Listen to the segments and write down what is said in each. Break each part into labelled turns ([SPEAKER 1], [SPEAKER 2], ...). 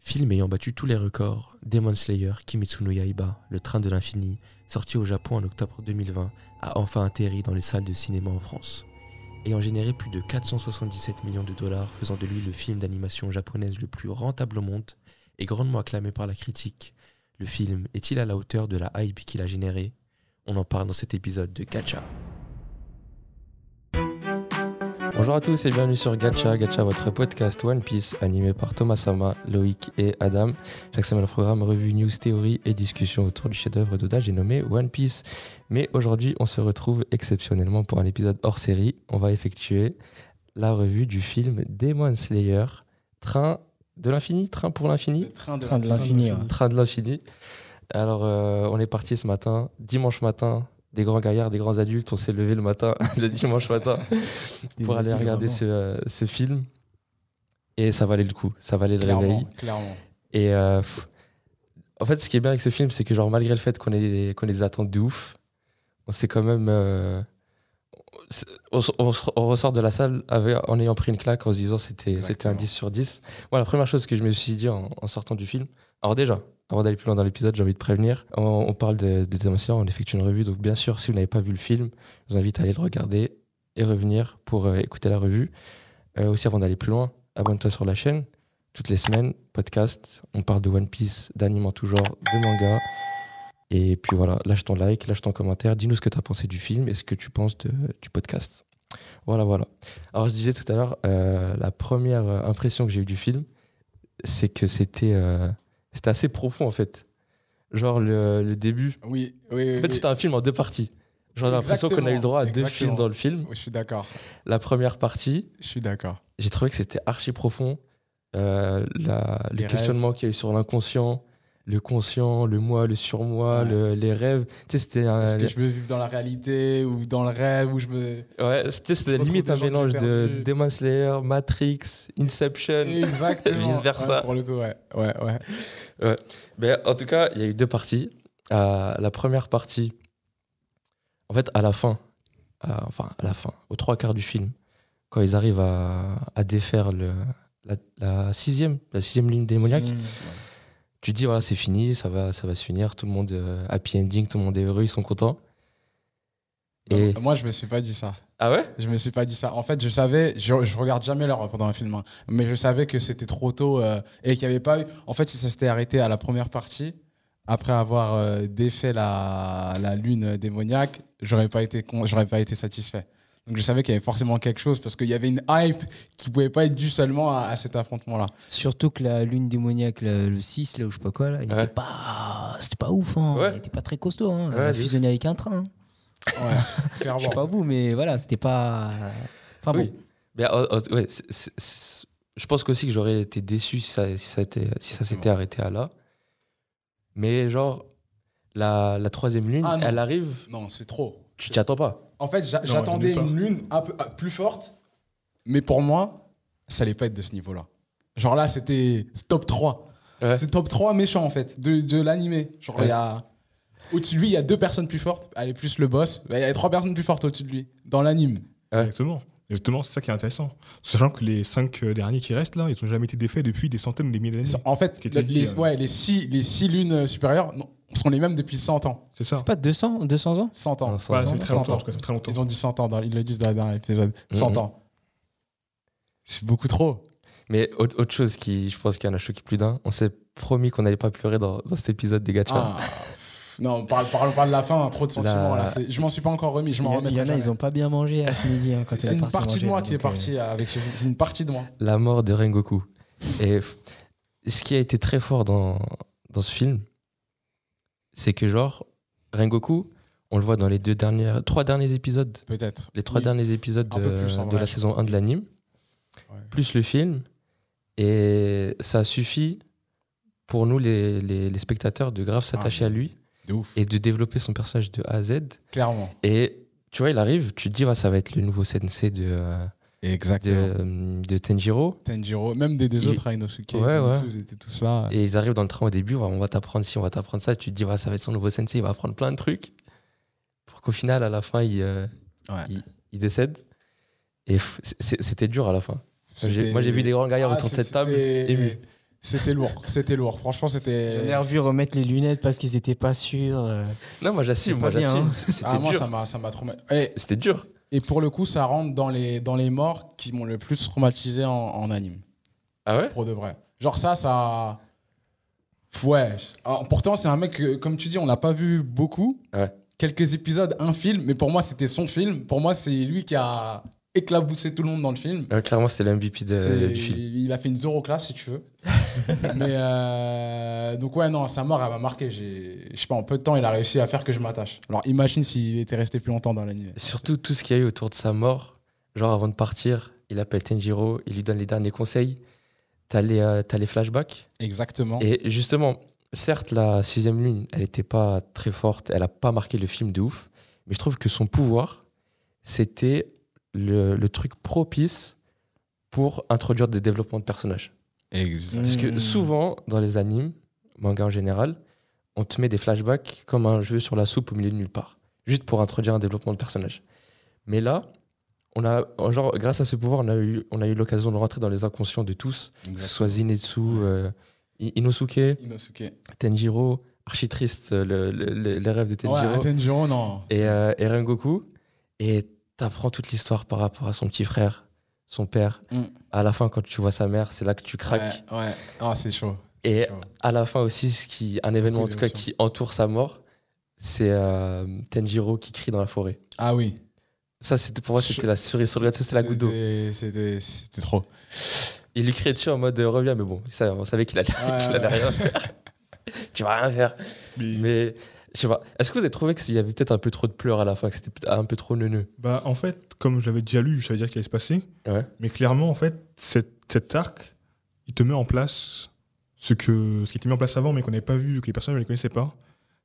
[SPEAKER 1] film ayant battu tous les records, Demon Slayer Kimetsu no Yaiba, le train de l'infini, sorti au Japon en octobre 2020, a enfin atterri dans les salles de cinéma en France. Ayant généré plus de 477 millions de dollars, faisant de lui le film d'animation japonaise le plus rentable au monde et grandement acclamé par la critique, le film est-il à la hauteur de la hype qu'il a générée On en parle dans cet épisode de Gacha. Bonjour à tous et bienvenue sur Gacha, Gacha, votre podcast One Piece animé par Thomas Sama, Loïc et Adam. Chaque semaine, le programme revue, news, théorie et discussion autour du chef-d'œuvre d'Oda, j'ai nommé One Piece. Mais aujourd'hui, on se retrouve exceptionnellement pour un épisode hors série. On va effectuer la revue du film Demon Slayer, Train de l'infini, Train pour l'infini,
[SPEAKER 2] Le train de, hein.
[SPEAKER 3] Train de l'infini, ouais.
[SPEAKER 1] Train de l'infini. hein. Alors, euh, on est parti ce matin, dimanche matin, des grands gaillards, des grands adultes, on s'est levé le matin, le dimanche matin pour aller regarder ce, euh, ce film. Et ça valait le coup, ça valait le
[SPEAKER 2] Clairement,
[SPEAKER 1] réveil.
[SPEAKER 2] clairement.
[SPEAKER 1] Et euh, pff, en fait, ce qui est bien avec ce film, c'est que genre malgré le fait qu'on ait, des- qu'on ait des attentes de ouf, on s'est quand même... euh, c'est- on, s- on s- on ressort de la salle avec- en ayant pris une claque, en se disant c'était c'était un
[SPEAKER 2] Exactement.
[SPEAKER 1] 10 sur 10. Moi, la première chose que je me suis dit en, en sortant du film, alors déjà, avant d'aller plus loin dans l'épisode, j'ai envie de prévenir, on, on parle de, de Demon Slayer, on effectue une revue, donc bien sûr, si vous n'avez pas vu le film, je vous invite à aller le regarder et revenir pour euh, écouter la revue. Euh, aussi, avant d'aller plus loin, abonne-toi sur la chaîne. Toutes les semaines, podcast, on parle de One Piece, d'anime en tout genre, de manga. Et puis voilà, lâche ton like, lâche ton commentaire, dis-nous ce que tu as pensé du film et ce que tu penses de- du podcast. Voilà, voilà. Alors, je disais tout à l'heure, euh, la première euh, impression que j'ai eue du film, c'est que c'était euh, c'était assez profond en fait. Genre, le, le début.
[SPEAKER 2] Oui, oui, oui.
[SPEAKER 1] En fait,
[SPEAKER 2] oui.
[SPEAKER 1] c'était un film en deux parties. Genre, j'ai l'impression qu'on a eu le droit à deux
[SPEAKER 2] Exactement,
[SPEAKER 1] films dans le film. Euh,
[SPEAKER 2] Oui, Je suis d'accord.
[SPEAKER 1] La première partie,
[SPEAKER 2] Je suis d'accord.
[SPEAKER 1] j'ai trouvé que c'était archi profond. Euh, la-
[SPEAKER 2] Les
[SPEAKER 1] le
[SPEAKER 2] rêves.
[SPEAKER 1] questionnement qu'il y a eu sur l'inconscient, le conscient, le moi, le surmoi,
[SPEAKER 2] Ouais.
[SPEAKER 1] le- les rêves. Tu sais, c'était un-
[SPEAKER 2] Est-ce que je veux vivre dans la réalité ou dans le rêve où je me.
[SPEAKER 1] ouais, c'était- c'était
[SPEAKER 2] retrouve
[SPEAKER 1] limite
[SPEAKER 2] des
[SPEAKER 1] un
[SPEAKER 2] gens qui
[SPEAKER 1] mélange de
[SPEAKER 2] perdus.
[SPEAKER 1] Demon Slayer, Matrix, Inception.
[SPEAKER 2] Exactement.
[SPEAKER 1] Vice-versa.
[SPEAKER 2] Ouais, pour le coup, ouais. Ouais, ouais.
[SPEAKER 1] Mais Ben, en tout cas, il y a eu deux parties. Euh, la première partie, en fait, à la fin, à- enfin, à la fin, aux trois quarts du film, quand ils arrivent à, à défaire le, la, la sixième, la sixième ligne démoniaque,
[SPEAKER 2] Mmh.
[SPEAKER 1] tu te dis voilà c'est fini ça va ça va se finir tout le monde euh, happy ending tout le monde est heureux ils sont contents et
[SPEAKER 2] Non, Moi, je me suis pas dit ça.
[SPEAKER 1] ah ouais
[SPEAKER 2] Je me suis pas dit ça. En fait, je savais, je, je regarde jamais l'heure pendant un film, hein. mais je savais que c'était trop tôt euh, et qu'il y avait pas eu. En fait, si ça s'était arrêté à la première partie, après avoir euh, défait la, la lune démoniaque, j'aurais pas été con- j'aurais pas été satisfait. Donc je savais qu'il y avait forcément quelque chose parce qu'il y avait une hype qui pouvait pas être due seulement à, à cet affrontement-là.
[SPEAKER 3] Surtout que la lune démoniaque, là, le 6, là, ou je sais pas quoi, là, il
[SPEAKER 1] Ouais.
[SPEAKER 3] était pas. C'était pas ouf, hein.
[SPEAKER 1] Ouais.
[SPEAKER 3] Il était pas très costaud, hein.
[SPEAKER 1] Ouais,
[SPEAKER 3] il a
[SPEAKER 1] de ouf.
[SPEAKER 3] fusionné avec un train. hein.
[SPEAKER 2] Ouais, clairement.
[SPEAKER 3] Je sais pas vous, mais voilà, c'était pas. Enfin
[SPEAKER 1] oui
[SPEAKER 3] bon.
[SPEAKER 1] Mais, oh, oh, ouais, c'est- c'est- c'est- je pense qu'aussi que j'aurais été déçu si ça si ça était- si ça s'était
[SPEAKER 2] Exactement.
[SPEAKER 1] arrêté à là mais genre la, la troisième lune
[SPEAKER 2] Ah, non.
[SPEAKER 1] elle arrive
[SPEAKER 2] Non, c'est trop.
[SPEAKER 1] tu t'y attends pas
[SPEAKER 2] En fait, j'a-
[SPEAKER 4] Non,
[SPEAKER 2] j'attendais
[SPEAKER 4] nulle part.
[SPEAKER 2] une lune un peu- un- plus forte, mais pour moi, ça allait pas être de ce niveau-là. Genre là, c'était c'est top 3.
[SPEAKER 1] Ouais.
[SPEAKER 2] C'est top 3 méchant, en fait, de, de l'animé. Genre, il
[SPEAKER 1] Ouais.
[SPEAKER 2] y a. Au-dessus de lui, il y a deux personnes plus fortes. Elle est plus le boss. Il y a trois personnes plus fortes au-dessus de lui, dans l'anime.
[SPEAKER 1] Ouais.
[SPEAKER 4] Exactement. Exactement, c'est ça qui est intéressant. Sachant que les cinq euh, derniers qui restent là, ils n'ont jamais été défaits depuis des centaines ou des milliers d'années.
[SPEAKER 2] En fait,
[SPEAKER 4] Qui était
[SPEAKER 2] les,
[SPEAKER 4] dit, euh,
[SPEAKER 2] ouais, les, six, les six lunes euh, supérieures non, sont les mêmes depuis 100 ans.
[SPEAKER 4] C'est ça.
[SPEAKER 3] C'est pas 200, 200 ans
[SPEAKER 2] 100 ans.
[SPEAKER 1] Ouais,
[SPEAKER 4] Ouais,
[SPEAKER 1] Cent
[SPEAKER 4] ça
[SPEAKER 1] ans,
[SPEAKER 4] fait très
[SPEAKER 2] Cent
[SPEAKER 4] longtemps.
[SPEAKER 2] ans.
[SPEAKER 4] en tout cas, ça fait très longtemps.
[SPEAKER 2] Ils ont dit 100 ans, dans, ils le disent dans le dernier épisode.
[SPEAKER 4] Mm-hmm.
[SPEAKER 2] 100
[SPEAKER 1] Mhm.
[SPEAKER 2] ans. C'est beaucoup trop.
[SPEAKER 1] mais autre, autre chose qui je pense qu'il y en a choqué plus d'un on s'est promis qu'on n'allait pas pleurer dans, dans cet épisode des gacha
[SPEAKER 2] Ah. Non, parle, parle pas de la fin, hein, trop de sentiments
[SPEAKER 1] La-
[SPEAKER 2] là. c'est- Je m'en suis pas encore remis, je
[SPEAKER 3] Il y,
[SPEAKER 2] m'en
[SPEAKER 3] a-
[SPEAKER 2] remettrai
[SPEAKER 3] il y en a,
[SPEAKER 2] jamais.
[SPEAKER 3] ils ont pas bien mangé à ce midi. hein, quand
[SPEAKER 2] C'est
[SPEAKER 3] il
[SPEAKER 2] c'est
[SPEAKER 3] est
[SPEAKER 2] une
[SPEAKER 3] parti
[SPEAKER 2] partie de
[SPEAKER 3] manger,
[SPEAKER 2] moi
[SPEAKER 3] là,
[SPEAKER 2] qui est
[SPEAKER 3] donc, euh,
[SPEAKER 2] partie avec ce film. C'est une partie de moi.
[SPEAKER 1] la mort de Rengoku. Et f- ce qui a été très fort dans, dans ce film, c'est que genre, Rengoku, on le voit dans les deux dernières, trois derniers épisodes,
[SPEAKER 2] Peut-être.
[SPEAKER 1] les trois
[SPEAKER 2] Oui.
[SPEAKER 1] derniers épisodes
[SPEAKER 2] Un peu
[SPEAKER 1] de,
[SPEAKER 2] plus, en
[SPEAKER 1] de
[SPEAKER 2] vrai,
[SPEAKER 1] la
[SPEAKER 2] je
[SPEAKER 1] saison 1 de l'anime,
[SPEAKER 2] Ouais.
[SPEAKER 1] plus le film, et ça suffit pour nous les, les- les spectateurs de grave s'attacher
[SPEAKER 2] mais-
[SPEAKER 1] à lui
[SPEAKER 2] De ouf.
[SPEAKER 1] et de développer son personnage de A à Z.
[SPEAKER 2] Clairement.
[SPEAKER 1] Et tu vois, il arrive, tu te dis, ouais, ça va être le nouveau sensei de, euh, de,
[SPEAKER 2] Exactement.
[SPEAKER 1] euh, de Tenjiro.
[SPEAKER 2] Tanjiro, même des deux
[SPEAKER 1] Il-
[SPEAKER 2] autres, Ainosuke,
[SPEAKER 1] Ouais,
[SPEAKER 2] Tensu,
[SPEAKER 1] ouais.
[SPEAKER 2] ils étaient tous là.
[SPEAKER 1] Et ils arrivent dans le train au début, ouais, on va t'apprendre ci, on va t'apprendre ça. Tu te dis, ouais, ça va être son nouveau sensei, il va apprendre plein de trucs. Pour qu'au final, à la fin, il, euh,
[SPEAKER 2] Ouais.
[SPEAKER 1] il, il décède. Et f- c'est- c'était dur à la fin. J'ai-
[SPEAKER 2] C'était-
[SPEAKER 1] Moi, j'ai vu des grands gaillards
[SPEAKER 2] Ah,
[SPEAKER 1] autour de cette
[SPEAKER 2] c'était-
[SPEAKER 1] table émus.
[SPEAKER 2] C'était lourd, c'était lourd. Franchement,
[SPEAKER 3] J'en
[SPEAKER 2] c'était.
[SPEAKER 3] ai revu remettre les lunettes parce qu'ils étaient pas sûrs. euh.
[SPEAKER 1] Non, moi j'assume,
[SPEAKER 3] C'est
[SPEAKER 1] moi
[SPEAKER 3] pas bien,
[SPEAKER 1] j'assume.
[SPEAKER 3] hein.
[SPEAKER 1] C- C'était
[SPEAKER 2] Ah, moi,
[SPEAKER 1] dur.
[SPEAKER 2] ça m'a, ça m'a traumatisé.
[SPEAKER 1] C- C'était dur.
[SPEAKER 2] Et, et pour le coup, ça rentre dans les, dans les morts qui m'ont le plus traumatisé en, en anime,
[SPEAKER 1] Ah ouais
[SPEAKER 2] pour de vrai. Genre, ça, ça. Ouais. Alors, pourtant, c'est un mec, que, comme tu dis, on l'a pas vu beaucoup.
[SPEAKER 1] Ouais.
[SPEAKER 2] Quelques épisodes, un film, mais pour moi, c'était son film. Pour moi, c'est lui qui a éclaboussé tout le monde dans le film.
[SPEAKER 1] Ouais, Clairement, c'était le MVP de-
[SPEAKER 2] C'est-
[SPEAKER 1] du film.
[SPEAKER 2] Il a fait une zoro classe si tu veux. Mais euh, donc ouais non, sa mort elle m'a marqué. J'ai, je sais pas, en peu de temps il a réussi à faire que je m'attache. Alors imagine s'il était resté plus longtemps dans l'anime.
[SPEAKER 1] Surtout tout ce qu'il y a eu autour de sa mort. Genre avant de partir, il appelle Tenjiro, il lui donne les derniers conseils. T'as les, euh, t'as les flashbacks.
[SPEAKER 2] Exactement.
[SPEAKER 1] Et justement, certes, la sixième lune, elle n'était pas très forte, elle n'a pas marqué le film de ouf. Mais je trouve que son pouvoir, c'était le, le truc propice pour introduire des développements de personnages.
[SPEAKER 2] Exact.
[SPEAKER 1] Parce que
[SPEAKER 3] Mmh.
[SPEAKER 1] souvent, dans les animes, manga en général, on te met des flashbacks comme un jeu sur la soupe au milieu de nulle part, juste pour introduire un développement de personnage. Mais là, on a, oh, genre, grâce à ce pouvoir, on a eu, on a eu l'occasion de rentrer dans les inconscients de tous, que ce soit Zinetsu, euh, I- Inosuke,
[SPEAKER 2] Inosuke.
[SPEAKER 1] Tenjiro, architriste, euh, le- le- le- les rêves de
[SPEAKER 2] Ouais,
[SPEAKER 1] Tenjiro,
[SPEAKER 2] Tenjiro, non.
[SPEAKER 1] et, euh, et Rengoku. Et t'apprends toute l'histoire par rapport à son petit frère, son père.
[SPEAKER 2] Mm.
[SPEAKER 1] À la fin, quand tu vois sa mère, c'est là que tu craques.
[SPEAKER 2] Ouais, ouais. Ah, c'est chaud.
[SPEAKER 1] Et
[SPEAKER 2] C'est chaud.
[SPEAKER 1] à la fin aussi, ce qui, un événement en tout cas
[SPEAKER 2] d'émotions.
[SPEAKER 1] qui entoure sa mort, c'est euh, Tenjiro qui crie dans la forêt.
[SPEAKER 2] Ah oui.
[SPEAKER 1] Ça, c'était pour moi, c'était la cerise sur le gâteau, c'était la goutte d'eau.
[SPEAKER 2] C'était, c'était, c'était trop.
[SPEAKER 1] Il lui criait dessus en mode euh, reviens, mais bon, ça, on savait qu'il allait,
[SPEAKER 2] Ouais,
[SPEAKER 1] qu'il
[SPEAKER 2] ouais,
[SPEAKER 1] allait rien faire. tu vas rien faire.
[SPEAKER 4] Mais-
[SPEAKER 1] Mais je sais pas, est-ce que vous avez trouvé qu'il y avait peut-être un peu trop de pleurs à la fin, que c'était peut-être un peu trop neuneux
[SPEAKER 4] Bah, en fait, comme j'avais déjà lu, je savais dire ce qui allait se passer.
[SPEAKER 1] Ouais.
[SPEAKER 4] Mais clairement, en fait, cet, cet arc, il te met en place ce, que, ce qui était mis en place avant, mais qu'on n'avait pas vu, que les personnages ne les connaissaient pas.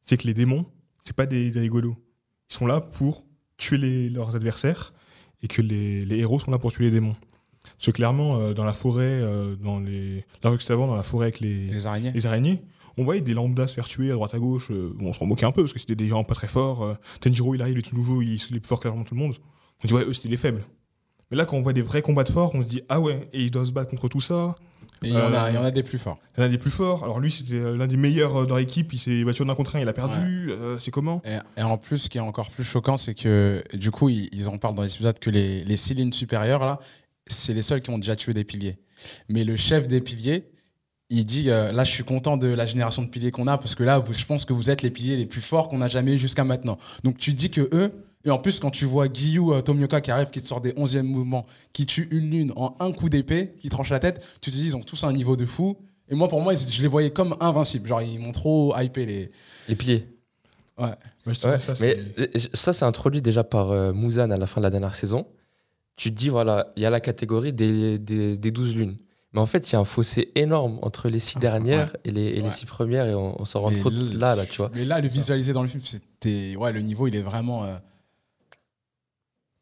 [SPEAKER 4] C'est que les démons, c'est pas des, des rigolos. Ils sont là pour tuer les- leurs adversaires et que les, les héros sont là pour tuer les démons. Parce que clairement, euh, dans la forêt, euh, dans les. L'arc juste avant, dans la forêt avec les,
[SPEAKER 2] Les araignées.
[SPEAKER 4] les araignées. On voyait des lambdas se faire tuer à droite à gauche. euh, bon, on s'en moquait un peu parce que c'était des gens pas très forts. euh, Tenjiro, il arrive, il est tout nouveau, il se les plus fort clairement tout le monde. On se dit, ouais, eux, c'était des faibles. Mais là, quand on voit des vrais combats de forts, on se dit, ah ouais, et il doit se battre contre tout ça.
[SPEAKER 2] Et il y, en a,
[SPEAKER 4] Euh,
[SPEAKER 2] il y en a des plus forts.
[SPEAKER 4] L'un des plus forts. Alors lui, c'était euh, l'un des meilleurs euh, dans l'équipe. Il s'est battu en un contre un, il a perdu. euh, c'est comment
[SPEAKER 2] Et, et en plus, ce qui est encore plus choquant, c'est que du coup, ils, ils en parlent dans les épisodes que les, les six lignes supérieures, là, c'est les seuls qui ont déjà tué des piliers. Mais le chef des piliers, il dit euh, Là, je suis content de la génération de piliers qu'on a, parce que là, vous- je pense que vous êtes les piliers les plus forts qu'on a jamais eu jusqu'à maintenant. Donc tu dis que eux, et en plus, quand tu vois Guillou euh, Tomioka qui arrive, qui te sort des 11e mouvements, qui tue une lune en un coup d'épée, qui tranche la tête, tu te dis Ils ont tous un niveau de fou. Et moi, pour moi, ils- je les voyais comme invincibles. Genre, ils m'ont trop hypé les.
[SPEAKER 1] Les piliers.
[SPEAKER 4] Bah, justement,
[SPEAKER 1] Ouais,
[SPEAKER 4] ça, c'est-
[SPEAKER 1] mais euh, ça, c'est introduit déjà par euh, Muzan à la fin de la dernière saison. Tu te dis, voilà, il y a la catégorie des, des, des 12 lunes. Mais en fait, il y a un fossé énorme entre les six dernières et les, et les
[SPEAKER 2] Ouais.
[SPEAKER 1] six premières, et on, on s'en rend
[SPEAKER 2] Mais
[SPEAKER 1] compte
[SPEAKER 2] le-
[SPEAKER 1] là, là, tu vois.
[SPEAKER 2] Mais là, le visualiser dans le film, c'était. Ouais, le niveau, il est vraiment. euh,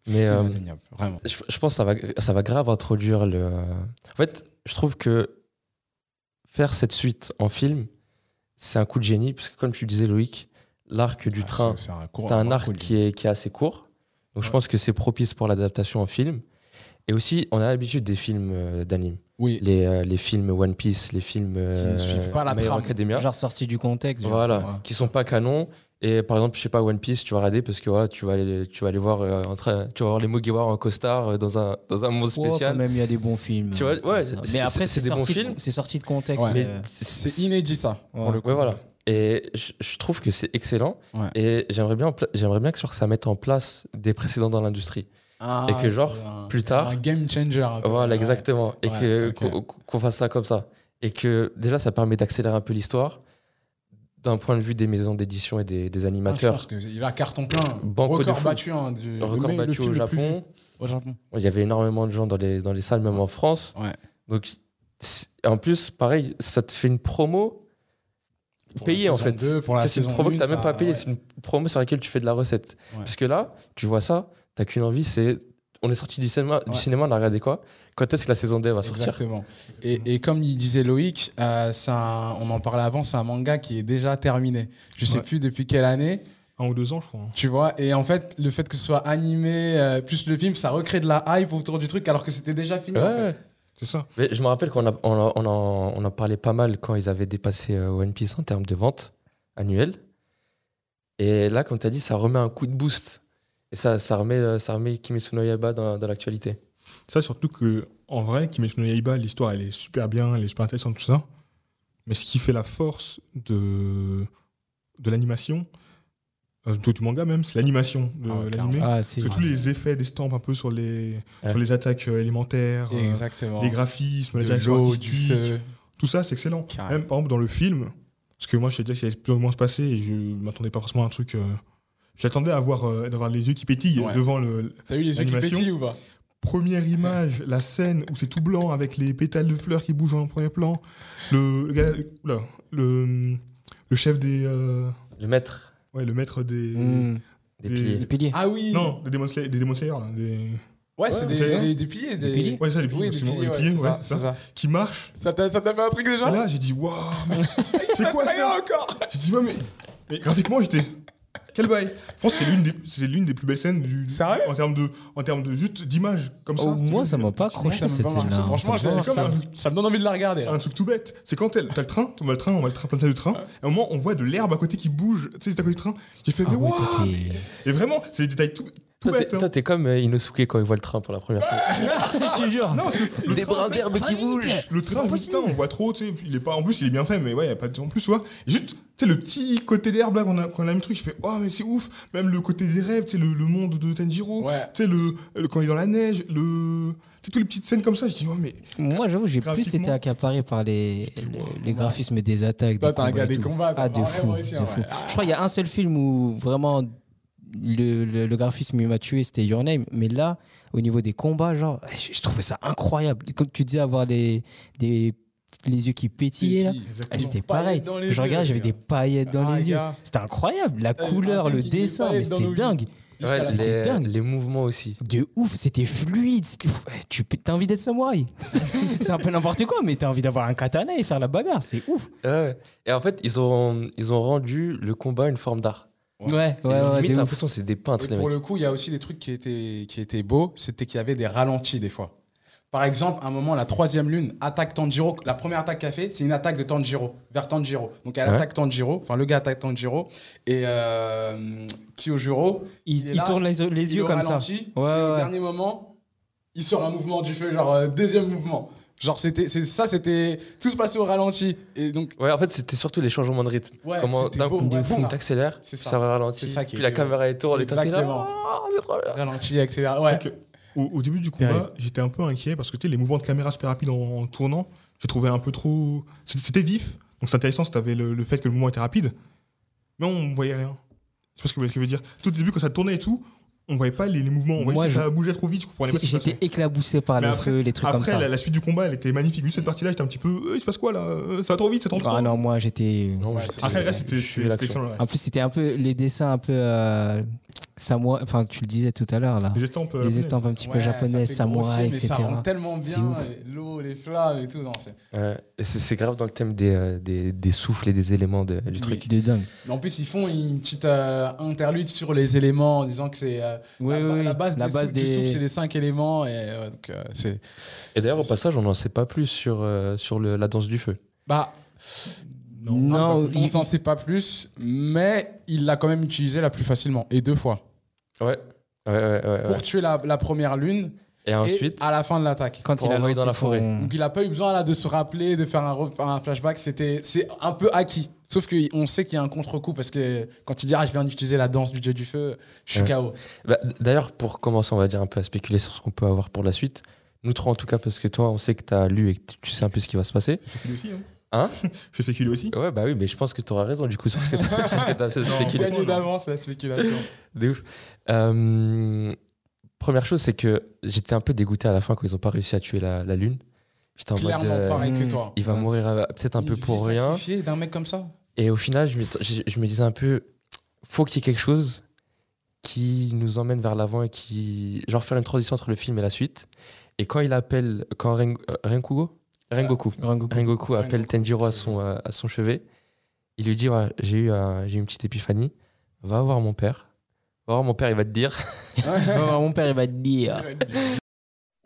[SPEAKER 1] Mais euh,
[SPEAKER 2] inatteignable. Vraiment.
[SPEAKER 1] je, je pense que ça va, ça va grave introduire le. En fait, je trouve que faire cette suite en film, c'est un coup de génie, parce que comme tu disais, Loïc, l'arc du
[SPEAKER 2] Ah,
[SPEAKER 1] train,
[SPEAKER 2] C'est c'est un, court-
[SPEAKER 1] C'est un
[SPEAKER 2] court
[SPEAKER 1] arc
[SPEAKER 2] coup de-
[SPEAKER 1] qui est, qui est assez court. Donc je
[SPEAKER 4] Ouais.
[SPEAKER 1] pense que c'est propice pour l'adaptation en film. Et aussi, on a l'habitude des films euh, d'anime.
[SPEAKER 2] Oui,
[SPEAKER 1] Les, euh, les films One Piece, les films
[SPEAKER 2] ne suivent pas la
[SPEAKER 1] My Hero
[SPEAKER 2] trame.
[SPEAKER 1] Euh, Academia.
[SPEAKER 3] Genre sorti du contexte. genre.
[SPEAKER 1] voilà,
[SPEAKER 2] ouais.
[SPEAKER 1] qui sont pas canons. Et par exemple, je sais pas, One Piece, tu vas regarder parce que voilà, tu, vas aller, tu vas aller voir, euh, en train, tu vas voir les Mugiwara en costard euh, dans, un, dans un monde
[SPEAKER 3] Oh, quand
[SPEAKER 1] spécial.
[SPEAKER 3] même, il y a des bons films.
[SPEAKER 1] Tu vois,
[SPEAKER 3] euh, comme
[SPEAKER 1] ouais,
[SPEAKER 3] ça.
[SPEAKER 1] c'est-
[SPEAKER 3] mais
[SPEAKER 1] c'est-
[SPEAKER 3] après, c'est
[SPEAKER 1] c'est des bons
[SPEAKER 3] sorti, de-
[SPEAKER 1] films.
[SPEAKER 3] c'est sorti de contexte.
[SPEAKER 2] Ouais.
[SPEAKER 1] Mais
[SPEAKER 3] euh,
[SPEAKER 2] c'est inédit ça.
[SPEAKER 3] ouais.
[SPEAKER 2] Pour le coup.
[SPEAKER 1] Ouais, voilà. Et je, je trouve que c'est excellent.
[SPEAKER 2] Ouais.
[SPEAKER 1] Et j'aimerais bien, en pla- j'aimerais bien que genre, ça mette en place des précédents dans l'industrie.
[SPEAKER 2] Ah,
[SPEAKER 1] Et que genre,
[SPEAKER 2] c'est un-
[SPEAKER 1] plus tard-
[SPEAKER 2] Un game changer. un peu.
[SPEAKER 1] Voilà,
[SPEAKER 2] Ouais.
[SPEAKER 1] exactement. Et
[SPEAKER 2] Ouais,
[SPEAKER 1] que-
[SPEAKER 2] ok.
[SPEAKER 1] qu'on qu'on fasse ça comme ça. Et que déjà, ça permet d'accélérer un peu l'histoire d'un point de vue des maisons d'édition et des, des
[SPEAKER 2] Ah, je pense
[SPEAKER 1] animateurs.
[SPEAKER 2] que Il a carton plein.
[SPEAKER 1] Banco de
[SPEAKER 2] record
[SPEAKER 1] fou.
[SPEAKER 2] battu. hein, du- le
[SPEAKER 1] Record
[SPEAKER 2] me- le
[SPEAKER 1] battu
[SPEAKER 2] film
[SPEAKER 1] au
[SPEAKER 2] le plus vu
[SPEAKER 1] Japon.
[SPEAKER 2] Au Japon.
[SPEAKER 1] Il y avait énormément de gens dans les, dans les salles, même en France.
[SPEAKER 2] Ouais.
[SPEAKER 1] Donc, c'est- en plus, pareil, ça te fait une promo
[SPEAKER 2] Pour la
[SPEAKER 1] payée en
[SPEAKER 2] saison
[SPEAKER 1] fait.
[SPEAKER 2] deux, pour la
[SPEAKER 1] Ça, C'est une
[SPEAKER 2] saison
[SPEAKER 1] promo que
[SPEAKER 2] une,
[SPEAKER 1] tu même
[SPEAKER 2] ça-
[SPEAKER 1] pas payée,
[SPEAKER 2] ouais.
[SPEAKER 1] c'est une promo sur laquelle tu fais de la recette.
[SPEAKER 2] Ouais.
[SPEAKER 1] Parce que là, tu vois ça, t'as qu'une envie, c'est. On est sorti du cinéma,
[SPEAKER 2] Ouais.
[SPEAKER 1] du cinéma, on a regardé quoi Quand est-ce que la saison 2 va sortir
[SPEAKER 2] Exactement. Et, et comme il disait Loïc, euh, c'est un- on en parlait avant, c'est un manga qui est déjà terminé. Je sais
[SPEAKER 4] Ouais.
[SPEAKER 2] plus depuis quelle année,
[SPEAKER 4] un ou deux ans, je crois. hein.
[SPEAKER 2] Tu vois, et en fait, le fait que ce soit animé, euh, plus le film, ça recrée de la hype autour du truc alors que c'était déjà fini.
[SPEAKER 1] Ouais,
[SPEAKER 2] en fait.
[SPEAKER 1] ouais.
[SPEAKER 4] C'est ça.
[SPEAKER 1] Mais je me rappelle qu'on a, on a- on en, on en parlait pas mal quand ils avaient dépassé euh, One Piece en termes de vente annuelle. Et là, comme tu as dit, ça remet un coup de boost. Et ça, ça remet, euh, ça remet Kimetsu no Yaiba dans, dans l'actualité.
[SPEAKER 4] Ça, surtout que, en vrai, Kimetsu no Yaiba, l'histoire, elle est super bien, elle est super intéressante, tout ça. Mais ce qui fait la force de, de l'animation, euh, du du manga même, c'est l'animation de
[SPEAKER 2] Ah ouais,
[SPEAKER 4] l'animé.
[SPEAKER 3] Ah, c'est.
[SPEAKER 4] Parce que tous les effets d'estampes un peu sur les,
[SPEAKER 1] Ouais.
[SPEAKER 4] sur les attaques euh, élémentaires, euh,
[SPEAKER 2] Exactement.
[SPEAKER 4] les graphismes, la
[SPEAKER 2] de
[SPEAKER 4] direction
[SPEAKER 2] l'eau, du
[SPEAKER 4] artistique,
[SPEAKER 2] feu.
[SPEAKER 4] tout ça, c'est excellent.
[SPEAKER 2] Carrément.
[SPEAKER 4] Même par exemple dans le film, parce que moi je sais déjà que ça allait plus ou moins se passer et je m'attendais pas forcément à un truc. euh, J'attendais à avoir, euh, d'avoir les yeux qui pétillent
[SPEAKER 2] Ouais.
[SPEAKER 4] devant le
[SPEAKER 2] T'as eu les yeux qui
[SPEAKER 4] L'animation.
[SPEAKER 2] pétillent ou pas
[SPEAKER 4] première image, la scène où c'est tout blanc avec les pétales de fleurs qui bougent en premier plan, le le, gars- oula, le, le chef des euh,
[SPEAKER 1] Le maître
[SPEAKER 4] ouais le maître des
[SPEAKER 3] Hmm,
[SPEAKER 1] des
[SPEAKER 4] Des-
[SPEAKER 1] piliers.
[SPEAKER 3] Les piliers.
[SPEAKER 2] Ah oui
[SPEAKER 4] non des Demon Slayer, des Demon Slayer, là, des-
[SPEAKER 2] Ouais, c'est
[SPEAKER 4] Ouais,
[SPEAKER 2] des,
[SPEAKER 4] c'est vrai.
[SPEAKER 2] des, des piliers. Des,
[SPEAKER 3] Des piliers
[SPEAKER 4] ouais ça les piliers,
[SPEAKER 2] Oui, des
[SPEAKER 4] excuse-moi,
[SPEAKER 2] piliers,
[SPEAKER 4] les
[SPEAKER 2] ouais,
[SPEAKER 4] piliers,
[SPEAKER 2] c'est
[SPEAKER 4] ouais,
[SPEAKER 2] ça,
[SPEAKER 4] ça,
[SPEAKER 2] c'est ça.
[SPEAKER 4] qui marche.
[SPEAKER 2] Ça t'a ça t'a fait un truc
[SPEAKER 4] Et
[SPEAKER 2] déjà
[SPEAKER 4] là j'ai dit waouh mais c'est quoi
[SPEAKER 2] Ça y est
[SPEAKER 4] ça
[SPEAKER 2] encore
[SPEAKER 4] J'ai dit, ouais, mais, mais graphiquement, j'étais. Quel bail Je pense que c'est l'une des, c'est l'une des plus belles scènes du. du-
[SPEAKER 2] Sérieux
[SPEAKER 4] en termes de, en termes de juste d'image, comme ça.
[SPEAKER 3] Oh,
[SPEAKER 4] C'est
[SPEAKER 3] moi,
[SPEAKER 4] l'une
[SPEAKER 3] ça
[SPEAKER 4] des-
[SPEAKER 3] m'a pas accroché cette scène-là.
[SPEAKER 2] Franchement,
[SPEAKER 3] Ça
[SPEAKER 2] je-
[SPEAKER 3] m'a pas
[SPEAKER 2] c'est
[SPEAKER 4] marché.
[SPEAKER 2] comme- ça me donne envie de la regarder. là.
[SPEAKER 4] Un truc tout bête, c'est quand t'as t'as le train, on va le train, on va le train, plein de train, et au moment on voit de l'herbe à côté qui bouge, tu sais, c'est à côté du train, j'ai fait,
[SPEAKER 3] Ah
[SPEAKER 4] mais
[SPEAKER 3] ouais,
[SPEAKER 4] waouh
[SPEAKER 3] toi, t'es-
[SPEAKER 4] Et vraiment, c'est des détails tout, tout
[SPEAKER 1] Toi, t'es-
[SPEAKER 4] bêtes. hein.
[SPEAKER 1] Toi, t'es comme euh, Inosuke quand il voit le train pour la première fois.
[SPEAKER 3] Ah, si, je te jure.
[SPEAKER 4] Le train, en fait,
[SPEAKER 3] qui bougent.
[SPEAKER 4] Le train, je me dis, putain, on voit trop, tu sais, il est pas, en plus il est bien fait, mais ouais, y a pas de en plus, tu vois. Et juste, tu sais, le petit côté d'herbe là qu'on a, qu'on a mis truc, je fais, oh, mais c'est ouf, même le côté des rêves, tu sais, le, le monde de Tanjiro,
[SPEAKER 2] Ouais.
[SPEAKER 4] tu sais, le, le- quand il est dans la neige, le, tu sais, toutes les petites scènes comme ça, je dis, ouais, mais
[SPEAKER 3] Moi, j'avoue, j'ai plus
[SPEAKER 4] Graphiquement.
[SPEAKER 3] été accaparé par les, les, les graphismes des attaques.
[SPEAKER 2] Toi,
[SPEAKER 3] des
[SPEAKER 2] t'as un
[SPEAKER 3] combats
[SPEAKER 2] gars
[SPEAKER 3] et
[SPEAKER 2] des
[SPEAKER 3] tout.
[SPEAKER 2] combats, toi.
[SPEAKER 3] Ah, de
[SPEAKER 2] Ouais,
[SPEAKER 3] fou.
[SPEAKER 2] moi aussi,
[SPEAKER 3] de
[SPEAKER 2] hein,
[SPEAKER 3] fou.
[SPEAKER 2] ouais.
[SPEAKER 3] Je crois qu'il y a un seul film où vraiment le, le, le graphisme il m'a tué, c'était Your Name. Mais là, au niveau des combats, genre, je, je trouvais ça incroyable. Comme tu disais, avoir les, des, les yeux qui pétillaient. là. Ah, c'était
[SPEAKER 2] Des paillettes
[SPEAKER 3] pareil.
[SPEAKER 2] dans les
[SPEAKER 3] Je
[SPEAKER 2] yeux,
[SPEAKER 3] regarde,
[SPEAKER 2] les
[SPEAKER 3] j'avais des
[SPEAKER 2] gars.
[SPEAKER 3] paillettes dans
[SPEAKER 2] Ah,
[SPEAKER 3] les yeux.
[SPEAKER 2] gars.
[SPEAKER 3] C'était incroyable. La
[SPEAKER 2] Euh,
[SPEAKER 3] couleur,
[SPEAKER 2] un
[SPEAKER 3] le
[SPEAKER 2] truc qui met des
[SPEAKER 3] dessin, mais
[SPEAKER 2] paillettes dans
[SPEAKER 3] c'était
[SPEAKER 2] nos yeux.
[SPEAKER 3] dingue.
[SPEAKER 2] Jusqu'à
[SPEAKER 1] Ouais,
[SPEAKER 2] la-
[SPEAKER 1] c'est les,
[SPEAKER 3] c'était dingue.
[SPEAKER 1] les mouvements aussi.
[SPEAKER 3] De ouf, c'était fluide. c'était fou. Eh, Tu as envie d'être samouraï. c'est un peu n'importe quoi, mais t'as envie d'avoir un katana et faire la bagarre. C'est ouf.
[SPEAKER 1] Ouais. Et en fait, ils ont, ils ont rendu le combat une forme d'art.
[SPEAKER 2] Ouais.
[SPEAKER 1] Et limite, t'as l'impression que c'est des peintres,
[SPEAKER 2] Et
[SPEAKER 1] les
[SPEAKER 2] pour
[SPEAKER 1] mecs.
[SPEAKER 2] le coup, il y a aussi des trucs qui étaient, qui étaient beaux, c'était qu'il y avait des ralentis des fois. Par exemple, à un moment, la troisième lune attaque Tanjiro. La première attaque qu'elle fait, c'est une attaque de Tanjiro, vers Tanjiro. Donc elle
[SPEAKER 1] Ouais.
[SPEAKER 2] attaque Tanjiro, enfin le gars attaque Tanjiro, et euh, Kyojuro,
[SPEAKER 3] Il,
[SPEAKER 2] Il est
[SPEAKER 3] il
[SPEAKER 2] là,
[SPEAKER 3] tourne les, les
[SPEAKER 2] il
[SPEAKER 3] yeux
[SPEAKER 2] le
[SPEAKER 3] comme
[SPEAKER 2] ralentit,
[SPEAKER 3] ça. Ouais,
[SPEAKER 2] et au
[SPEAKER 3] ouais.
[SPEAKER 2] dernier moment, il sort un mouvement du feu, genre euh, deuxième mouvement. Genre c'était, c'est, ça c'était, tout se passait au ralenti. Et donc,
[SPEAKER 1] Ouais, en fait, c'était surtout les changements de rythme.
[SPEAKER 2] Ouais,
[SPEAKER 1] Comment
[SPEAKER 2] c'était
[SPEAKER 1] d'un
[SPEAKER 2] beau,
[SPEAKER 1] coup,
[SPEAKER 2] ouais, c'est
[SPEAKER 1] boum,
[SPEAKER 2] ça.
[SPEAKER 1] t'accélères,
[SPEAKER 2] C'est
[SPEAKER 1] ça
[SPEAKER 2] ça.
[SPEAKER 1] ralentit,
[SPEAKER 2] C'est ça qui est
[SPEAKER 1] puis la
[SPEAKER 2] bien.
[SPEAKER 1] caméra est tournée, t'es là,
[SPEAKER 2] Exactement.
[SPEAKER 1] oh, c'est trop bien.
[SPEAKER 2] ralenti, etc. Ouais.
[SPEAKER 4] que- au, au début du combat,
[SPEAKER 2] Terrible.
[SPEAKER 4] j'étais un peu inquiet parce que tu sais, les mouvements de caméra super rapides en, en tournant, j'ai trouvé un peu trop. C'était c'était vif, donc c'est intéressant si t'avais le, le fait que le mouvement était rapide, mais on voyait rien. Je sais pas ce que, ce que je veux dire. Tout au début, quand ça tournait et tout, on voyait pas les, les mouvements, on voyait
[SPEAKER 3] Moi,
[SPEAKER 4] juste que
[SPEAKER 3] je-
[SPEAKER 4] ça bougeait trop vite, je comprenais pas
[SPEAKER 3] C'est-
[SPEAKER 4] ce qui se
[SPEAKER 3] J'étais
[SPEAKER 4] passait.
[SPEAKER 3] éclaboussé par
[SPEAKER 4] Mais
[SPEAKER 3] le
[SPEAKER 4] après-
[SPEAKER 3] feu, les trucs comme
[SPEAKER 4] Après,
[SPEAKER 3] ça.
[SPEAKER 4] la, la suite du combat, elle était magnifique. Juste cette partie-là, j'étais un petit peu. euh, il se passe quoi là Euh, Ça va trop vite, ça tombe trop.
[SPEAKER 3] Ah non, moi j'étais.
[SPEAKER 1] Non, moi,
[SPEAKER 2] Ouais,
[SPEAKER 1] j'étais-
[SPEAKER 4] Après, là,
[SPEAKER 1] je
[SPEAKER 4] c'était
[SPEAKER 1] suis
[SPEAKER 4] c'était
[SPEAKER 1] l'action.
[SPEAKER 4] excellent. le reste.
[SPEAKER 3] En plus, c'était un peu les dessins un peu euh, samouraï. Enfin, tu le disais tout à l'heure là.
[SPEAKER 4] Les estampes. euh,
[SPEAKER 3] Les estampes un petit peu
[SPEAKER 2] Ouais, ça
[SPEAKER 3] japonaises,
[SPEAKER 2] fait
[SPEAKER 3] samouraï,
[SPEAKER 2] grossier, mais
[SPEAKER 3] etc.
[SPEAKER 2] Ça rend tellement
[SPEAKER 3] C'est
[SPEAKER 2] bien,
[SPEAKER 3] ouf.
[SPEAKER 2] et l'eau, les flammes et tout. Non, c'est-
[SPEAKER 1] Ouais, et c'est c'est grave dans le thème des, euh, des, des souffles et des éléments de- du truc.
[SPEAKER 3] De dingue.
[SPEAKER 2] Mais en plus, ils font une petite euh, interlude sur les éléments en disant que c'est euh,
[SPEAKER 3] Ouais,
[SPEAKER 2] la,
[SPEAKER 3] ouais, ouais.
[SPEAKER 2] la base des sou- du souffle, c'est les cinq éléments. Et, euh, donc, euh, c'est...
[SPEAKER 1] Et d'ailleurs, au
[SPEAKER 2] C'est ça.
[SPEAKER 1] passage, on n'en sait pas plus sur, euh, sur le- la danse du feu.
[SPEAKER 2] Bah,
[SPEAKER 4] Non.
[SPEAKER 3] Non,
[SPEAKER 2] on s'en sait pas plus, mais il l'a quand même utilisé la plus facilement, et deux fois.
[SPEAKER 1] Ouais, ouais, ouais. ouais, ouais.
[SPEAKER 2] Pour tuer la, la première lune
[SPEAKER 1] Et ensuite,
[SPEAKER 2] et à la fin de l'attaque.
[SPEAKER 3] quand
[SPEAKER 1] pour
[SPEAKER 3] il a
[SPEAKER 1] envoyer
[SPEAKER 3] lancé
[SPEAKER 1] dans la
[SPEAKER 3] son-
[SPEAKER 1] forêt.
[SPEAKER 2] Donc il a pas eu besoin là de se rappeler, de faire un, re- faire un flashback, c'était c'est un peu acquis. Sauf qu'on sait qu'il y a un contre-coup parce que quand il dit ah je viens d'utiliser la danse du dieu du feu, je suis
[SPEAKER 1] Ouais.
[SPEAKER 2] KO.
[SPEAKER 1] bah, d- d'ailleurs, pour commencer, on va dire un peu à spéculer sur ce qu'on peut avoir pour la suite. Nous trois, en tout cas, parce que toi, on sait que tu as lu et que tu- tu sais un peu ce qui va se passer.
[SPEAKER 4] Je spécule aussi. Hein,
[SPEAKER 1] Hein
[SPEAKER 4] Je fais spéculer aussi.
[SPEAKER 1] Ouais, bah oui, mais je pense que tu auras raison du coup sur ce que tu as fait spéculer.
[SPEAKER 2] Gagné d'avance la spéculation.
[SPEAKER 1] De ouf. Euh, première chose, c'est que j'étais un peu dégoûté à la fin quand ils n'ont pas réussi à tuer la, la lune. J'étais en
[SPEAKER 2] Clairement
[SPEAKER 1] mode. euh,
[SPEAKER 2] pareil que
[SPEAKER 3] hmm,
[SPEAKER 2] toi.
[SPEAKER 1] Il va
[SPEAKER 3] Ouais.
[SPEAKER 1] mourir euh, peut-être un peu
[SPEAKER 2] Une
[SPEAKER 1] pour
[SPEAKER 2] vie
[SPEAKER 1] rien.
[SPEAKER 2] sacrifiée d'un mec comme ça.
[SPEAKER 1] Et au final, je me, je- je me disais un peu, faut qu'il y ait quelque chose qui nous emmène vers l'avant et qui. Genre faire une transition entre le film et la suite. Et quand il appelle. Quand Ren- euh, Renkugo Rengoku.
[SPEAKER 3] Rengoku.
[SPEAKER 1] Rengoku appelle
[SPEAKER 2] Euh, Rengoku,
[SPEAKER 1] Tenjiro à
[SPEAKER 2] c'est
[SPEAKER 1] son, euh, à son chevet. Il lui dit ouais, j'ai eu, un- j'ai eu une petite épiphanie. Va voir mon père. Va voir mon père, il va te dire.
[SPEAKER 3] Ouais, Mon père, il va te dire.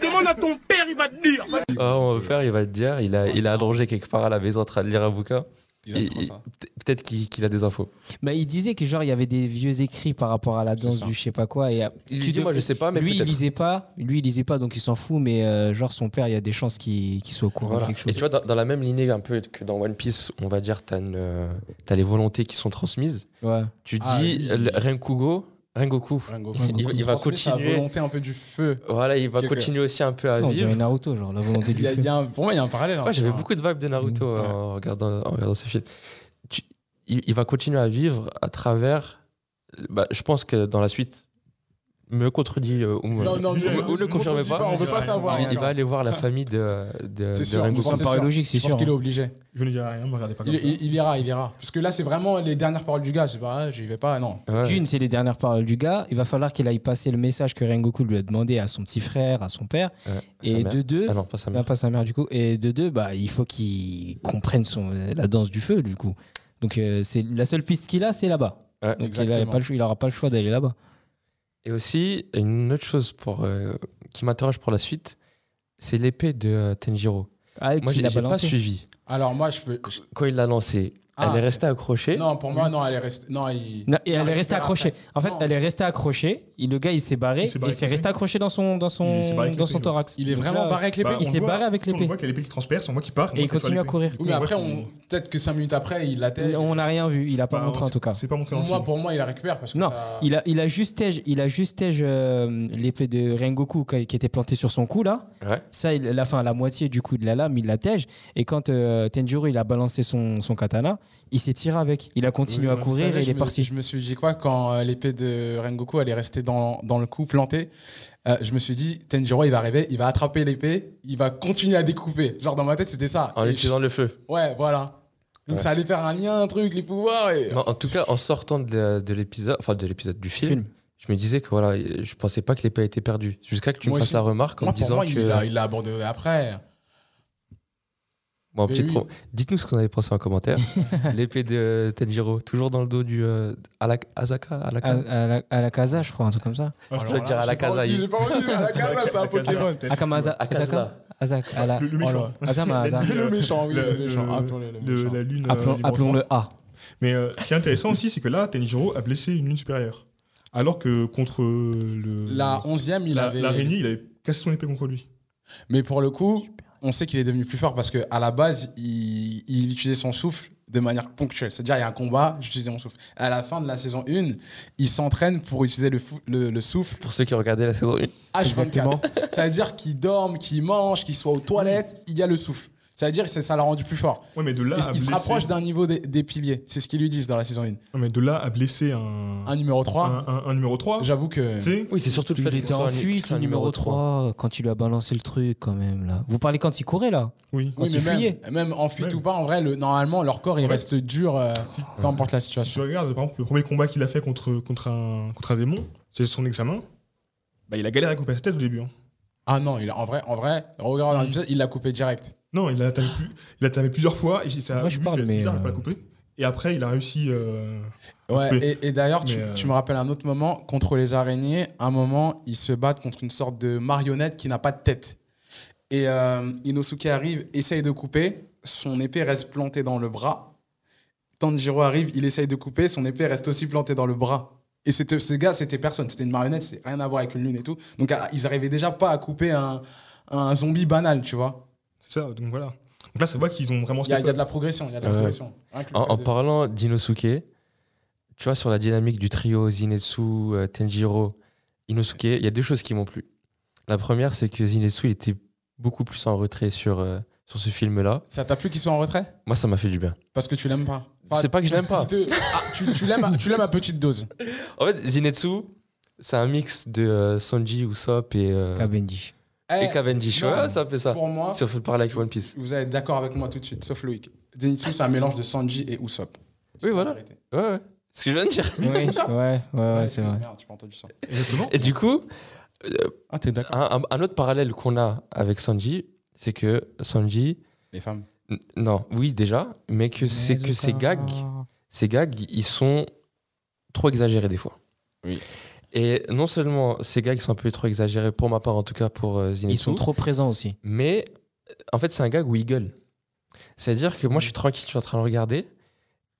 [SPEAKER 5] Demande à ton père, il il va te dire.
[SPEAKER 1] Ah, mon frère, il va te dire, il a, il a allongé quelque part à la maison en train de lire un bouquin.
[SPEAKER 2] Ils hein. aiment
[SPEAKER 1] Il-
[SPEAKER 2] trop
[SPEAKER 1] il-
[SPEAKER 2] ça.
[SPEAKER 1] peut- Peut-être qu'il qu'il a des infos.
[SPEAKER 3] Mais Bah, il disait que genre il y avait des vieux écrits par rapport à la
[SPEAKER 2] C'est
[SPEAKER 3] danse
[SPEAKER 2] ça.
[SPEAKER 3] du je sais pas quoi. Et euh,
[SPEAKER 1] Il
[SPEAKER 3] tu
[SPEAKER 1] lui dit,
[SPEAKER 3] dev-
[SPEAKER 1] moi, je sais pas, mais
[SPEAKER 3] lui il
[SPEAKER 1] peut-être.
[SPEAKER 3] lisait pas, lui il lisait pas donc il s'en fout. Mais euh, genre son père, il y a des chances qu'il qu'il soit au courant
[SPEAKER 1] Voilà.
[SPEAKER 3] de quelque
[SPEAKER 1] Et
[SPEAKER 3] chose.
[SPEAKER 1] tu vois, dans, dans la même lignée un peu que dans One Piece, on va dire, t'as une, euh, t'as les volontés qui sont transmises.
[SPEAKER 3] Ouais.
[SPEAKER 1] Tu
[SPEAKER 2] Ah,
[SPEAKER 1] dis,
[SPEAKER 2] oui.
[SPEAKER 1] euh, le- Renkugo, Rengoku,
[SPEAKER 2] Rengoku.
[SPEAKER 1] il- il, il va
[SPEAKER 2] Transmet sa
[SPEAKER 1] continuer.
[SPEAKER 2] volonté un peu du feu.
[SPEAKER 1] Voilà, il va
[SPEAKER 2] Quelque-
[SPEAKER 1] continuer aussi un peu à
[SPEAKER 3] On dirait
[SPEAKER 1] vivre.
[SPEAKER 3] Naruto, genre la volonté
[SPEAKER 2] Il
[SPEAKER 3] du
[SPEAKER 2] y a,
[SPEAKER 3] feu.
[SPEAKER 2] il y a un- pour moi, il y a un parallèle. hein.
[SPEAKER 1] Ouais, j'avais beaucoup de vibes de Naruto euh,
[SPEAKER 2] Ouais.
[SPEAKER 1] en, regardant, en regardant ce film. Tu- il, il va continuer à vivre à travers. bah, je pense que dans la suite, me contredit euh, ou, me-
[SPEAKER 2] Non, non,
[SPEAKER 1] ou me-
[SPEAKER 2] non,
[SPEAKER 1] ou ne
[SPEAKER 2] non,
[SPEAKER 1] confirmez
[SPEAKER 2] non,
[SPEAKER 1] pas.
[SPEAKER 2] On veut pas savoir.
[SPEAKER 1] il, il va
[SPEAKER 2] encore.
[SPEAKER 1] aller voir la famille de, de,
[SPEAKER 2] C'est
[SPEAKER 1] de
[SPEAKER 2] sûr,
[SPEAKER 1] Rengoku.
[SPEAKER 2] on
[SPEAKER 3] Ça me
[SPEAKER 2] c'est
[SPEAKER 3] paraît
[SPEAKER 2] sûr.
[SPEAKER 3] logique, c'est
[SPEAKER 2] Je pense
[SPEAKER 3] sûr.
[SPEAKER 2] qu'il est
[SPEAKER 3] hein.
[SPEAKER 2] obligé.
[SPEAKER 4] Je ne dirai rien, me regardez pas comme
[SPEAKER 2] Il,
[SPEAKER 4] ça.
[SPEAKER 2] il- il ira, il ira. Parce que là, c'est vraiment les dernières paroles du gars. C'est pas, ah, j'y vais pas. Non.
[SPEAKER 1] Ouais.
[SPEAKER 3] D'une, c'est les dernières paroles du gars. Il va falloir qu'il aille passer le message que Rengoku lui a demandé à son petit frère, à son père.
[SPEAKER 1] Ouais, sa
[SPEAKER 3] Et
[SPEAKER 1] mère.
[SPEAKER 3] de deux,
[SPEAKER 1] Ah non, pas sa
[SPEAKER 3] Ah,
[SPEAKER 1] mère.
[SPEAKER 3] pas sa mère du coup. Et de deux, bah, il faut qu'il comprenne son, la danse du feu du coup. Donc euh, c'est la seule piste qu'il a, c'est là-bas.
[SPEAKER 1] Ouais,
[SPEAKER 3] Donc il n'aura
[SPEAKER 2] exactement.
[SPEAKER 3] pas, le choix- il aura pas le choix d'aller là-bas.
[SPEAKER 1] Et aussi, une autre chose pour, euh, qui m'interroge pour la suite, c'est l'épée de euh, Tanjiro.
[SPEAKER 3] Ah,
[SPEAKER 1] Moi,
[SPEAKER 3] qu'il
[SPEAKER 1] j'ai
[SPEAKER 3] a
[SPEAKER 1] j'ai pas
[SPEAKER 3] balancé.
[SPEAKER 1] suivi.
[SPEAKER 2] Alors, moi, je peux. je-
[SPEAKER 1] Quand il l'a lancée,
[SPEAKER 2] Ah.
[SPEAKER 1] elle est restée accrochée.
[SPEAKER 2] Non, pour moi, non, elle est restée. Non, il.
[SPEAKER 3] Non, et
[SPEAKER 2] Il
[SPEAKER 3] elle est restée
[SPEAKER 2] récupère
[SPEAKER 3] accrochée.
[SPEAKER 2] après.
[SPEAKER 3] En fait,
[SPEAKER 2] Non.
[SPEAKER 3] elle est restée accrochée. Il- le gars, il s'est barré.
[SPEAKER 4] Il s'est barré
[SPEAKER 3] et il s'est
[SPEAKER 4] avec
[SPEAKER 3] resté accroché dans son, dans
[SPEAKER 4] Il s'est barré
[SPEAKER 3] son,
[SPEAKER 4] avec
[SPEAKER 3] dans
[SPEAKER 4] l'épée,
[SPEAKER 3] son
[SPEAKER 4] ouais.
[SPEAKER 3] thorax.
[SPEAKER 2] Il est
[SPEAKER 3] Donc
[SPEAKER 2] vraiment
[SPEAKER 3] là,
[SPEAKER 2] barré avec l'épée.
[SPEAKER 3] Bah, il
[SPEAKER 4] on
[SPEAKER 3] s'est
[SPEAKER 4] voit-
[SPEAKER 3] barré avec
[SPEAKER 4] tu vois,
[SPEAKER 3] l'épée.
[SPEAKER 4] On voit qu'il y a l'épée qui transperce, on voit qu'il part.
[SPEAKER 3] Et
[SPEAKER 4] on voit
[SPEAKER 3] il
[SPEAKER 4] qu'il soit
[SPEAKER 3] continue à
[SPEAKER 4] l'épée.
[SPEAKER 3] courir.
[SPEAKER 4] Du coup,
[SPEAKER 2] Oui, mais
[SPEAKER 4] on voit
[SPEAKER 2] après,
[SPEAKER 4] qu'il-
[SPEAKER 2] on... peut-être que 5 minutes après, il l'attelle.
[SPEAKER 3] On n'a rien vu. Il a pas
[SPEAKER 4] Bah,
[SPEAKER 3] montré
[SPEAKER 4] on-
[SPEAKER 3] en tout cas.
[SPEAKER 4] C'est pas montré dans le
[SPEAKER 2] Moi,
[SPEAKER 4] film.
[SPEAKER 2] pour moi, il la récupère. Parce que
[SPEAKER 3] Non,
[SPEAKER 2] ça-
[SPEAKER 3] Il a, il a juste tège- il a juste tège, euh, l'épée de Rengoku qui qui était plantée sur son cou là.
[SPEAKER 1] Ouais.
[SPEAKER 3] Ça, il, la fin, la moitié du coup de la lame, il la tège. Et quand euh, Tenjiro il a balancé son, son katana, il s'est tiré avec. Il a continué
[SPEAKER 4] Oui,
[SPEAKER 3] à
[SPEAKER 4] ouais,
[SPEAKER 2] Vous
[SPEAKER 3] courir
[SPEAKER 2] savez,
[SPEAKER 3] et il
[SPEAKER 2] je
[SPEAKER 3] est
[SPEAKER 2] me-
[SPEAKER 3] parti.
[SPEAKER 2] Je me suis dit quoi quand euh, l'épée de Rengoku elle est restée dans, dans le cou plantée. euh, je me suis dit Tenjiro il va arriver, il va attraper l'épée, il va continuer à découper. Genre dans ma tête c'était ça.
[SPEAKER 1] En
[SPEAKER 2] Et
[SPEAKER 1] utilisant le feu.
[SPEAKER 2] je- Ouais voilà. Donc
[SPEAKER 1] Ouais.
[SPEAKER 2] ça allait faire un lien, un truc, les pouvoirs. Et...
[SPEAKER 1] Non, en tout cas, en sortant de la- de l'épisode, enfin de l'épisode du film,
[SPEAKER 3] Film.
[SPEAKER 1] je me disais que voilà, je pensais pas que l'épée a été perdue. Jusqu'à que tu
[SPEAKER 2] Moi
[SPEAKER 1] me fasses
[SPEAKER 2] aussi.
[SPEAKER 1] la remarque en
[SPEAKER 2] Moi,
[SPEAKER 1] me disant
[SPEAKER 2] pour moi
[SPEAKER 1] que.
[SPEAKER 2] il l'a il l'a abandonné après.
[SPEAKER 1] Bon,
[SPEAKER 2] Mais
[SPEAKER 1] petite
[SPEAKER 2] oui.
[SPEAKER 1] pro- Dites-nous ce qu'on avait pensé en commentaire. l'épée de Tenjiro, toujours dans le dos du euh, Alak- Asaka.
[SPEAKER 3] À,
[SPEAKER 2] Ah.
[SPEAKER 1] Alaka
[SPEAKER 3] à la, à la casa, je crois, un truc comme ça.
[SPEAKER 4] Alors
[SPEAKER 1] je le
[SPEAKER 4] là,
[SPEAKER 1] dirai à la
[SPEAKER 2] J'ai pas
[SPEAKER 1] casa.
[SPEAKER 2] envie- j'ai pas envie de dire à la casa, c'est un Pokémon.
[SPEAKER 4] peut-être.
[SPEAKER 3] Akamaza,
[SPEAKER 1] Akaza.
[SPEAKER 3] Azaka, Azak, à la-
[SPEAKER 4] Le- le
[SPEAKER 3] oh là,
[SPEAKER 4] méchant.
[SPEAKER 3] Azama, Azama.
[SPEAKER 2] Le méchant, oui,
[SPEAKER 4] Le-
[SPEAKER 2] le méchant.
[SPEAKER 4] le-
[SPEAKER 2] Appelons-le le
[SPEAKER 4] Le-
[SPEAKER 2] méchant.
[SPEAKER 4] la lune. euh,
[SPEAKER 3] Appelons-
[SPEAKER 4] numéro
[SPEAKER 3] Appelons-le A.
[SPEAKER 4] Mais euh, ce qui est intéressant aussi, c'est que là, Tenjiro a blessé une lune supérieure. Alors que contre euh, le.
[SPEAKER 2] La onzième il
[SPEAKER 4] la-
[SPEAKER 2] avait.
[SPEAKER 4] l'araignée, il avait cassé son épée contre lui.
[SPEAKER 2] Mais pour le coup, on sait qu'il est devenu plus fort parce qu'à la base, il, il utilisait son souffle de manière ponctuelle. C'est-à-dire, il y a un combat, j'utilisais mon souffle. À la fin de la saison 1, il s'entraîne pour utiliser le, fou- le- le souffle
[SPEAKER 1] Pour ceux qui ont regardé la saison 1.
[SPEAKER 2] H24. C'est-à-dire qu'il dorme, qu'il mange, qu'il soit aux toilettes, il y a le souffle. C'est-à-dire que ça- ça l'a rendu plus fort.
[SPEAKER 4] Ouais, mais de là
[SPEAKER 2] Il,
[SPEAKER 4] à
[SPEAKER 2] il se
[SPEAKER 4] blesser-
[SPEAKER 2] rapproche d'un niveau des, des piliers. C'est ce qu'ils lui disent dans la saison 1.
[SPEAKER 4] Non, mais de là à blesser un.
[SPEAKER 2] Un numéro
[SPEAKER 4] un-
[SPEAKER 2] 3,
[SPEAKER 4] un- un numéro 3.
[SPEAKER 2] j'avoue que...
[SPEAKER 1] Oui, c'est surtout le fait
[SPEAKER 3] Il
[SPEAKER 1] que
[SPEAKER 3] était en fuite, le numéro 3, quand il lui a balancé le truc quand même là. Vous parlez quand il courait là
[SPEAKER 4] Oui.
[SPEAKER 3] quand
[SPEAKER 2] Oui,
[SPEAKER 3] il
[SPEAKER 2] mais même,
[SPEAKER 3] fuyait.
[SPEAKER 2] même en fuite
[SPEAKER 4] Même.
[SPEAKER 2] ou pas, en vrai, le- normalement, leur corps, il
[SPEAKER 4] Ouais.
[SPEAKER 2] reste dur, euh, peu importe la
[SPEAKER 4] Si
[SPEAKER 2] situation.
[SPEAKER 4] tu regardes, par exemple, le premier combat qu'il a fait contre, contre, un, contre un démon, c'est son examen. Bah, il a galéré à couper sa tête au début. hein.
[SPEAKER 2] Ah non, il a- en vrai, en vrai, regarde dans l'épisode, il l'a coupé direct.
[SPEAKER 4] Non, il a tapé, plus- il a tapé plusieurs fois. Et ça,
[SPEAKER 3] Moi, je
[SPEAKER 4] lui,
[SPEAKER 3] parle,
[SPEAKER 4] c'est
[SPEAKER 3] mais,
[SPEAKER 4] bizarre, il a pas
[SPEAKER 3] euh,
[SPEAKER 4] coupé. Et après, il a réussi. euh,
[SPEAKER 2] Ouais,
[SPEAKER 4] Coupé.
[SPEAKER 2] et, et d'ailleurs, tu,
[SPEAKER 4] Mais, euh,
[SPEAKER 2] tu me rappelles un autre moment, contre les araignées, un moment, ils se battent contre une sorte de marionnette qui n'a pas de tête. Et euh, Inosuke arrive, essaye de couper, son épée reste plantée dans le bras. Tanjiro arrive, il essaye de couper, son épée reste aussi plantée dans le bras. Et c'était- ces gars, c'était personne, c'était une marionnette, c'est rien à voir avec une lune et tout. Donc à- ils arrivaient déjà pas à couper un, un zombie banal, tu vois.
[SPEAKER 4] C'est ça, donc voilà. Donc là, ça voit qu'ils ont vraiment
[SPEAKER 2] Il y, a- il y
[SPEAKER 4] step
[SPEAKER 2] a
[SPEAKER 4] up.
[SPEAKER 2] de la progression, il y a de la
[SPEAKER 1] Ouais.
[SPEAKER 2] progression. Rien que le
[SPEAKER 1] En,
[SPEAKER 2] fait
[SPEAKER 1] en
[SPEAKER 2] de-
[SPEAKER 1] parlant d'Inosuke, tu vois, sur la dynamique du trio Zinetsu, euh, Tenjiro, Inosuke, il y a deux choses qui m'ont plu. La première, c'est que Zinetsu il était beaucoup plus en retrait sur, euh, sur ce film-là.
[SPEAKER 2] Ça t'a plu qu'il soit en retrait
[SPEAKER 1] Moi, ça m'a fait du bien.
[SPEAKER 2] Parce que tu l'aimes pas. Enfin,
[SPEAKER 1] C'est pas que je l'aime pas.
[SPEAKER 2] de- Ah, tu tu l'aimes à- tu l'aimes à petite dose.
[SPEAKER 1] En fait, Zinetsu, c'est un mix de euh, Sanji, Usopp et, euh,
[SPEAKER 3] Kabendi.
[SPEAKER 1] et
[SPEAKER 2] Eh,
[SPEAKER 1] Cavendish.
[SPEAKER 2] non.
[SPEAKER 1] Ouais, ça fait ça.
[SPEAKER 2] Pour moi,
[SPEAKER 1] Si on fait le parallèle avec One Piece.
[SPEAKER 2] vous allez être d'accord avec moi tout de suite, sauf Loïc. Zenitsu, c'est un mélange de Sanji et Usopp.
[SPEAKER 1] Oui, voilà.
[SPEAKER 2] Arrêtez.
[SPEAKER 1] Ouais, ouais. C'est ce que je viens de dire.
[SPEAKER 3] Oui, ouais, ouais, ouais, c'est vrai.
[SPEAKER 2] Ah, Merde, j'ai pas entendu ça.
[SPEAKER 4] Exactement.
[SPEAKER 1] Et du coup,
[SPEAKER 2] Ah, t'es d'accord
[SPEAKER 1] un, un- un autre parallèle qu'on a avec Sanji, c'est que Sanji,
[SPEAKER 2] Les femmes.
[SPEAKER 1] N- Non, oui, déjà, mais que c'est que ces gags, ces gags, ils sont trop exagérés des fois.
[SPEAKER 2] Oui.
[SPEAKER 1] Et non seulement ces gars qui sont un peu trop exagérés, pour ma part en tout cas pour euh,
[SPEAKER 3] Ils sont
[SPEAKER 1] Zinedine,
[SPEAKER 3] trop présents aussi.
[SPEAKER 1] mais euh, en fait, c'est un gag où il gueule. C'est-à-dire que moi, je suis tranquille, je suis en train de regarder.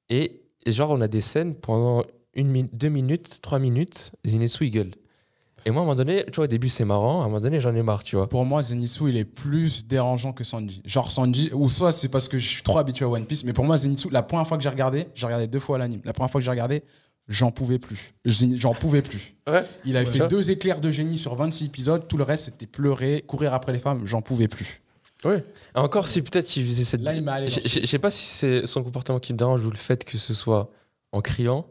[SPEAKER 1] Et et genre, on a des scènes pendant une minute, deux minutes, trois minutes, Zinetsu, il gueule. Et moi, à un moment donné, tu vois, au début, c'est marrant. À un moment donné, j'en ai marre, tu vois.
[SPEAKER 2] Pour moi, Zenitsu, il est plus dérangeant que Sanji. Genre Sanji, ou soit c'est parce que je suis trop habitué à One Piece, mais pour moi, Zenitsu, la première fois que j'ai regardé, j'ai regardé deux fois l'anime. La première fois que j'ai regardé, j'en pouvais plus. Zen- J'en pouvais plus.
[SPEAKER 1] Ouais.
[SPEAKER 2] Il avait
[SPEAKER 1] Ouais.
[SPEAKER 2] fait deux éclairs de génie sur 26 épisodes, tout le reste, c'était pleurer, courir après les femmes, j'en pouvais plus.
[SPEAKER 1] Encore si peut-être il faisait cette.
[SPEAKER 2] Là, il m'a allé dans
[SPEAKER 1] Je
[SPEAKER 2] ce-
[SPEAKER 1] je- je sais pas si c'est son comportement qui me dérange ou le fait que ce soit en criant.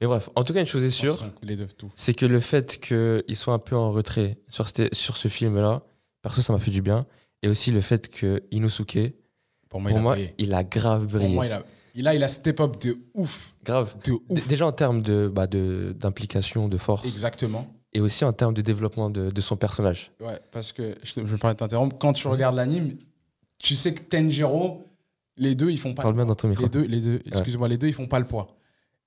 [SPEAKER 1] Mais bref, en tout cas, une chose est sûre.
[SPEAKER 2] Les deux, tout.
[SPEAKER 1] c'est que le fait qu'il soit un peu en retrait sur, cette- sur ce film-là, perso, ça m'a fait du bien. Et aussi le fait que Inosuke,
[SPEAKER 2] Pour moi,
[SPEAKER 1] pour
[SPEAKER 2] il
[SPEAKER 1] moi,
[SPEAKER 2] a brillé.
[SPEAKER 1] il a grave
[SPEAKER 2] Pour
[SPEAKER 1] brillé.
[SPEAKER 2] moi, il a, il a, il a step up de ouf.
[SPEAKER 1] Grave.
[SPEAKER 2] De
[SPEAKER 1] D-
[SPEAKER 2] ouf.
[SPEAKER 1] Déjà en termes de, bah, de- d'implication, de, force,
[SPEAKER 2] Exactement.
[SPEAKER 1] et aussi en termes de développement de, de son personnage.
[SPEAKER 2] Ouais, parce que je, te- je me permets de t'interrompre. Quand tu regardes l'anime, tu sais que Tenjiro, les deux, ils font pas.
[SPEAKER 1] Parle bien dans ton micro.
[SPEAKER 2] les deux, les deux, excuse-moi, les deux, ils font pas le poids.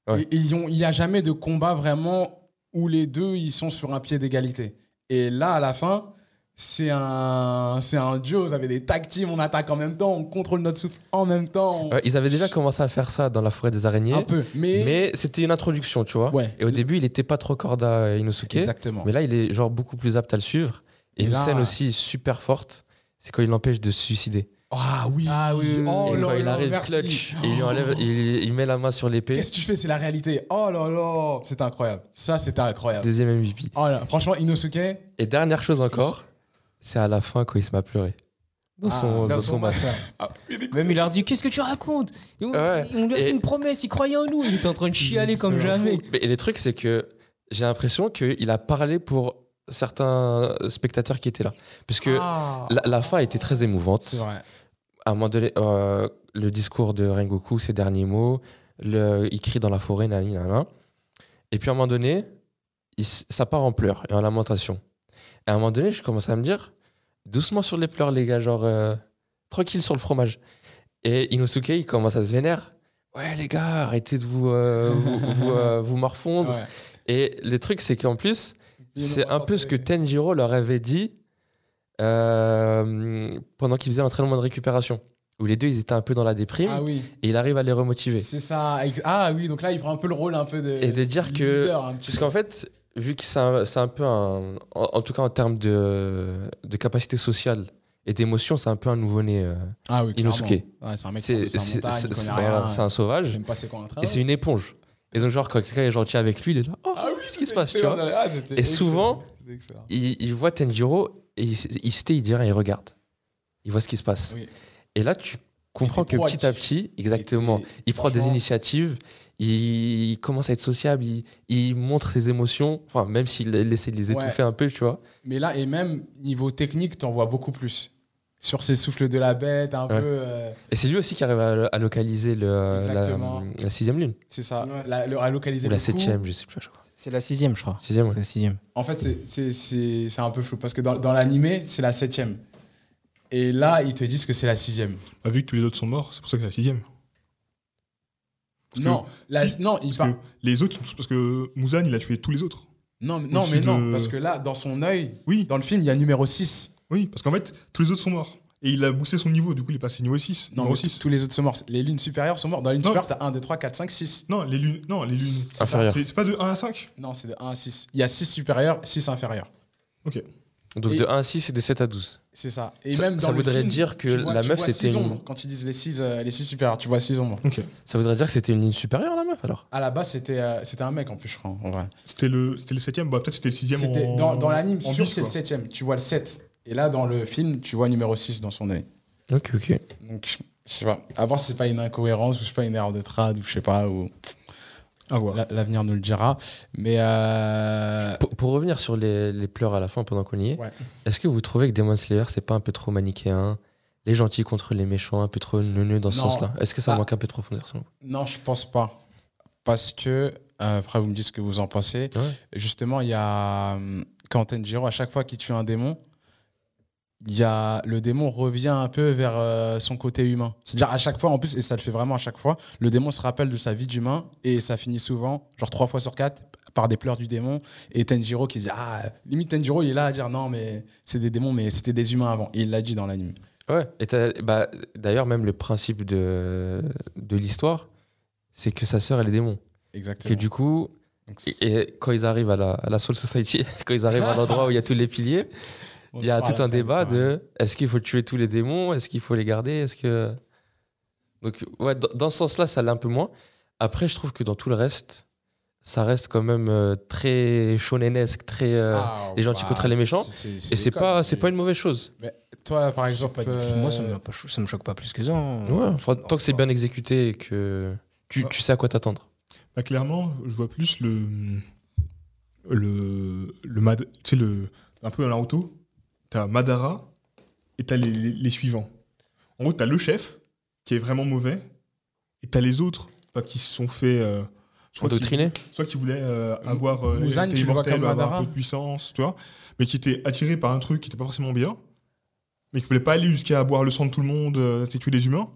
[SPEAKER 1] Ouais.
[SPEAKER 2] Et- et ils ont- il n'y a jamais de combat vraiment où les deux, ils sont sur un pied d'égalité. Et là, à la fin, c'est un, c'est un duo. Vous avez des tag teams, on attaque en même temps, on contrôle notre souffle en même temps. on-
[SPEAKER 1] Ouais, ils avaient déjà commencé à faire ça dans la forêt des araignées,
[SPEAKER 2] un peu. Mais,
[SPEAKER 1] mais c'était une introduction, tu vois.
[SPEAKER 2] ouais,
[SPEAKER 1] Et au début, il n'était pas trop corda à Inosuke,
[SPEAKER 2] exactement.
[SPEAKER 1] mais là, il est genre beaucoup plus apte à le suivre. Et
[SPEAKER 2] Et
[SPEAKER 1] une
[SPEAKER 2] là-
[SPEAKER 1] scène aussi super forte, c'est quand il l'empêche de se suicider.
[SPEAKER 2] Ah oui.
[SPEAKER 3] Ah oui, oui, oui.
[SPEAKER 2] Oh
[SPEAKER 1] et
[SPEAKER 2] là
[SPEAKER 1] quand il
[SPEAKER 2] là,
[SPEAKER 1] arrive
[SPEAKER 2] merci. Oh.
[SPEAKER 1] clutch, et il, lui enlève, il, il met la main sur l'épée.
[SPEAKER 2] Qu'est-ce que tu fais C'est la réalité. Oh là là, c'est incroyable. Ça, c'était incroyable.
[SPEAKER 1] Deuxième MVP.
[SPEAKER 2] Oh là, franchement, Inosuke,
[SPEAKER 1] Et dernière chose encore, c'est à la fin quand il se met à pleurer. Dans
[SPEAKER 2] Ah,
[SPEAKER 1] son, dans
[SPEAKER 2] dans
[SPEAKER 1] son masque.
[SPEAKER 3] Même il leur dit Qu'est-ce que tu racontes Et on,
[SPEAKER 1] Ouais.
[SPEAKER 3] on lui a
[SPEAKER 1] Et- Mm,
[SPEAKER 3] fait une promesse, il croyait en nous. Il était en train de chialer comme jamais.
[SPEAKER 1] Mais- Et le truc, c'est que j'ai l'impression qu'il a parlé pour certains spectateurs qui étaient là. Puisque
[SPEAKER 3] Ah.
[SPEAKER 1] la, la fin était très émouvante.
[SPEAKER 2] c'est vrai.
[SPEAKER 1] À un moment donné, euh, le discours de Rengoku, ses derniers mots, le, il crie dans la forêt, nani, nana. Et puis à un moment donné, il s- ça part en pleurs et en lamentation. Et à un moment donné, je commence à me dire, doucement sur les pleurs, les gars, genre, euh, tranquille sur le fromage. Et Inosuke, il commence à se vénère. Ouais, les gars, arrêtez de vous, euh, vous, vous, euh, vous morfondre.
[SPEAKER 2] Ouais.
[SPEAKER 1] Et le truc, c'est qu'en plus,
[SPEAKER 2] Ils
[SPEAKER 1] c'est
[SPEAKER 2] nous
[SPEAKER 1] un peu ce que
[SPEAKER 2] ressortaient-
[SPEAKER 1] Tenjiro leur avait dit euh, pendant qu'ils faisaient l'entraînement de récupération. Où les deux, ils étaient un peu dans la déprime
[SPEAKER 2] Ah oui.
[SPEAKER 1] et il arrive à les remotiver.
[SPEAKER 2] C'est ça. avec- Ah oui, donc là, il prend un peu le rôle un peu de.
[SPEAKER 1] Et de dire
[SPEAKER 2] du
[SPEAKER 1] que-
[SPEAKER 2] leader, un petit
[SPEAKER 1] Parce
[SPEAKER 2] peu.
[SPEAKER 1] qu'en fait, vu que c'est un, c'est un peu un. En, en tout cas, en termes de, de capacité sociale et d'émotion, c'est un peu un nouveau-né. euh.
[SPEAKER 2] Ah oui, clairement.
[SPEAKER 1] Inosuke.
[SPEAKER 2] Ouais, c'est un mec qui
[SPEAKER 1] C'est
[SPEAKER 2] est
[SPEAKER 1] c'est-
[SPEAKER 2] sur la montagne,
[SPEAKER 1] c'est-
[SPEAKER 2] il connaît
[SPEAKER 1] c'est-
[SPEAKER 2] rien.
[SPEAKER 1] voilà, c'est un
[SPEAKER 2] il sait
[SPEAKER 1] sauvage
[SPEAKER 2] même pas c'est quoi un train.
[SPEAKER 1] et c'est une éponge. Et donc, genre, quand quelqu'un est gentil avec lui, il est là. Oh,
[SPEAKER 2] Ah oui,
[SPEAKER 1] qu'est-ce
[SPEAKER 2] c'était
[SPEAKER 1] qui se passe, tu
[SPEAKER 2] excellent.
[SPEAKER 1] vois
[SPEAKER 2] Ah, c'était
[SPEAKER 1] Et souvent-
[SPEAKER 2] excellent. C'était excellent.
[SPEAKER 1] il, il voit Tenjiro et il, s- il se tait, il dit rien, il regarde. Il voit ce qui se passe.
[SPEAKER 2] Oui.
[SPEAKER 1] Et là, tu comprends
[SPEAKER 2] Il était
[SPEAKER 1] que petit à
[SPEAKER 2] proactif.
[SPEAKER 1] petit, exactement,
[SPEAKER 2] Il était-
[SPEAKER 1] il prend des
[SPEAKER 2] franchement-
[SPEAKER 1] initiatives, il, il commence à être sociable, il, il montre ses émotions, enfin, même s'il essaie de les
[SPEAKER 2] Ouais.
[SPEAKER 1] étouffer un peu, tu vois.
[SPEAKER 2] Mais là, et même niveau technique, t'en vois beaucoup plus. Sur ses souffles de la bête, un
[SPEAKER 1] Ouais.
[SPEAKER 2] peu. euh,
[SPEAKER 1] Et c'est lui aussi qui arrive à, à localiser le, la,
[SPEAKER 2] Exactement.
[SPEAKER 1] la sixième lune,
[SPEAKER 2] C'est ça. La, le, à localiser
[SPEAKER 1] ou la
[SPEAKER 2] le coup.
[SPEAKER 1] septième, je sais plus, je crois.
[SPEAKER 3] C'est la sixième, je crois.
[SPEAKER 1] Sixième, ouais.
[SPEAKER 3] C'est la sixième.
[SPEAKER 2] En fait, c'est- c'est- c'est c'est un peu flou parce que dans, dans l'animé, c'est la septième. Et là, ils te disent que c'est la sixième.
[SPEAKER 4] Bah, vu que tous les autres sont morts, c'est pour ça que c'est la sixième. Parce
[SPEAKER 2] non,
[SPEAKER 4] que-
[SPEAKER 2] la-
[SPEAKER 4] si,
[SPEAKER 2] non, il
[SPEAKER 4] Parce
[SPEAKER 2] part.
[SPEAKER 4] que les autres, parce que Muzan, il a tué tous les autres.
[SPEAKER 2] Non, mais- non,
[SPEAKER 4] au-dessus
[SPEAKER 2] mais non,
[SPEAKER 4] de-
[SPEAKER 2] parce que là, dans son œil,
[SPEAKER 4] Oui,
[SPEAKER 2] dans le film, il y a numéro 6.
[SPEAKER 4] oui, parce qu'en fait, tous les autres sont morts. Et il a boosté son niveau, du coup, il est passé niveau 6.
[SPEAKER 2] Non,
[SPEAKER 4] numéro
[SPEAKER 2] mais t-
[SPEAKER 4] 6.
[SPEAKER 2] tous les autres sont morts. Les lunes supérieures sont mortes. Dans la lune
[SPEAKER 4] Non.
[SPEAKER 2] supérieure, t'as 1, 2, 3, 4, 5, 6.
[SPEAKER 4] Non, les lunes. Non, les lunes.
[SPEAKER 2] C'est ça.
[SPEAKER 1] Inférieur.
[SPEAKER 4] C'est c'est pas de 1 à 5
[SPEAKER 2] Non, c'est de 1 à 6. Il y a 6 supérieures, 6 inférieures.
[SPEAKER 1] Donc
[SPEAKER 2] Et-
[SPEAKER 1] de 1 à 6 et de 7 à 12.
[SPEAKER 2] C'est ça. Et
[SPEAKER 1] Ça-
[SPEAKER 2] même dans
[SPEAKER 1] ça
[SPEAKER 2] le
[SPEAKER 1] voudrait
[SPEAKER 2] film,
[SPEAKER 1] dire que
[SPEAKER 2] tu vois-
[SPEAKER 1] la
[SPEAKER 2] tu
[SPEAKER 1] meuf,
[SPEAKER 2] vois
[SPEAKER 1] c'était
[SPEAKER 2] six
[SPEAKER 1] une-
[SPEAKER 2] ombres. Quand ils disent les 6 les six supérieures, tu vois 6 ombres.
[SPEAKER 4] Ok.
[SPEAKER 1] Ça voudrait dire que c'était une ligne supérieure, la meuf, alors
[SPEAKER 2] À la base, c'était euh, c'était un mec en plus, je crois. En vrai.
[SPEAKER 4] C'était le, c'était le 7ème, bah peut-être c'était le 6ème.
[SPEAKER 2] C'était- Dans, dans l'anime,
[SPEAKER 4] en
[SPEAKER 2] sûr,
[SPEAKER 4] bis,
[SPEAKER 2] c'est le
[SPEAKER 4] quoi.
[SPEAKER 2] 7 Tu vois le 7. Et là, dans le film, tu vois numéro 6 dans son œil.
[SPEAKER 1] Ok, ok.
[SPEAKER 2] Donc, je sais pas. À voir si c'est pas une incohérence ou c'est pas une erreur de trad ou je sais pas. Ou...
[SPEAKER 4] À voir.
[SPEAKER 2] La- L'avenir nous le dira. Mais. euh,
[SPEAKER 1] Pour, pour revenir sur les, les pleurs à la fin pendant qu'on y est,
[SPEAKER 2] Ouais.
[SPEAKER 1] est-ce que vous trouvez que Demon Slayer, c'est pas un peu trop manichéen Les gentils contre les méchants, un peu trop neuneux dans ce
[SPEAKER 2] Non.
[SPEAKER 1] sens-là Est-ce que ça
[SPEAKER 2] Ah.
[SPEAKER 1] manque un peu de profondeur selon vous
[SPEAKER 2] Non, je pense pas. Parce que, euh, après, vous me dites ce que vous en pensez.
[SPEAKER 1] Ouais.
[SPEAKER 2] Justement, il y a. hum, Quand Tenjiro, à chaque fois qu'il tue un démon, il y a, le démon revient un peu vers euh, son côté humain. C'est-à-dire, à chaque fois, en plus, et ça le fait vraiment à chaque fois, le démon se rappelle de sa vie d'humain et ça finit souvent, genre trois fois sur quatre, par des pleurs du démon et Tenjiro qui dit ah limite Tenjiro il est là à dire non mais c'est des démons mais c'était des humains avant et il l'a dit dans l'anime
[SPEAKER 1] Ouais, et t'as- bah, d'ailleurs, même le principe de, de l'histoire, c'est que sa sœur, elle est démon. Que
[SPEAKER 2] exactement
[SPEAKER 1] du coup,
[SPEAKER 2] Donc, c'est-
[SPEAKER 1] et, et quand ils arrivent à la, à la Soul Society, quand ils arrivent à l'endroit où il y a tous les piliers, il y a
[SPEAKER 4] On
[SPEAKER 1] tout
[SPEAKER 4] parle
[SPEAKER 1] un débat
[SPEAKER 4] après.
[SPEAKER 1] de est-ce qu'il faut tuer tous les démons, est-ce qu'il faut les garder, est-ce que. Donc, ouais, dans, dans ce sens-là, ça l'est un peu moins. Après, je trouve que dans tout le reste, ça reste quand même euh, très shonenesque, très. euh,
[SPEAKER 2] Ah,
[SPEAKER 1] les gentils contre les méchants.
[SPEAKER 2] c'est-
[SPEAKER 1] et c'est
[SPEAKER 2] des
[SPEAKER 1] pas,
[SPEAKER 2] codes,
[SPEAKER 1] c'est
[SPEAKER 2] mais-
[SPEAKER 1] pas une mauvaise chose.
[SPEAKER 2] toi par exemple
[SPEAKER 3] Pas du tout.
[SPEAKER 2] euh,
[SPEAKER 3] Moi, ça me, pas cho- ça me choque pas plus que ça. hein.
[SPEAKER 1] Ouais, enfin, tant que c'est bien exécuté et que tu, tu sais à quoi t'attendre.
[SPEAKER 4] Bah, clairement, je vois plus le. Le. le Mad- tu sais, le. Un peu dans Naruto, t'as Madara et t'as les, les, les suivants. En gros, t'as le chef, qui est vraiment mauvais, et t'as les autres, bah, qui se sont fait. euh, soit qui-
[SPEAKER 1] Endoctriné
[SPEAKER 4] soit qui voulaient euh, avoir euh,
[SPEAKER 2] Muzan,
[SPEAKER 4] l'héritage
[SPEAKER 2] tu le vois
[SPEAKER 4] immortel,
[SPEAKER 2] comme
[SPEAKER 4] avoir
[SPEAKER 2] Madara
[SPEAKER 4] un peu de puissance, tu vois, mais qui étaient attirés par un truc qui n'était pas forcément bien, mais qui voulaient pas aller jusqu'à boire le sang de tout le monde, euh, c'est tuer des humains.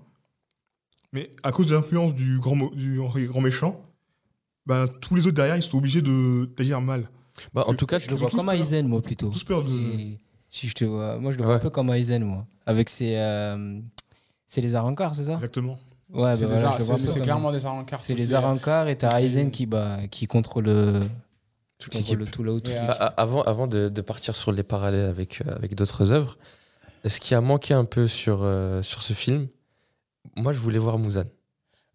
[SPEAKER 4] Mais à cause de l'influence du grand, mo- du grand méchant, ben, tous les autres derrière, ils sont obligés de d'agir mal.
[SPEAKER 1] Bah, En
[SPEAKER 4] Parce
[SPEAKER 1] tout cas,
[SPEAKER 3] Je
[SPEAKER 1] je-
[SPEAKER 3] le
[SPEAKER 4] Ils ont
[SPEAKER 3] vois
[SPEAKER 4] tous
[SPEAKER 3] comme
[SPEAKER 4] peur.
[SPEAKER 3] Aizen, moi, plutôt.
[SPEAKER 4] Tous peur de-
[SPEAKER 3] Si, si je te vois. Moi, je le vois
[SPEAKER 1] Ouais.
[SPEAKER 3] un peu comme Aizen, moi. Avec ses. euh, c'est les Arancars, c'est ça
[SPEAKER 4] Exactement.
[SPEAKER 3] Ouais,
[SPEAKER 2] c'est
[SPEAKER 3] bah
[SPEAKER 2] des
[SPEAKER 3] voilà,
[SPEAKER 2] ar-
[SPEAKER 3] je le vois un
[SPEAKER 2] c'est-
[SPEAKER 3] peu
[SPEAKER 2] c'est
[SPEAKER 3] comme-
[SPEAKER 2] clairement des arancars
[SPEAKER 3] C'est les Arancars et t'as
[SPEAKER 2] Ok.
[SPEAKER 3] Aizen qui, bah, qui contrôle euh,
[SPEAKER 1] Toute
[SPEAKER 3] qui
[SPEAKER 1] l'équipe.
[SPEAKER 3] contrôle tout là-haut. toute
[SPEAKER 2] Mais,
[SPEAKER 1] Bah,
[SPEAKER 3] l'équipe.
[SPEAKER 1] a- avant avant de, de partir sur les parallèles avec, euh, avec d'autres œuvres, ce qui a manqué un peu sur, euh, sur ce film, moi je voulais voir Mouzan.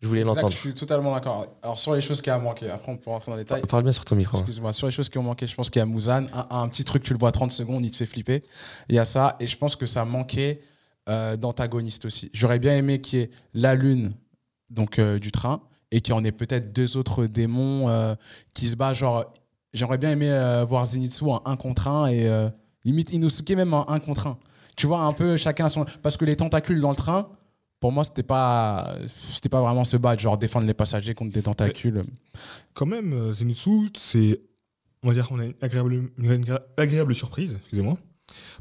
[SPEAKER 1] Je voulais
[SPEAKER 2] Zach,
[SPEAKER 1] l'entendre.
[SPEAKER 2] je suis totalement d'accord. Alors, sur les choses qui a manqué, après, on pourra rentrer dans les
[SPEAKER 1] Par-
[SPEAKER 2] détails.
[SPEAKER 1] Parle bien sur ton micro. hein.
[SPEAKER 2] Excuse-moi, sur les choses qui ont manqué, je pense qu'il y a Mouzan. Un, un petit truc, tu le vois 30 secondes, il te fait flipper. Il y a ça, et je pense que ça manquait euh, d'antagonistes aussi. J'aurais bien aimé qu'il y ait la lune donc, euh, du train, et qu'il y en ait peut-être deux autres démons euh, qui se battent. Genre, j'aurais bien aimé euh, voir Zenitsu en 1 contre 1 et euh, limite Inosuke même en 1 contre 1. Tu vois, un peu chacun son. Parce que les tentacules dans le train. Pour moi, c'était pas, c'était pas vraiment se battre, genre défendre les passagers contre des tentacules.
[SPEAKER 4] Quand même, euh, Zenitsu, c'est. On va dire qu'on a une agréable, une agré- agréable surprise, excusez-moi.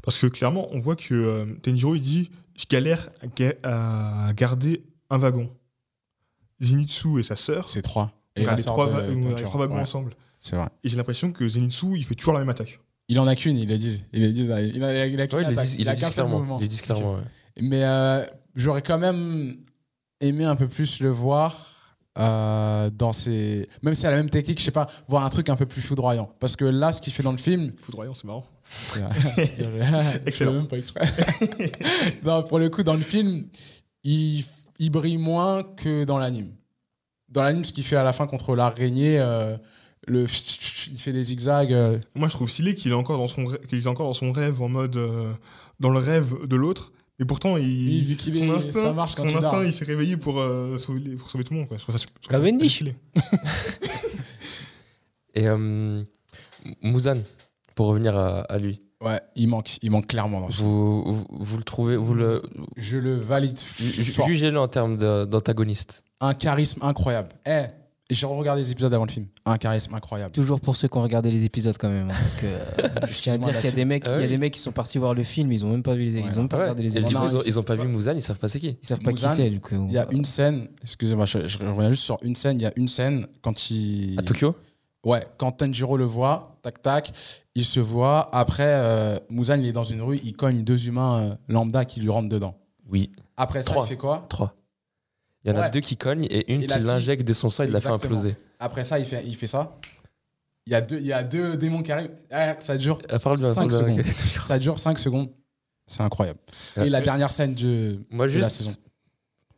[SPEAKER 4] Parce que clairement, on voit que euh, Tenjiro, il dit Je galère à ga- à, garder un wagon. Zenitsu et sa sœur
[SPEAKER 2] C'est trois.
[SPEAKER 4] ont
[SPEAKER 2] la
[SPEAKER 4] gardé
[SPEAKER 2] sœur
[SPEAKER 4] trois,
[SPEAKER 2] de
[SPEAKER 4] va- ont gardé
[SPEAKER 2] Tanjiro.
[SPEAKER 4] trois wagons
[SPEAKER 2] Ouais,
[SPEAKER 4] ensemble.
[SPEAKER 2] C'est vrai.
[SPEAKER 4] Et j'ai l'impression que Zenitsu, il fait toujours la même attaque.
[SPEAKER 2] Il en a qu'une, il le dit. Il le dit. Il a, il a, il a qu'une
[SPEAKER 1] Ouais, il le
[SPEAKER 2] attaque.
[SPEAKER 1] dit- il
[SPEAKER 2] Il
[SPEAKER 1] le
[SPEAKER 2] a
[SPEAKER 1] dit
[SPEAKER 2] qu'un seul
[SPEAKER 1] clairement.
[SPEAKER 2] mouvement.
[SPEAKER 1] Il le dit clairement, ouais.
[SPEAKER 2] Mais euh, j'aurais quand même aimé un peu plus le voir euh, dans ses. Même si c'est la même technique, je sais pas, voir un truc un peu plus foudroyant. Parce que là, ce qu'il fait dans le film.
[SPEAKER 4] Foudroyant, c'est marrant.
[SPEAKER 2] Excellent. Même pas exprès. non, pour le coup, dans le film, il, il brille moins que dans l'anime. Dans l'anime, ce qu'il fait à la fin contre l'araignée, euh, le il fait des zigzags. euh,
[SPEAKER 4] Moi, je trouve stylé qu'il est, encore dans son rê- qu'il est encore dans son rêve, en mode. euh, dans le rêve de l'autre. Mais pourtant,
[SPEAKER 2] Oui,
[SPEAKER 4] il.
[SPEAKER 2] vu qu'il
[SPEAKER 4] son
[SPEAKER 2] est-
[SPEAKER 4] instinct,
[SPEAKER 2] ça marche quand
[SPEAKER 4] son
[SPEAKER 2] il
[SPEAKER 4] instinct,
[SPEAKER 2] dort.
[SPEAKER 4] il s'est réveillé pour, euh, sauver, les- pour sauver tout le monde. Quoi. Je trouve ça, je trouve ça
[SPEAKER 3] Cavendish.
[SPEAKER 4] stylé.
[SPEAKER 1] Et euh, Mouzan, pour revenir à, à lui,
[SPEAKER 2] Ouais, il manque, il manque clairement dans ce
[SPEAKER 1] vous, vous, vous le trouvez, vous le
[SPEAKER 2] Je le valide.
[SPEAKER 1] ju-
[SPEAKER 2] fort.
[SPEAKER 1] jugez-le en termes de- d'antagoniste.
[SPEAKER 2] Un charisme incroyable. Eh, j'ai regardé les épisodes avant le film. Un charisme incroyable.
[SPEAKER 3] Toujours pour ceux qui ont regardé les épisodes quand même, hein, parce que euh, je tiens à
[SPEAKER 2] Excuse-moi,
[SPEAKER 3] dire
[SPEAKER 2] la
[SPEAKER 3] qu'il y a des mecs, il y
[SPEAKER 1] Ah
[SPEAKER 3] a
[SPEAKER 1] oui.
[SPEAKER 3] des mecs qui sont partis voir le film, ils ont même pas vu les,
[SPEAKER 2] Ouais.
[SPEAKER 3] ils ont même pas
[SPEAKER 1] Ah ouais.
[SPEAKER 3] regardé les
[SPEAKER 1] Et du
[SPEAKER 3] épisodes,
[SPEAKER 1] coup,
[SPEAKER 2] épisodes.
[SPEAKER 1] ils, ont, ils ont pas vu Mouzan, ils savent pas c'est qui.
[SPEAKER 3] ils savent pas qui
[SPEAKER 2] Mouzan,
[SPEAKER 3] c'est du coup.
[SPEAKER 2] Il y a une scène, excusez-moi, je, je reviens juste sur une scène. Il y a une scène quand il.
[SPEAKER 1] À Tokyo
[SPEAKER 2] Ouais, quand Tanjiro le voit, tac tac, il se voit. Après, euh, Muzan, il est dans une rue, il cogne deux humains euh, lambda qui lui rentrent dedans.
[SPEAKER 1] Oui.
[SPEAKER 2] Après ça,
[SPEAKER 1] Trois.
[SPEAKER 2] il fait quoi
[SPEAKER 1] Trois. Il y en a
[SPEAKER 2] Ouais.
[SPEAKER 1] deux qui cognent et une
[SPEAKER 2] Et la
[SPEAKER 1] qui
[SPEAKER 2] fille-
[SPEAKER 1] l'injecte de son sang et de la fait
[SPEAKER 2] Exactement.
[SPEAKER 1] imploser.
[SPEAKER 2] Après ça, il fait, il fait ça. Il y, a deux, il y a deux démons qui arrivent. Ah, Ça dure
[SPEAKER 1] Ah, Parle bien,
[SPEAKER 2] Cinq
[SPEAKER 1] parle bien.
[SPEAKER 2] Ça dure 5 secondes. C'est incroyable.
[SPEAKER 1] Ouais.
[SPEAKER 2] Et la dernière scène de,
[SPEAKER 1] Moi,
[SPEAKER 2] de la saison.
[SPEAKER 1] juste.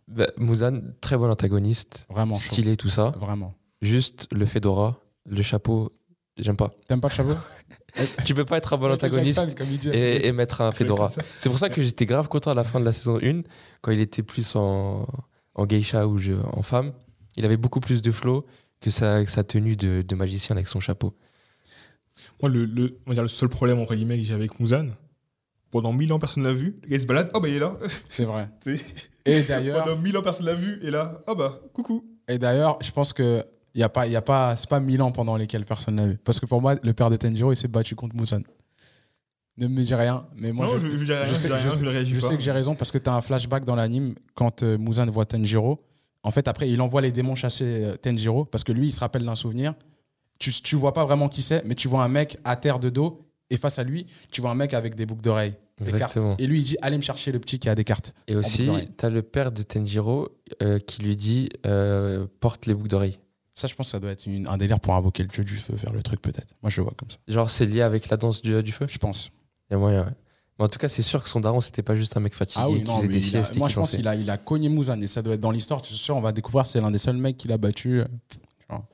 [SPEAKER 1] bah, Mouzan, très bon antagoniste,
[SPEAKER 2] Vraiment chaud.
[SPEAKER 1] stylé, tout ça.
[SPEAKER 2] Vraiment.
[SPEAKER 1] Juste le fedora, le chapeau, j'aime pas.
[SPEAKER 2] T'aimes pas le chapeau
[SPEAKER 1] Tu peux pas être un bon
[SPEAKER 2] Michael Jackson,
[SPEAKER 1] antagoniste
[SPEAKER 2] comme il dit.
[SPEAKER 1] et, et mettre un fedora.
[SPEAKER 4] Ouais,
[SPEAKER 1] C'est pour ça que j'étais grave content à la fin de la saison 1, quand il était plus en, en geisha ou je- en femme. Il avait beaucoup plus de flow que sa, que sa tenue de, de magicien avec son chapeau.
[SPEAKER 4] Moi, le, le- on va dire le seul problème entre guillemets que j'ai avec Mouzan, pendant 1000 ans personne l'a vu, le gars il se balade, oh bah il est là.
[SPEAKER 2] C'est vrai.
[SPEAKER 4] Tu sais.
[SPEAKER 2] Et d'ailleurs,
[SPEAKER 4] pendant 1000 ans personne l'a vu, et là, oh bah coucou.
[SPEAKER 2] et d'ailleurs, je pense que y a pas, y a pas, c'est pas 1000 ans pendant lesquels personne n'a vu. Parce que pour moi, le père de Tanjiro, il s'est battu contre Muzan. Ne me dis rien, mais moi,
[SPEAKER 4] non,
[SPEAKER 2] je,
[SPEAKER 4] je, je dirais
[SPEAKER 2] je
[SPEAKER 4] rien, je,
[SPEAKER 2] sais-
[SPEAKER 4] dirais rien,
[SPEAKER 2] je
[SPEAKER 4] je ne réagis
[SPEAKER 2] je
[SPEAKER 4] pas.
[SPEAKER 2] sais que j'ai raison parce que t'as un flashback dans l'anime quand euh, Muzan voit Tanjiro. En fait, après, il envoie les démons chasser euh, Tanjiro parce que lui, il se rappelle d'un souvenir. Tu- tu, tu vois pas vraiment qui c'est, mais tu vois un mec à terre de dos et face à lui, tu vois un mec avec des boucles d'oreilles. des cartes.
[SPEAKER 1] Exactement.
[SPEAKER 2] Et lui, il dit Allez me chercher le petit qui a des cartes.
[SPEAKER 1] Et aussi,
[SPEAKER 2] boucle d'oreille.
[SPEAKER 1] t'as le père de Tenjiro euh, qui lui dit euh, porte les boucles d'oreilles.
[SPEAKER 2] Ça, je pense que ça doit être une- un délire pour invoquer le dieu du feu, faire le truc peut-être. Moi, je le vois comme ça.
[SPEAKER 1] Genre, c'est lié avec la danse du, du feu
[SPEAKER 2] Je pense.
[SPEAKER 1] Il y a moyen, ouais. Mais en tout cas, c'est sûr que son daron, c'était pas juste un mec fatigué Ah qui faisait
[SPEAKER 2] Ah mais
[SPEAKER 1] des
[SPEAKER 2] il a-
[SPEAKER 1] siestes. et
[SPEAKER 2] moi,
[SPEAKER 1] qui
[SPEAKER 2] je pense
[SPEAKER 1] dansait.
[SPEAKER 2] qu'il a, il a cogné Mouzan et ça doit être dans l'histoire. Je suis sûr, on va découvrir, c'est l'un des seuls mecs qu'il a battu. euh, tu vois.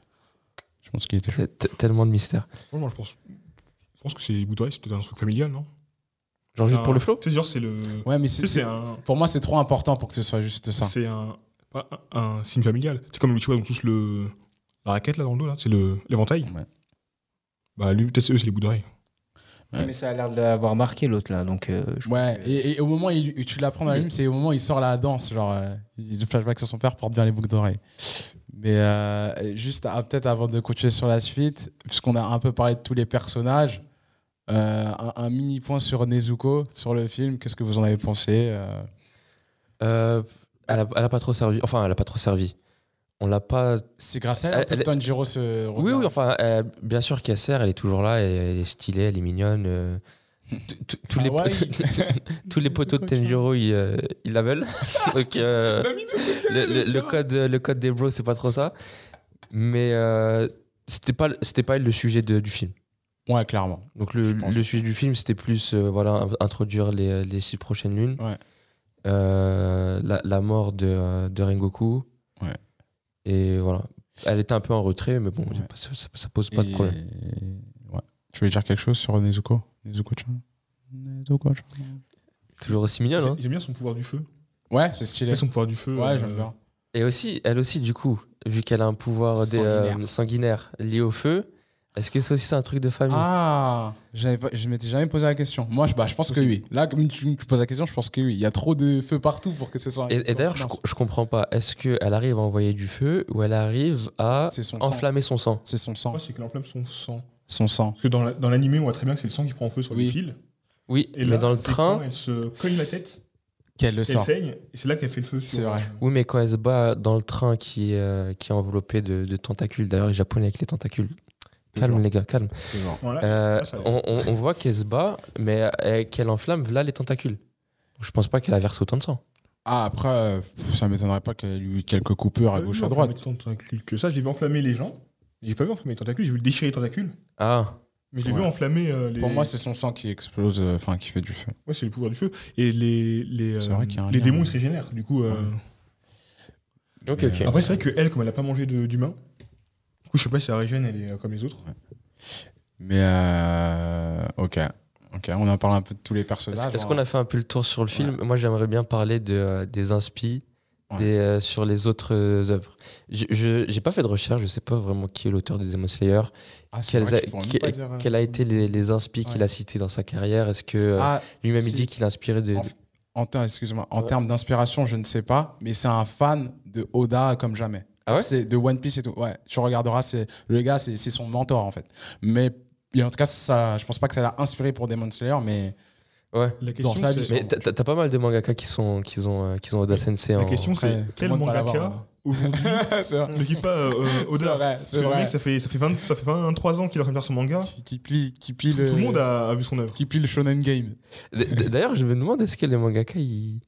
[SPEAKER 2] Je pense qu'il était chaud.
[SPEAKER 1] C'est t- Tellement de mystère.
[SPEAKER 4] Ouais, moi, je pense, je pense que c'est Boudoir, c'est peut-être un truc familial, non
[SPEAKER 1] Genre, juste
[SPEAKER 2] Ah.
[SPEAKER 4] Un-
[SPEAKER 1] pour le flow
[SPEAKER 4] Tu sais, genre, c'est le.
[SPEAKER 2] Ouais, mais
[SPEAKER 4] tu
[SPEAKER 2] c'est-
[SPEAKER 4] sais, c'est un.
[SPEAKER 2] pour moi, c'est trop important pour que ce soit juste ça.
[SPEAKER 4] C'est un, pas un, un signe familial. C'est comme, tu vois, ils ont tous le, la raquette là dans le dos, là. C'est le- l'éventail.
[SPEAKER 2] Ouais.
[SPEAKER 4] Bah, lui, peut-être, c'est eux, c'est les bouts d'oreille.
[SPEAKER 2] Ouais.
[SPEAKER 3] Mais ça a l'air de l'avoir marqué l'autre là. Donc, euh, je pense
[SPEAKER 2] Ouais,
[SPEAKER 3] que-
[SPEAKER 2] et, et au moment où il- tu l'apprends dans la lune, c'est au moment où il sort la danse. Genre, euh, il le flashback sur son père porte bien les boucles d'oreilles. Mais euh, juste à- peut-être avant de continuer sur la suite, puisqu'on a un peu parlé de tous les personnages, euh, un, un mini point sur Nezuko, sur le film. Qu'est-ce que vous en avez pensé euh,
[SPEAKER 1] Euh, elle, a, elle a pas trop servi. Enfin, elle a pas trop servi. On l'a pas.
[SPEAKER 2] C'est grâce à elle,
[SPEAKER 1] Elle-
[SPEAKER 2] que
[SPEAKER 1] elle-
[SPEAKER 2] Tanjiro se.
[SPEAKER 1] Oui, oui, enfin, euh, bien sûr qu'elle sert, elle est toujours là, elle, elle est stylée, elle est mignonne. euh, t- t- tous,
[SPEAKER 4] Ah
[SPEAKER 1] les
[SPEAKER 2] Kawaii.
[SPEAKER 1] pot- tous les poteaux de Tenjiro, ils, euh, ils la veulent. Donc, euh, le, le- le code, le code des bros, c'est pas trop ça. Mais euh, c'était pas, c'était pas le sujet de- du film.
[SPEAKER 2] Ouais, clairement.
[SPEAKER 1] Donc le,
[SPEAKER 2] Je pense.
[SPEAKER 1] le sujet du film, c'était plus euh, voilà, in- introduire les, les six prochaines lunes,
[SPEAKER 2] Ouais.
[SPEAKER 1] Euh, la, la mort de, euh, de Rengoku.
[SPEAKER 2] Ouais.
[SPEAKER 1] Et voilà. Elle était un peu en retrait, mais bon,
[SPEAKER 2] Ouais.
[SPEAKER 1] ça, ça- ça pose pas de
[SPEAKER 2] Et-
[SPEAKER 1] problème.
[SPEAKER 2] Ouais. Tu veux dire quelque chose sur Nezuko Nezuko-chan Nezuko-chan
[SPEAKER 1] Toujours aussi mignonne. hein.
[SPEAKER 4] J'ai- J'aime bien son pouvoir du feu.
[SPEAKER 2] Ouais, c'est stylé.
[SPEAKER 4] Et son pouvoir du feu.
[SPEAKER 2] Ouais,
[SPEAKER 4] euh,
[SPEAKER 2] j'aime bien.
[SPEAKER 1] Et aussi, elle aussi, du coup, vu qu'elle a un pouvoir des, euh,
[SPEAKER 2] Sanguinaire.
[SPEAKER 1] sanguinaire lié au feu, est-ce que c'est aussi un truc de famille
[SPEAKER 2] Ah, j'avais pas- je m'étais jamais posé la question. Moi, je, bah, je pense que oui. Là, comme tu me poses la question, je pense que oui. Il y a trop de feux partout pour que ce soit. une
[SPEAKER 1] Et, et d'ailleurs, je,
[SPEAKER 2] coïncidence.
[SPEAKER 1] je comprends pas. Est-ce qu'elle arrive à envoyer du feu ou elle arrive à
[SPEAKER 2] c'est son sang.
[SPEAKER 1] enflammer son sang
[SPEAKER 2] C'est son sang.
[SPEAKER 4] Moi, c'est que l'enflamme son sang.
[SPEAKER 2] Son sang.
[SPEAKER 4] Parce que dans la- dans l'animé, on voit très bien que c'est le sang qui prend feu sur
[SPEAKER 2] Oui.
[SPEAKER 4] les fils.
[SPEAKER 1] Oui,
[SPEAKER 4] Et
[SPEAKER 1] mais
[SPEAKER 4] là,
[SPEAKER 1] dans le
[SPEAKER 4] c'est
[SPEAKER 1] train,
[SPEAKER 4] quand Elle se cogne la tête,
[SPEAKER 2] Qu'elle le
[SPEAKER 4] elle
[SPEAKER 2] sort.
[SPEAKER 4] saigne, et c'est là qu'elle fait le feu. sur-
[SPEAKER 2] C'est vrai.
[SPEAKER 1] Oui, mais quand elle se bat dans le train qui, est, euh, qui est enveloppé de, de tentacules, d'ailleurs les Japonais avec les tentacules, calme
[SPEAKER 2] Toujours.
[SPEAKER 1] les gars, calme.
[SPEAKER 2] Toujours.
[SPEAKER 4] Voilà.
[SPEAKER 1] Euh,
[SPEAKER 4] Ah, ça va.
[SPEAKER 1] on, on- on voit qu'elle se bat, mais euh, qu'elle enflamme là les tentacules. Je pense pas qu'elle a versé autant de sang.
[SPEAKER 2] Ah, après, euh, pff, ça m'étonnerait pas qu'elle lui quelques coupures à
[SPEAKER 4] J'ai
[SPEAKER 2] gauche,
[SPEAKER 4] vu
[SPEAKER 2] à
[SPEAKER 4] enflammer
[SPEAKER 2] droite.
[SPEAKER 4] les tentacules Que ça, j'ai vu enflammer les gens. J'ai pas vu enflammer les tentacules, j'ai vu déchirer les tentacules.
[SPEAKER 1] Ah,
[SPEAKER 4] Mais j'ai
[SPEAKER 2] Ouais.
[SPEAKER 4] vu enflammer euh, les.
[SPEAKER 2] Pour moi, c'est son sang qui explose, euh, enfin, qui fait du feu.
[SPEAKER 4] Ouais, c'est le pouvoir du feu. Et les, les,
[SPEAKER 2] C'est
[SPEAKER 4] euh,
[SPEAKER 2] vrai qu'il y a un
[SPEAKER 4] les
[SPEAKER 2] lien,
[SPEAKER 4] démons,
[SPEAKER 2] ouais.
[SPEAKER 4] ils se régénèrent. Du coup, euh,
[SPEAKER 2] Ouais.
[SPEAKER 1] ok,
[SPEAKER 2] Et,
[SPEAKER 1] ok.
[SPEAKER 4] après, c'est
[SPEAKER 2] euh,
[SPEAKER 4] vrai qu'elle, comme elle n'a pas mangé de- d'humain, du coup, je sais pas si elle régène, elle est euh, comme les autres.
[SPEAKER 2] Mais, euh, ok. Ok, on en parle un peu de tous les personnages.
[SPEAKER 1] Est-ce est-ce
[SPEAKER 2] hein.
[SPEAKER 1] qu'on a fait un peu le tour sur le film Moi, j'aimerais bien parler de, euh, des inspi
[SPEAKER 2] Ouais.
[SPEAKER 1] des, euh, sur les autres euh, œuvres. Je- Je j'ai pas fait de recherche, je sais pas vraiment qui est l'auteur des Demon Slayer,
[SPEAKER 2] Ah, c'est
[SPEAKER 1] quels
[SPEAKER 2] vrai
[SPEAKER 1] a-
[SPEAKER 2] que tu pourrais
[SPEAKER 1] que-
[SPEAKER 2] même pas dire, euh,
[SPEAKER 1] quels a été les, les inspi qu'il
[SPEAKER 2] Ouais.
[SPEAKER 1] a cités dans sa carrière Est-ce que euh,
[SPEAKER 2] Ah,
[SPEAKER 1] lui-même
[SPEAKER 2] si.
[SPEAKER 1] il dit qu'il est inspiré de,
[SPEAKER 2] En- En, ter- excuse-moi, en
[SPEAKER 1] Ouais.
[SPEAKER 2] termes d'inspiration, je ne sais pas, mais c'est un fan de Oda comme jamais.
[SPEAKER 1] Ah ouais
[SPEAKER 2] C'est de One Piece et tout. Ouais, tu regarderas, c'est le gars, c'est c'est son mentor en fait. Mais et en tout cas, ça, je pense pas que ça l'a inspiré pour Demon Slayer, mais
[SPEAKER 1] Ouais.
[SPEAKER 4] La question,
[SPEAKER 2] ça,
[SPEAKER 4] c'est-
[SPEAKER 2] ils sont-
[SPEAKER 1] Mais t'as- t'as t'as pas mal de mangaka qui sont qui ont euh, qui ont Oda Sensei.
[SPEAKER 4] la
[SPEAKER 1] en-
[SPEAKER 4] question,
[SPEAKER 2] après,
[SPEAKER 4] c'est
[SPEAKER 2] tout le
[SPEAKER 4] quel
[SPEAKER 2] monde peut l'avoir,
[SPEAKER 4] mangaka
[SPEAKER 2] hein.
[SPEAKER 4] aujourd'hui
[SPEAKER 2] c'est vrai.
[SPEAKER 4] ne kiffe pas euh, euh,
[SPEAKER 2] C'est
[SPEAKER 4] Oda
[SPEAKER 2] vrai,
[SPEAKER 4] Parce que
[SPEAKER 2] c'est
[SPEAKER 4] le
[SPEAKER 2] vrai.
[SPEAKER 4] mec, ça fait, ça fait, 20, ça fait 23 ans qu'il est en train de faire son manga.
[SPEAKER 2] Qui, qui plie, qui plie
[SPEAKER 4] Tout,
[SPEAKER 2] le,
[SPEAKER 4] tout le monde a, a vu son œuvre.
[SPEAKER 2] qui plie le shonen game.
[SPEAKER 1] D- d- D'ailleurs, je me demande est-ce que les mangaka ils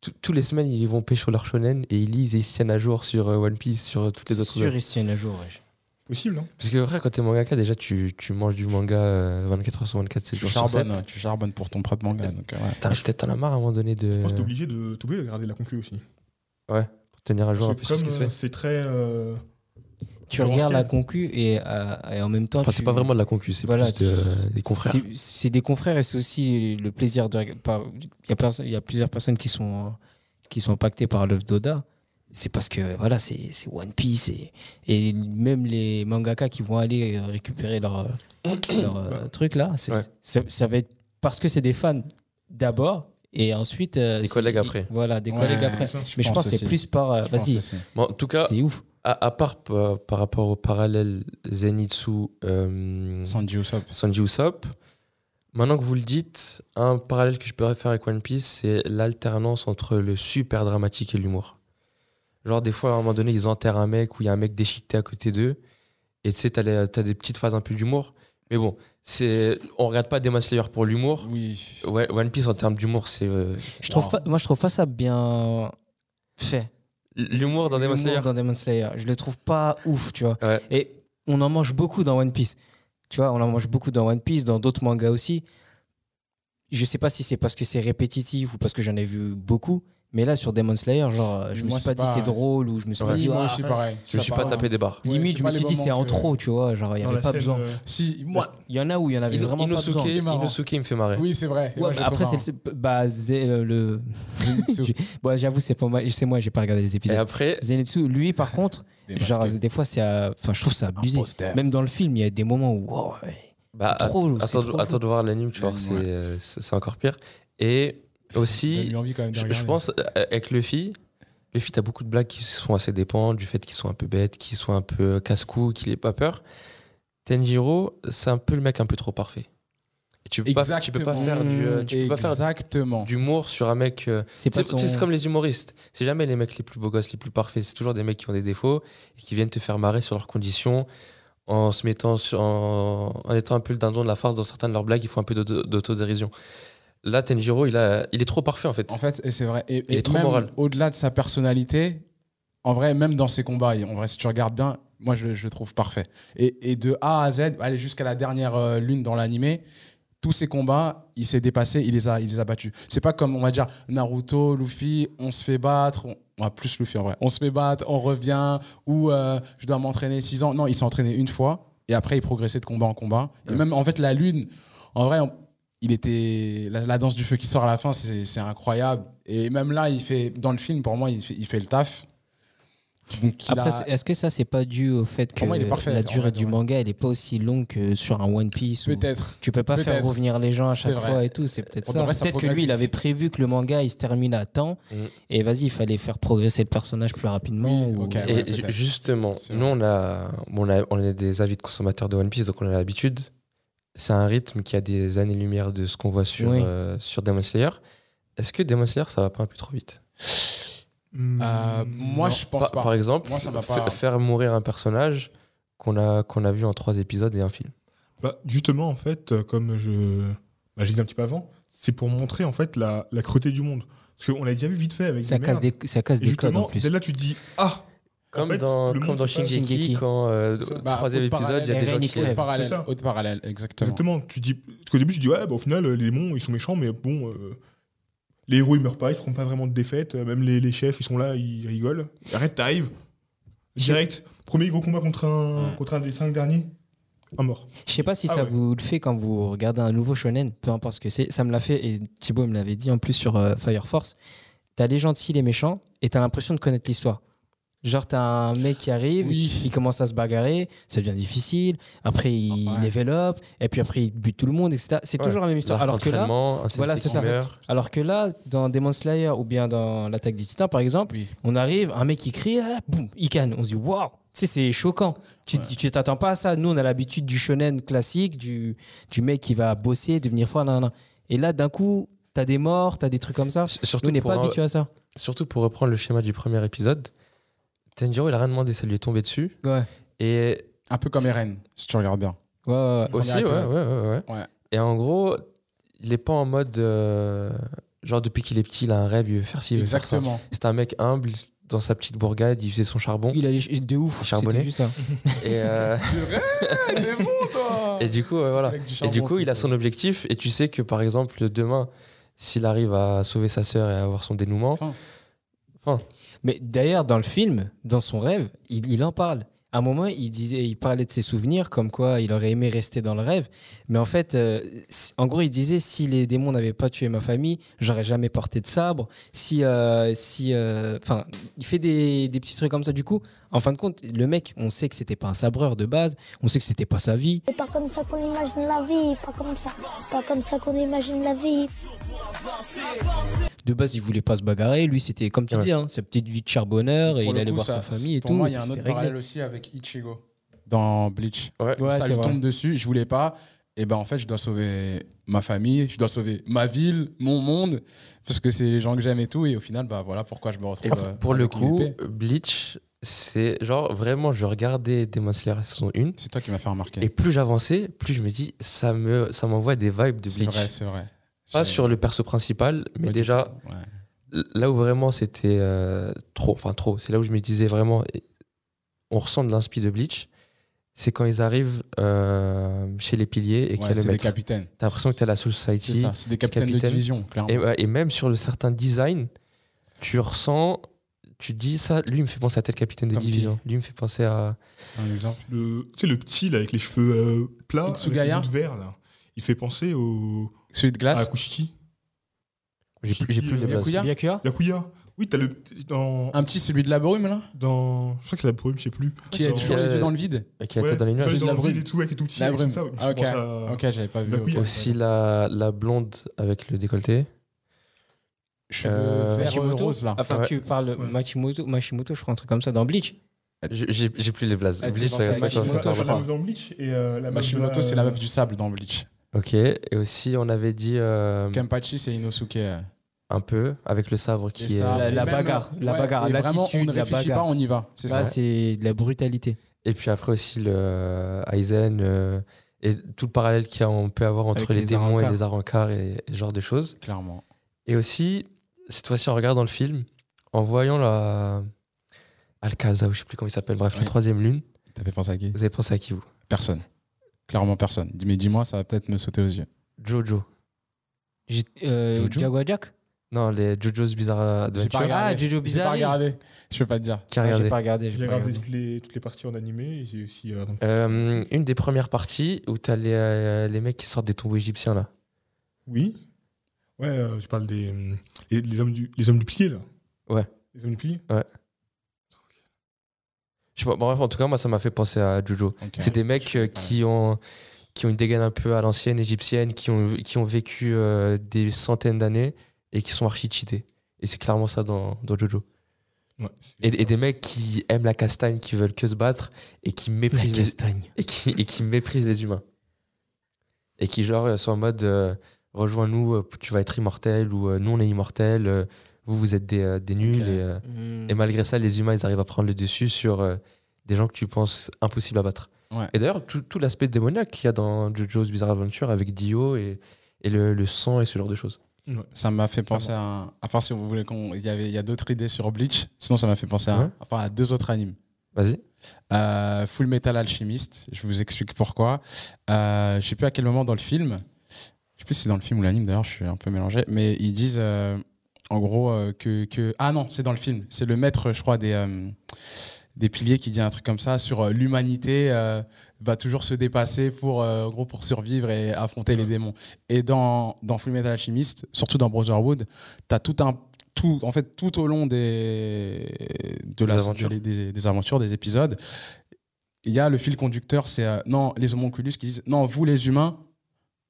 [SPEAKER 1] tout- tous les semaines ils vont pêcher leur shonen et ils lisent et ils se tiennent à jour sur euh, One Piece sur euh, toutes les
[SPEAKER 3] C'est
[SPEAKER 1] autres
[SPEAKER 3] sûr,
[SPEAKER 1] œuvres.
[SPEAKER 3] il se tienne à jour. wesh.
[SPEAKER 4] Possible, hein
[SPEAKER 1] Parce que vrai quand t'es mangaka déjà tu, tu manges du manga euh, 24 h sur 24 c'est
[SPEAKER 2] Tu
[SPEAKER 1] jours sur 7.
[SPEAKER 2] charbonnes, ouais, tu charbonnes pour ton propre manga. donc, euh, ouais.
[SPEAKER 1] Putain, je- peut-être t'en as marre à un moment donné de
[SPEAKER 4] Je pense que t'es obligé de, t'es obligé de regarder la conclu aussi.
[SPEAKER 1] pour tenir à jour un
[SPEAKER 4] Parce
[SPEAKER 1] peu sur
[SPEAKER 4] que
[SPEAKER 1] ce
[SPEAKER 4] comme
[SPEAKER 1] qui se
[SPEAKER 4] euh,
[SPEAKER 1] fait.
[SPEAKER 4] c'est très. euh,
[SPEAKER 3] Tu regardes la
[SPEAKER 4] concurrentiel.
[SPEAKER 3] concu et, euh, et en même temps.
[SPEAKER 1] Enfin, c'est
[SPEAKER 3] tu-
[SPEAKER 1] pas vraiment de la concu, c'est
[SPEAKER 3] Voilà,
[SPEAKER 1] plus de-
[SPEAKER 3] tu-
[SPEAKER 1] des confrères.
[SPEAKER 3] c'est- C'est des confrères et c'est aussi le plaisir de. par- Il y, a perso- il y a plusieurs personnes qui sont, euh, qui sont impactées par l'œuvre d'Oda. C'est parce que voilà, c'est c'est One Piece et, et même les mangaka qui vont aller euh, récupérer leur, leur euh, truc là, c'est-
[SPEAKER 1] Ouais.
[SPEAKER 3] ça, ça va être parce que c'est des fans d'abord et ensuite. euh,
[SPEAKER 1] Des
[SPEAKER 3] c'est-
[SPEAKER 1] collègues après.
[SPEAKER 3] Voilà, des
[SPEAKER 2] Ouais,
[SPEAKER 3] collègues
[SPEAKER 2] c'est
[SPEAKER 3] après.
[SPEAKER 4] ça.
[SPEAKER 3] Mais je pense que
[SPEAKER 2] aussi.
[SPEAKER 3] c'est plus par. euh,
[SPEAKER 2] Je pense
[SPEAKER 3] Vas-y,
[SPEAKER 2] aussi.
[SPEAKER 1] Bon, en tout cas,
[SPEAKER 3] c'est ouf.
[SPEAKER 1] à, à part euh, par rapport au parallèle Zenitsu euh,
[SPEAKER 2] Sanji Usopp.
[SPEAKER 1] Sanji Usopp. Maintenant que vous le dites, un parallèle que je pourrais faire avec One Piece, c'est l'alternance entre le super dramatique et l'humour. Genre, des fois, à un moment donné, ils enterrent un mec ou il y a un mec déchiqueté à côté d'eux. Et tu sais, t'as les- t'as des petites phases un peu d'humour. Mais bon, c'est on regarde pas Demon Slayer pour l'humour.
[SPEAKER 2] Oui.
[SPEAKER 1] Ouais, One Piece en termes d'humour, c'est euh,
[SPEAKER 3] Je trouve
[SPEAKER 2] Wow.
[SPEAKER 3] pas, moi, je trouve pas ça bien fait.
[SPEAKER 1] l'humour dans Demon
[SPEAKER 3] L'humour
[SPEAKER 1] Slayer.
[SPEAKER 3] dans Demon Slayer. Je le trouve pas ouf, tu vois.
[SPEAKER 1] Ouais.
[SPEAKER 3] Et on en mange beaucoup dans One Piece. Tu vois, on en mange beaucoup dans One Piece, dans d'autres mangas aussi. Je sais pas si c'est parce que c'est répétitif ou parce que j'en ai vu beaucoup. Mais là, sur Demon Slayer, genre, euh, je
[SPEAKER 2] Moi,
[SPEAKER 3] me suis pas
[SPEAKER 2] c'est
[SPEAKER 3] dit
[SPEAKER 2] pas-
[SPEAKER 3] c'est drôle ou je me suis pas
[SPEAKER 1] Ouais.
[SPEAKER 3] dit.
[SPEAKER 2] Oui, moi
[SPEAKER 3] ah,
[SPEAKER 2] aussi, pareil.
[SPEAKER 1] Je me suis pas tapé des barres.
[SPEAKER 2] Ouais,
[SPEAKER 3] Limite,
[SPEAKER 2] c'est
[SPEAKER 3] je
[SPEAKER 2] pas
[SPEAKER 3] me
[SPEAKER 2] les
[SPEAKER 3] suis dit c'est
[SPEAKER 2] moments
[SPEAKER 3] en
[SPEAKER 2] que-
[SPEAKER 3] trop, tu vois. Genre, il n'y
[SPEAKER 4] Dans
[SPEAKER 3] avait
[SPEAKER 4] la
[SPEAKER 3] pas
[SPEAKER 4] scène,
[SPEAKER 3] besoin.
[SPEAKER 4] euh,
[SPEAKER 2] hein. Si, moi.
[SPEAKER 3] Il y en a où il y en avait
[SPEAKER 1] Ino-
[SPEAKER 3] Ah, vraiment
[SPEAKER 1] Inosuke,
[SPEAKER 3] pas besoin.
[SPEAKER 2] Il est marrant.
[SPEAKER 1] Inosuke, il me fait marrer.
[SPEAKER 2] Oui, c'est vrai.
[SPEAKER 3] Ouais, bah, après, c'est le- bah, Zé- euh, le.
[SPEAKER 2] Zenitsu.
[SPEAKER 3] J'ai- bon, j'avoue, c'est pas moi, c'est moi, j'ai pas regardé les
[SPEAKER 1] Et
[SPEAKER 3] épisodes.
[SPEAKER 1] après,
[SPEAKER 3] Zenitsu, lui, par contre, genre, des fois, c'est. à- Enfin, je trouve ça abusé.
[SPEAKER 2] poster.
[SPEAKER 3] Même dans le film, il y a des moments où. wow, ouais,
[SPEAKER 1] bah,
[SPEAKER 3] c'est trop. c'est
[SPEAKER 1] attends,
[SPEAKER 3] trop
[SPEAKER 1] attends de voir l'anime, tu vois,
[SPEAKER 2] Ouais.
[SPEAKER 1] c'est euh, c'est c'est encore pire. Et aussi,
[SPEAKER 2] J'ai envie quand même de
[SPEAKER 1] Je, je
[SPEAKER 2] regarder.
[SPEAKER 1] pense, euh, avec Luffy, Luffy, t'as beaucoup de blagues qui sont assez dépendantes du fait qu'ils sont un peu bêtes, qu'ils soient un peu euh, casse-cou, qu'il ait pas peur. Tenjiro, c'est un peu le mec un peu trop parfait. Et tu peux pas, tu peux pas
[SPEAKER 2] Exactement.
[SPEAKER 1] faire du, euh, tu peux pas faire
[SPEAKER 2] Exactement.
[SPEAKER 1] d'humour sur un mec. euh,
[SPEAKER 3] C'est
[SPEAKER 1] tu sais,
[SPEAKER 3] pas son-
[SPEAKER 1] tu sais, C'est comme les humoristes. C'est jamais les mecs les plus beaux gosses, les plus parfaits. C'est toujours des mecs qui ont des défauts et qui viennent te faire marrer sur leurs conditions en se mettant sur- en, en étant un peu le dindon de la farce dans certaines de leurs blagues. Ils font un peu d'auto- d'autodérision. Là, Tenjiro, il, a, il est trop parfait en fait.
[SPEAKER 2] En fait, et c'est vrai. Et,
[SPEAKER 1] Il
[SPEAKER 2] et
[SPEAKER 1] est trop
[SPEAKER 2] même
[SPEAKER 1] moral.
[SPEAKER 2] au-delà de sa personnalité, en vrai, même dans ses combats, et en vrai, si tu regardes bien, moi, je, je le trouve parfait. Et, et de A à Z, allez jusqu'à la dernière euh, lune dans l'animé, tous ses combats, il s'est dépassé, il les a, il les a battus. C'est pas comme, on va dire, Naruto, Luffy, on se fait battre. On... ah, plus Luffy en vrai. On se fait battre, on revient, ou euh, je dois m'entraîner 6 ans. Non, il s'est entraîné une fois, et après, il progressait de combat en combat. Et
[SPEAKER 1] Ouais.
[SPEAKER 2] même, en fait, la lune, en vrai, on- il était la, la danse du feu qui sort à la fin, c'est c'est incroyable. Et même là, il fait dans le film, pour moi, il fait, il fait le taf. Donc, il
[SPEAKER 3] Après,
[SPEAKER 2] a-
[SPEAKER 3] c'est- est-ce que ça, c'est pas dû au fait que
[SPEAKER 2] Pour moi, il est parfait,
[SPEAKER 3] la
[SPEAKER 2] en
[SPEAKER 3] durée
[SPEAKER 2] fait,
[SPEAKER 3] du
[SPEAKER 2] ouais.
[SPEAKER 3] manga, elle est pas aussi longue que sur un One Piece ou-
[SPEAKER 2] peut-être.
[SPEAKER 3] Tu peux pas faire
[SPEAKER 2] Peut-être.
[SPEAKER 3] revenir les gens à
[SPEAKER 2] C'est
[SPEAKER 3] chaque
[SPEAKER 2] vrai.
[SPEAKER 3] fois et tout, c'est peut-être
[SPEAKER 2] On
[SPEAKER 3] ça.
[SPEAKER 2] devrait, ça
[SPEAKER 3] Peut-être que lui,
[SPEAKER 2] progresse
[SPEAKER 3] il avait
[SPEAKER 2] vite.
[SPEAKER 3] prévu que le manga il se termine à temps
[SPEAKER 1] Mhm.
[SPEAKER 3] et vas-y, il fallait faire progresser le personnage plus rapidement.
[SPEAKER 2] Oui,
[SPEAKER 3] ou-
[SPEAKER 2] ok. Ah ouais,
[SPEAKER 1] Et ju-
[SPEAKER 2] peut-être.
[SPEAKER 1] justement,
[SPEAKER 2] C'est
[SPEAKER 1] nous on a, bon, on a- on est des avis de consommateurs de One Piece, donc on a l'habitude. C'est un rythme qui a des années-lumière de ce qu'on voit sur,
[SPEAKER 3] Oui.
[SPEAKER 1] euh, sur Demon Slayer. Est-ce que Demon Slayer, ça va pas un peu trop vite
[SPEAKER 4] hum,
[SPEAKER 2] Euh, moi,
[SPEAKER 4] non.
[SPEAKER 2] je pense
[SPEAKER 1] Par-
[SPEAKER 2] pas.
[SPEAKER 1] Par exemple,
[SPEAKER 2] Moi, ça va
[SPEAKER 1] f-
[SPEAKER 2] pas.
[SPEAKER 1] faire mourir un personnage qu'on a, qu'on a vu en trois épisodes et un film.
[SPEAKER 4] Bah, justement, en fait, euh, comme je, bah, je disais un petit peu avant, c'est pour montrer en fait la, la creuté du monde. Parce qu'on l'a déjà vu vite fait avec
[SPEAKER 3] Ça
[SPEAKER 4] des
[SPEAKER 3] casse
[SPEAKER 4] merdes.
[SPEAKER 3] des, ça casse
[SPEAKER 4] Et
[SPEAKER 3] des codes en
[SPEAKER 4] justement,
[SPEAKER 3] plus.
[SPEAKER 4] dès là, tu te dis Ah
[SPEAKER 1] Comme
[SPEAKER 4] en fait,
[SPEAKER 1] dans,
[SPEAKER 4] le
[SPEAKER 1] comme
[SPEAKER 4] monde,
[SPEAKER 1] dans
[SPEAKER 4] c'est pas-
[SPEAKER 1] Shingeki,
[SPEAKER 3] Shingeki.
[SPEAKER 1] quand euh, au
[SPEAKER 2] Bah,
[SPEAKER 1] troisième
[SPEAKER 2] autre
[SPEAKER 1] épisode, il y a des
[SPEAKER 3] parallèle,
[SPEAKER 1] gens qui
[SPEAKER 3] Eren, il
[SPEAKER 1] crèvent.
[SPEAKER 2] Autre
[SPEAKER 3] crève.
[SPEAKER 2] parallèle,
[SPEAKER 4] ça.
[SPEAKER 2] autre parallèle, exactement.
[SPEAKER 4] Exactement. Tu dis, parce qu'au début, tu dis Ouais, bah, au final, les démons, ils sont méchants, mais bon. euh, les héros, ils meurent pas, ils feront pas vraiment de défaite. euh, Même les, les chefs, ils sont là, ils rigolent. Arrête, t'arrives. Direct. Premier gros combat contre un,
[SPEAKER 2] Ouais.
[SPEAKER 4] contre un des cinq derniers. Un mort.
[SPEAKER 3] Je sais pas si
[SPEAKER 4] Ah
[SPEAKER 3] ça
[SPEAKER 4] ouais.
[SPEAKER 3] vous le fait quand vous regardez un nouveau shonen, peu importe ce que c'est. Ça me l'a fait et Thibaut me l'avait dit en plus sur euh, Fire Force. T'as les gentils, les méchants et t'as l'impression de connaître l'histoire. Genre, t'as un mec qui arrive,
[SPEAKER 2] Oui.
[SPEAKER 3] il commence à se bagarrer, ça devient difficile. Après, il
[SPEAKER 2] Ouais.
[SPEAKER 3] développe et puis après, il bute tout le monde, etc. C'est toujours la même histoire. Alors que là,
[SPEAKER 1] un sensei
[SPEAKER 3] voilà,
[SPEAKER 1] qui
[SPEAKER 3] c'est ça.
[SPEAKER 1] meurt.
[SPEAKER 3] Alors que là, dans Demon Slayer ou bien dans l'attaque des titans, par exemple,
[SPEAKER 2] Oui.
[SPEAKER 3] on arrive, un mec qui crie, ah, boum, il canne. On se dit, waouh, tu sais, c'est choquant. Tu
[SPEAKER 2] Ouais.
[SPEAKER 3] tu- tu t'attends pas à ça. Nous, on a l'habitude du shonen classique, du, du mec qui va bosser, devenir fort, nan, nan. Et là, d'un coup, t'as des morts, t'as des trucs comme ça.
[SPEAKER 1] S-
[SPEAKER 3] Nous,
[SPEAKER 1] Surtout
[SPEAKER 3] on n'est
[SPEAKER 1] pour
[SPEAKER 3] pas
[SPEAKER 1] un-
[SPEAKER 3] habitué à ça.
[SPEAKER 1] Surtout pour reprendre le schéma du premier épisode, Tanjiro, il a rien demandé, ça lui est tombé dessus.
[SPEAKER 3] Ouais, ouais,
[SPEAKER 1] Et
[SPEAKER 2] Un peu comme Eren, si tu regardes bien.
[SPEAKER 3] ouais.
[SPEAKER 1] aussi, ouais,
[SPEAKER 2] premier
[SPEAKER 1] ouais,
[SPEAKER 2] épisode.
[SPEAKER 1] ouais, ouais.
[SPEAKER 2] Ouais.
[SPEAKER 1] Et en gros, il est pas en mode. euh, genre, depuis qu'il est petit, il a un rêve, il veut faire ci, il veut faire ça.
[SPEAKER 2] Exactement.
[SPEAKER 1] C'est un mec humble, dans sa petite bourgade, il faisait son charbon.
[SPEAKER 3] Il a les ch- de ouf.
[SPEAKER 1] Charbonnet.
[SPEAKER 3] c'était juste ça.
[SPEAKER 1] Et, euh,
[SPEAKER 2] C'est vrai, t'es Ah, bon, toi
[SPEAKER 1] et du coup, ouais, voilà.
[SPEAKER 2] Avec
[SPEAKER 1] Et du
[SPEAKER 2] charbon,
[SPEAKER 1] coup, il a
[SPEAKER 2] quoi.
[SPEAKER 1] son objectif. Et tu sais que, par exemple, demain, s'il arrive à sauver sa sœur et à avoir son dénouement,
[SPEAKER 2] Enfin.
[SPEAKER 3] Mais d'ailleurs, dans le film, dans son rêve, il, il en parle. À un moment, il, disait, il parlait de ses souvenirs, comme quoi il aurait aimé rester dans le rêve. Mais en fait, euh, si- en gros, il disait si les démons n'avaient pas tué ma famille, j'aurais jamais porté de sabre. Si, euh, si, euh, enfin, il fait des, des petits trucs comme ça. Du coup, en fin de compte, le mec, on sait que c'était pas un sabreur de base, on sait que c'était pas sa vie.
[SPEAKER 5] C'est pas comme ça qu'on imagine la vie, pas comme ça, pas comme ça qu'on imagine la vie.
[SPEAKER 3] De base, il voulait pas se bagarrer. Lui, c'était comme tu
[SPEAKER 1] Ouais.
[SPEAKER 3] dis, hein, sa petite vie de charbonneur,
[SPEAKER 2] Pour
[SPEAKER 3] et il
[SPEAKER 2] le
[SPEAKER 3] allait
[SPEAKER 2] coup,
[SPEAKER 3] voir
[SPEAKER 2] ça-
[SPEAKER 3] sa famille et
[SPEAKER 2] pour
[SPEAKER 3] tout.
[SPEAKER 2] moi, il y a un
[SPEAKER 3] c'était
[SPEAKER 2] autre
[SPEAKER 3] réglé.
[SPEAKER 2] parallèle aussi avec Ichigo dans Bleach.
[SPEAKER 1] ouais.
[SPEAKER 3] Ouais,
[SPEAKER 2] ça
[SPEAKER 3] c'est
[SPEAKER 2] lui
[SPEAKER 3] vrai.
[SPEAKER 2] tombe dessus, je voulais pas. Et ben en fait, je dois sauver ma famille, je dois sauver ma ville, mon monde, parce que c'est les gens que j'aime et tout. Et au final, bah voilà pourquoi je me retrouve.
[SPEAKER 1] Enfin,
[SPEAKER 2] euh,
[SPEAKER 1] pour le
[SPEAKER 2] avec une
[SPEAKER 1] coup,
[SPEAKER 2] épée.
[SPEAKER 1] Bleach, C'est genre vraiment, je regardais Demon Slayer saison 1
[SPEAKER 2] C'est toi qui m'as fait remarquer.
[SPEAKER 1] et plus j'avançais, plus je me dis ça me ça m'envoie des vibes de
[SPEAKER 2] C'est
[SPEAKER 1] Bleach.
[SPEAKER 2] vrai, c'est vrai.
[SPEAKER 1] Pas
[SPEAKER 2] J'ai-
[SPEAKER 1] sur le perso principal, mais
[SPEAKER 2] Ouais, du
[SPEAKER 1] déjà
[SPEAKER 2] tout, ouais.
[SPEAKER 1] là où vraiment c'était euh, trop, enfin trop, c'est là où je me disais vraiment, eh, on ressent de l'inspi de Bleach, c'est quand ils arrivent euh, chez les piliers et qu'il y
[SPEAKER 2] Ouais,
[SPEAKER 1] a le
[SPEAKER 2] c'est des
[SPEAKER 1] maître.
[SPEAKER 2] capitaines.
[SPEAKER 1] T'as l'impression que t'es à la Soul
[SPEAKER 2] C'est
[SPEAKER 1] Society.
[SPEAKER 2] ça, c'est des capitaines de
[SPEAKER 1] capitaine.
[SPEAKER 2] division, clairement.
[SPEAKER 1] Et, ouais, et même sur le certain design, tu ressens, tu dis ça, lui il me fait penser à tel capitaine de
[SPEAKER 2] Comme qui
[SPEAKER 1] division, lui il me fait penser à...
[SPEAKER 2] Un exemple.
[SPEAKER 4] Le, tu sais, le petit, là, avec les cheveux euh, plats, avec le
[SPEAKER 2] Itsugaya
[SPEAKER 4] bout de verre, là. Il fait penser au.
[SPEAKER 2] Celui de
[SPEAKER 4] à
[SPEAKER 2] glace.
[SPEAKER 4] Kushiki.
[SPEAKER 1] J'ai plus, j'ai plus les
[SPEAKER 4] Yakuya.
[SPEAKER 1] blagues.
[SPEAKER 3] Bien que hein.
[SPEAKER 4] Yakuya. Oui, t'as le. petit- Dans.
[SPEAKER 2] un petit, celui de la brume, là,
[SPEAKER 4] dans je crois que c'est la brume, je sais plus.
[SPEAKER 2] qui a
[SPEAKER 4] Dans-
[SPEAKER 2] toujours les yeux dans le vide.
[SPEAKER 1] Qui a la
[SPEAKER 4] Ouais, bah,
[SPEAKER 1] tête dans les nuages.
[SPEAKER 4] dans
[SPEAKER 2] C'est de la
[SPEAKER 4] le vide
[SPEAKER 2] brume.
[SPEAKER 4] et tout, avec tout petit.
[SPEAKER 2] La
[SPEAKER 4] avec
[SPEAKER 2] brume.
[SPEAKER 4] ça, ouais,
[SPEAKER 2] Ah,
[SPEAKER 4] je pense à-
[SPEAKER 2] Ok, j'avais pas vu.
[SPEAKER 4] Bah oui.
[SPEAKER 2] ok.
[SPEAKER 1] Aussi la, la blonde avec le décolleté.
[SPEAKER 2] Cheveux
[SPEAKER 1] Euh,
[SPEAKER 2] verts euh,
[SPEAKER 3] Machimoto,
[SPEAKER 2] roses, là.
[SPEAKER 3] Enfin,
[SPEAKER 1] Ouais.
[SPEAKER 3] tu parles
[SPEAKER 4] Ouais.
[SPEAKER 3] Machimoto, Machimoto, je crois, un truc comme ça dans Bleach.
[SPEAKER 1] Je- J'ai j'ai plus les blazes.
[SPEAKER 2] Ah, tu
[SPEAKER 1] Bleach,
[SPEAKER 2] penses
[SPEAKER 1] ça,
[SPEAKER 2] à
[SPEAKER 1] ça commence à
[SPEAKER 2] Machimoto,
[SPEAKER 4] Machimoto,
[SPEAKER 1] faire
[SPEAKER 4] c'est
[SPEAKER 1] froid.
[SPEAKER 4] la meuf dans Bleach et euh, la meuf de
[SPEAKER 2] Machimoto,
[SPEAKER 4] la-
[SPEAKER 2] c'est la meuf du sable dans Bleach.
[SPEAKER 1] Ok, et aussi on avait dit euh,
[SPEAKER 2] Kenpachi, c'est Inosuke. euh,
[SPEAKER 1] un peu avec le sabre
[SPEAKER 2] et
[SPEAKER 1] qui est.
[SPEAKER 2] ça.
[SPEAKER 3] la-
[SPEAKER 2] Et
[SPEAKER 3] la
[SPEAKER 2] même,
[SPEAKER 3] bagarre,
[SPEAKER 2] euh,
[SPEAKER 3] la
[SPEAKER 2] ouais,
[SPEAKER 3] bagarre,
[SPEAKER 2] et Vraiment, on
[SPEAKER 3] l'attitude,
[SPEAKER 2] ne
[SPEAKER 3] la
[SPEAKER 2] réfléchit pas,
[SPEAKER 3] bagarre.
[SPEAKER 2] on y va. C'est ça.
[SPEAKER 3] Là, c'est de la brutalité.
[SPEAKER 1] Et puis après aussi le Aizen euh, et tout le parallèle qu'on peut avoir entre
[SPEAKER 3] Avec
[SPEAKER 1] les,
[SPEAKER 3] les
[SPEAKER 1] démons et
[SPEAKER 3] Arancars.
[SPEAKER 1] les arancars et, et ce genre de choses.
[SPEAKER 2] Clairement.
[SPEAKER 1] Et aussi, cette fois-ci en regardant le film, en voyant la. Alcaza, ou je sais plus comment il s'appelle, bref, la
[SPEAKER 2] Ouais.
[SPEAKER 1] troisième lune,
[SPEAKER 2] T'as fait penser à qui
[SPEAKER 1] vous avez pensé à qui vous
[SPEAKER 2] Personne. Clairement personne. Dis- Mais dis-moi, ça va peut-être me sauter aux yeux.
[SPEAKER 1] Jojo.
[SPEAKER 3] J'ai- Euh,
[SPEAKER 2] Jojo
[SPEAKER 3] Jaguar Jack
[SPEAKER 1] Non, les Jojo's Bizarre
[SPEAKER 2] J'ai pas
[SPEAKER 1] Adventure.
[SPEAKER 2] regardé.
[SPEAKER 3] Ah, Jojo
[SPEAKER 2] J'ai pas
[SPEAKER 3] Bizarre.
[SPEAKER 2] regardé. Je peux pas te dire.
[SPEAKER 1] Qui a
[SPEAKER 3] Ah,
[SPEAKER 1] regardé.
[SPEAKER 3] J'ai pas regardé. j'ai
[SPEAKER 4] J'ai
[SPEAKER 3] pas
[SPEAKER 4] regardé
[SPEAKER 3] regardé.
[SPEAKER 4] toutes les, toutes les parties en animé et j'ai aussi. euh, donc-
[SPEAKER 1] Euh, une des premières parties où t'as les, euh, les mecs qui sortent des tombeaux égyptiens là.
[SPEAKER 4] Oui. Ouais, euh, je parle des. euh, Les, les hommes du, les hommes du pilier, là.
[SPEAKER 1] Ouais.
[SPEAKER 4] Les hommes du pilier
[SPEAKER 1] Je sais pas, bref, en tout cas, moi ça m'a fait penser à Jojo.
[SPEAKER 2] Ok.
[SPEAKER 1] C'est des mecs euh, qui ont qui ont une dégaine un peu à l'ancienne égyptienne, qui ont qui ont vécu euh, des centaines d'années et qui sont archi cheatés. Et c'est clairement ça dans, dans Jojo.
[SPEAKER 4] Ouais.
[SPEAKER 1] Et, et des mecs qui aiment la castagne, qui veulent que se battre et qui méprisent les,
[SPEAKER 3] castagne.
[SPEAKER 1] et qui et qui méprisent les humains. Et qui genre euh, sont en mode euh, rejoins-nous, euh, tu vas être immortel ou euh, nous on est immortel, euh, vous vous êtes des, euh, des nuls
[SPEAKER 2] Ok.
[SPEAKER 1] et euh,
[SPEAKER 3] Hmm.
[SPEAKER 2] Mmh.
[SPEAKER 3] Mm.
[SPEAKER 1] Et malgré ça, les humains, ils arrivent à prendre le dessus sur euh, des gens que tu penses impossible à battre.
[SPEAKER 2] Ouais.
[SPEAKER 1] Et d'ailleurs, tout, tout l'aspect démoniaque qu'il y a dans JoJo's Bizarre Adventure avec Dio et, et le, le sang et ce genre de choses.
[SPEAKER 2] Ça m'a fait penser à. un- Enfin, si vous voulez qu'on. Il y avait, il y a d'autres idées sur Bleach. Sinon, ça m'a fait penser à. un-
[SPEAKER 1] Ouais.
[SPEAKER 2] Enfin, à deux autres animes.
[SPEAKER 1] Vas-y.
[SPEAKER 2] Euh, Full Metal Alchemist. Je vous explique pourquoi. Euh, je sais plus à quel moment dans le film. Je sais plus si c'est dans le film ou l'anime d'ailleurs. Je suis un peu mélangé. Mais ils disent euh, en gros euh, que, que- Ah non, c'est dans le film. C'est le maître, je crois, des euh, des piliers qui dit un truc comme ça sur euh, l'humanité euh, va toujours se dépasser pour euh, en gros pour survivre et affronter les démons. Et dans dans Full Metal Alchemist, surtout dans Brotherhood, t'as tout un tout, en fait, tout au long des, de
[SPEAKER 1] Des
[SPEAKER 2] la-
[SPEAKER 1] aventures.
[SPEAKER 2] des- des- des aventures, des épisodes, il y a le fil conducteur, c'est euh, non, les homonculus qui disent non, vous les humains,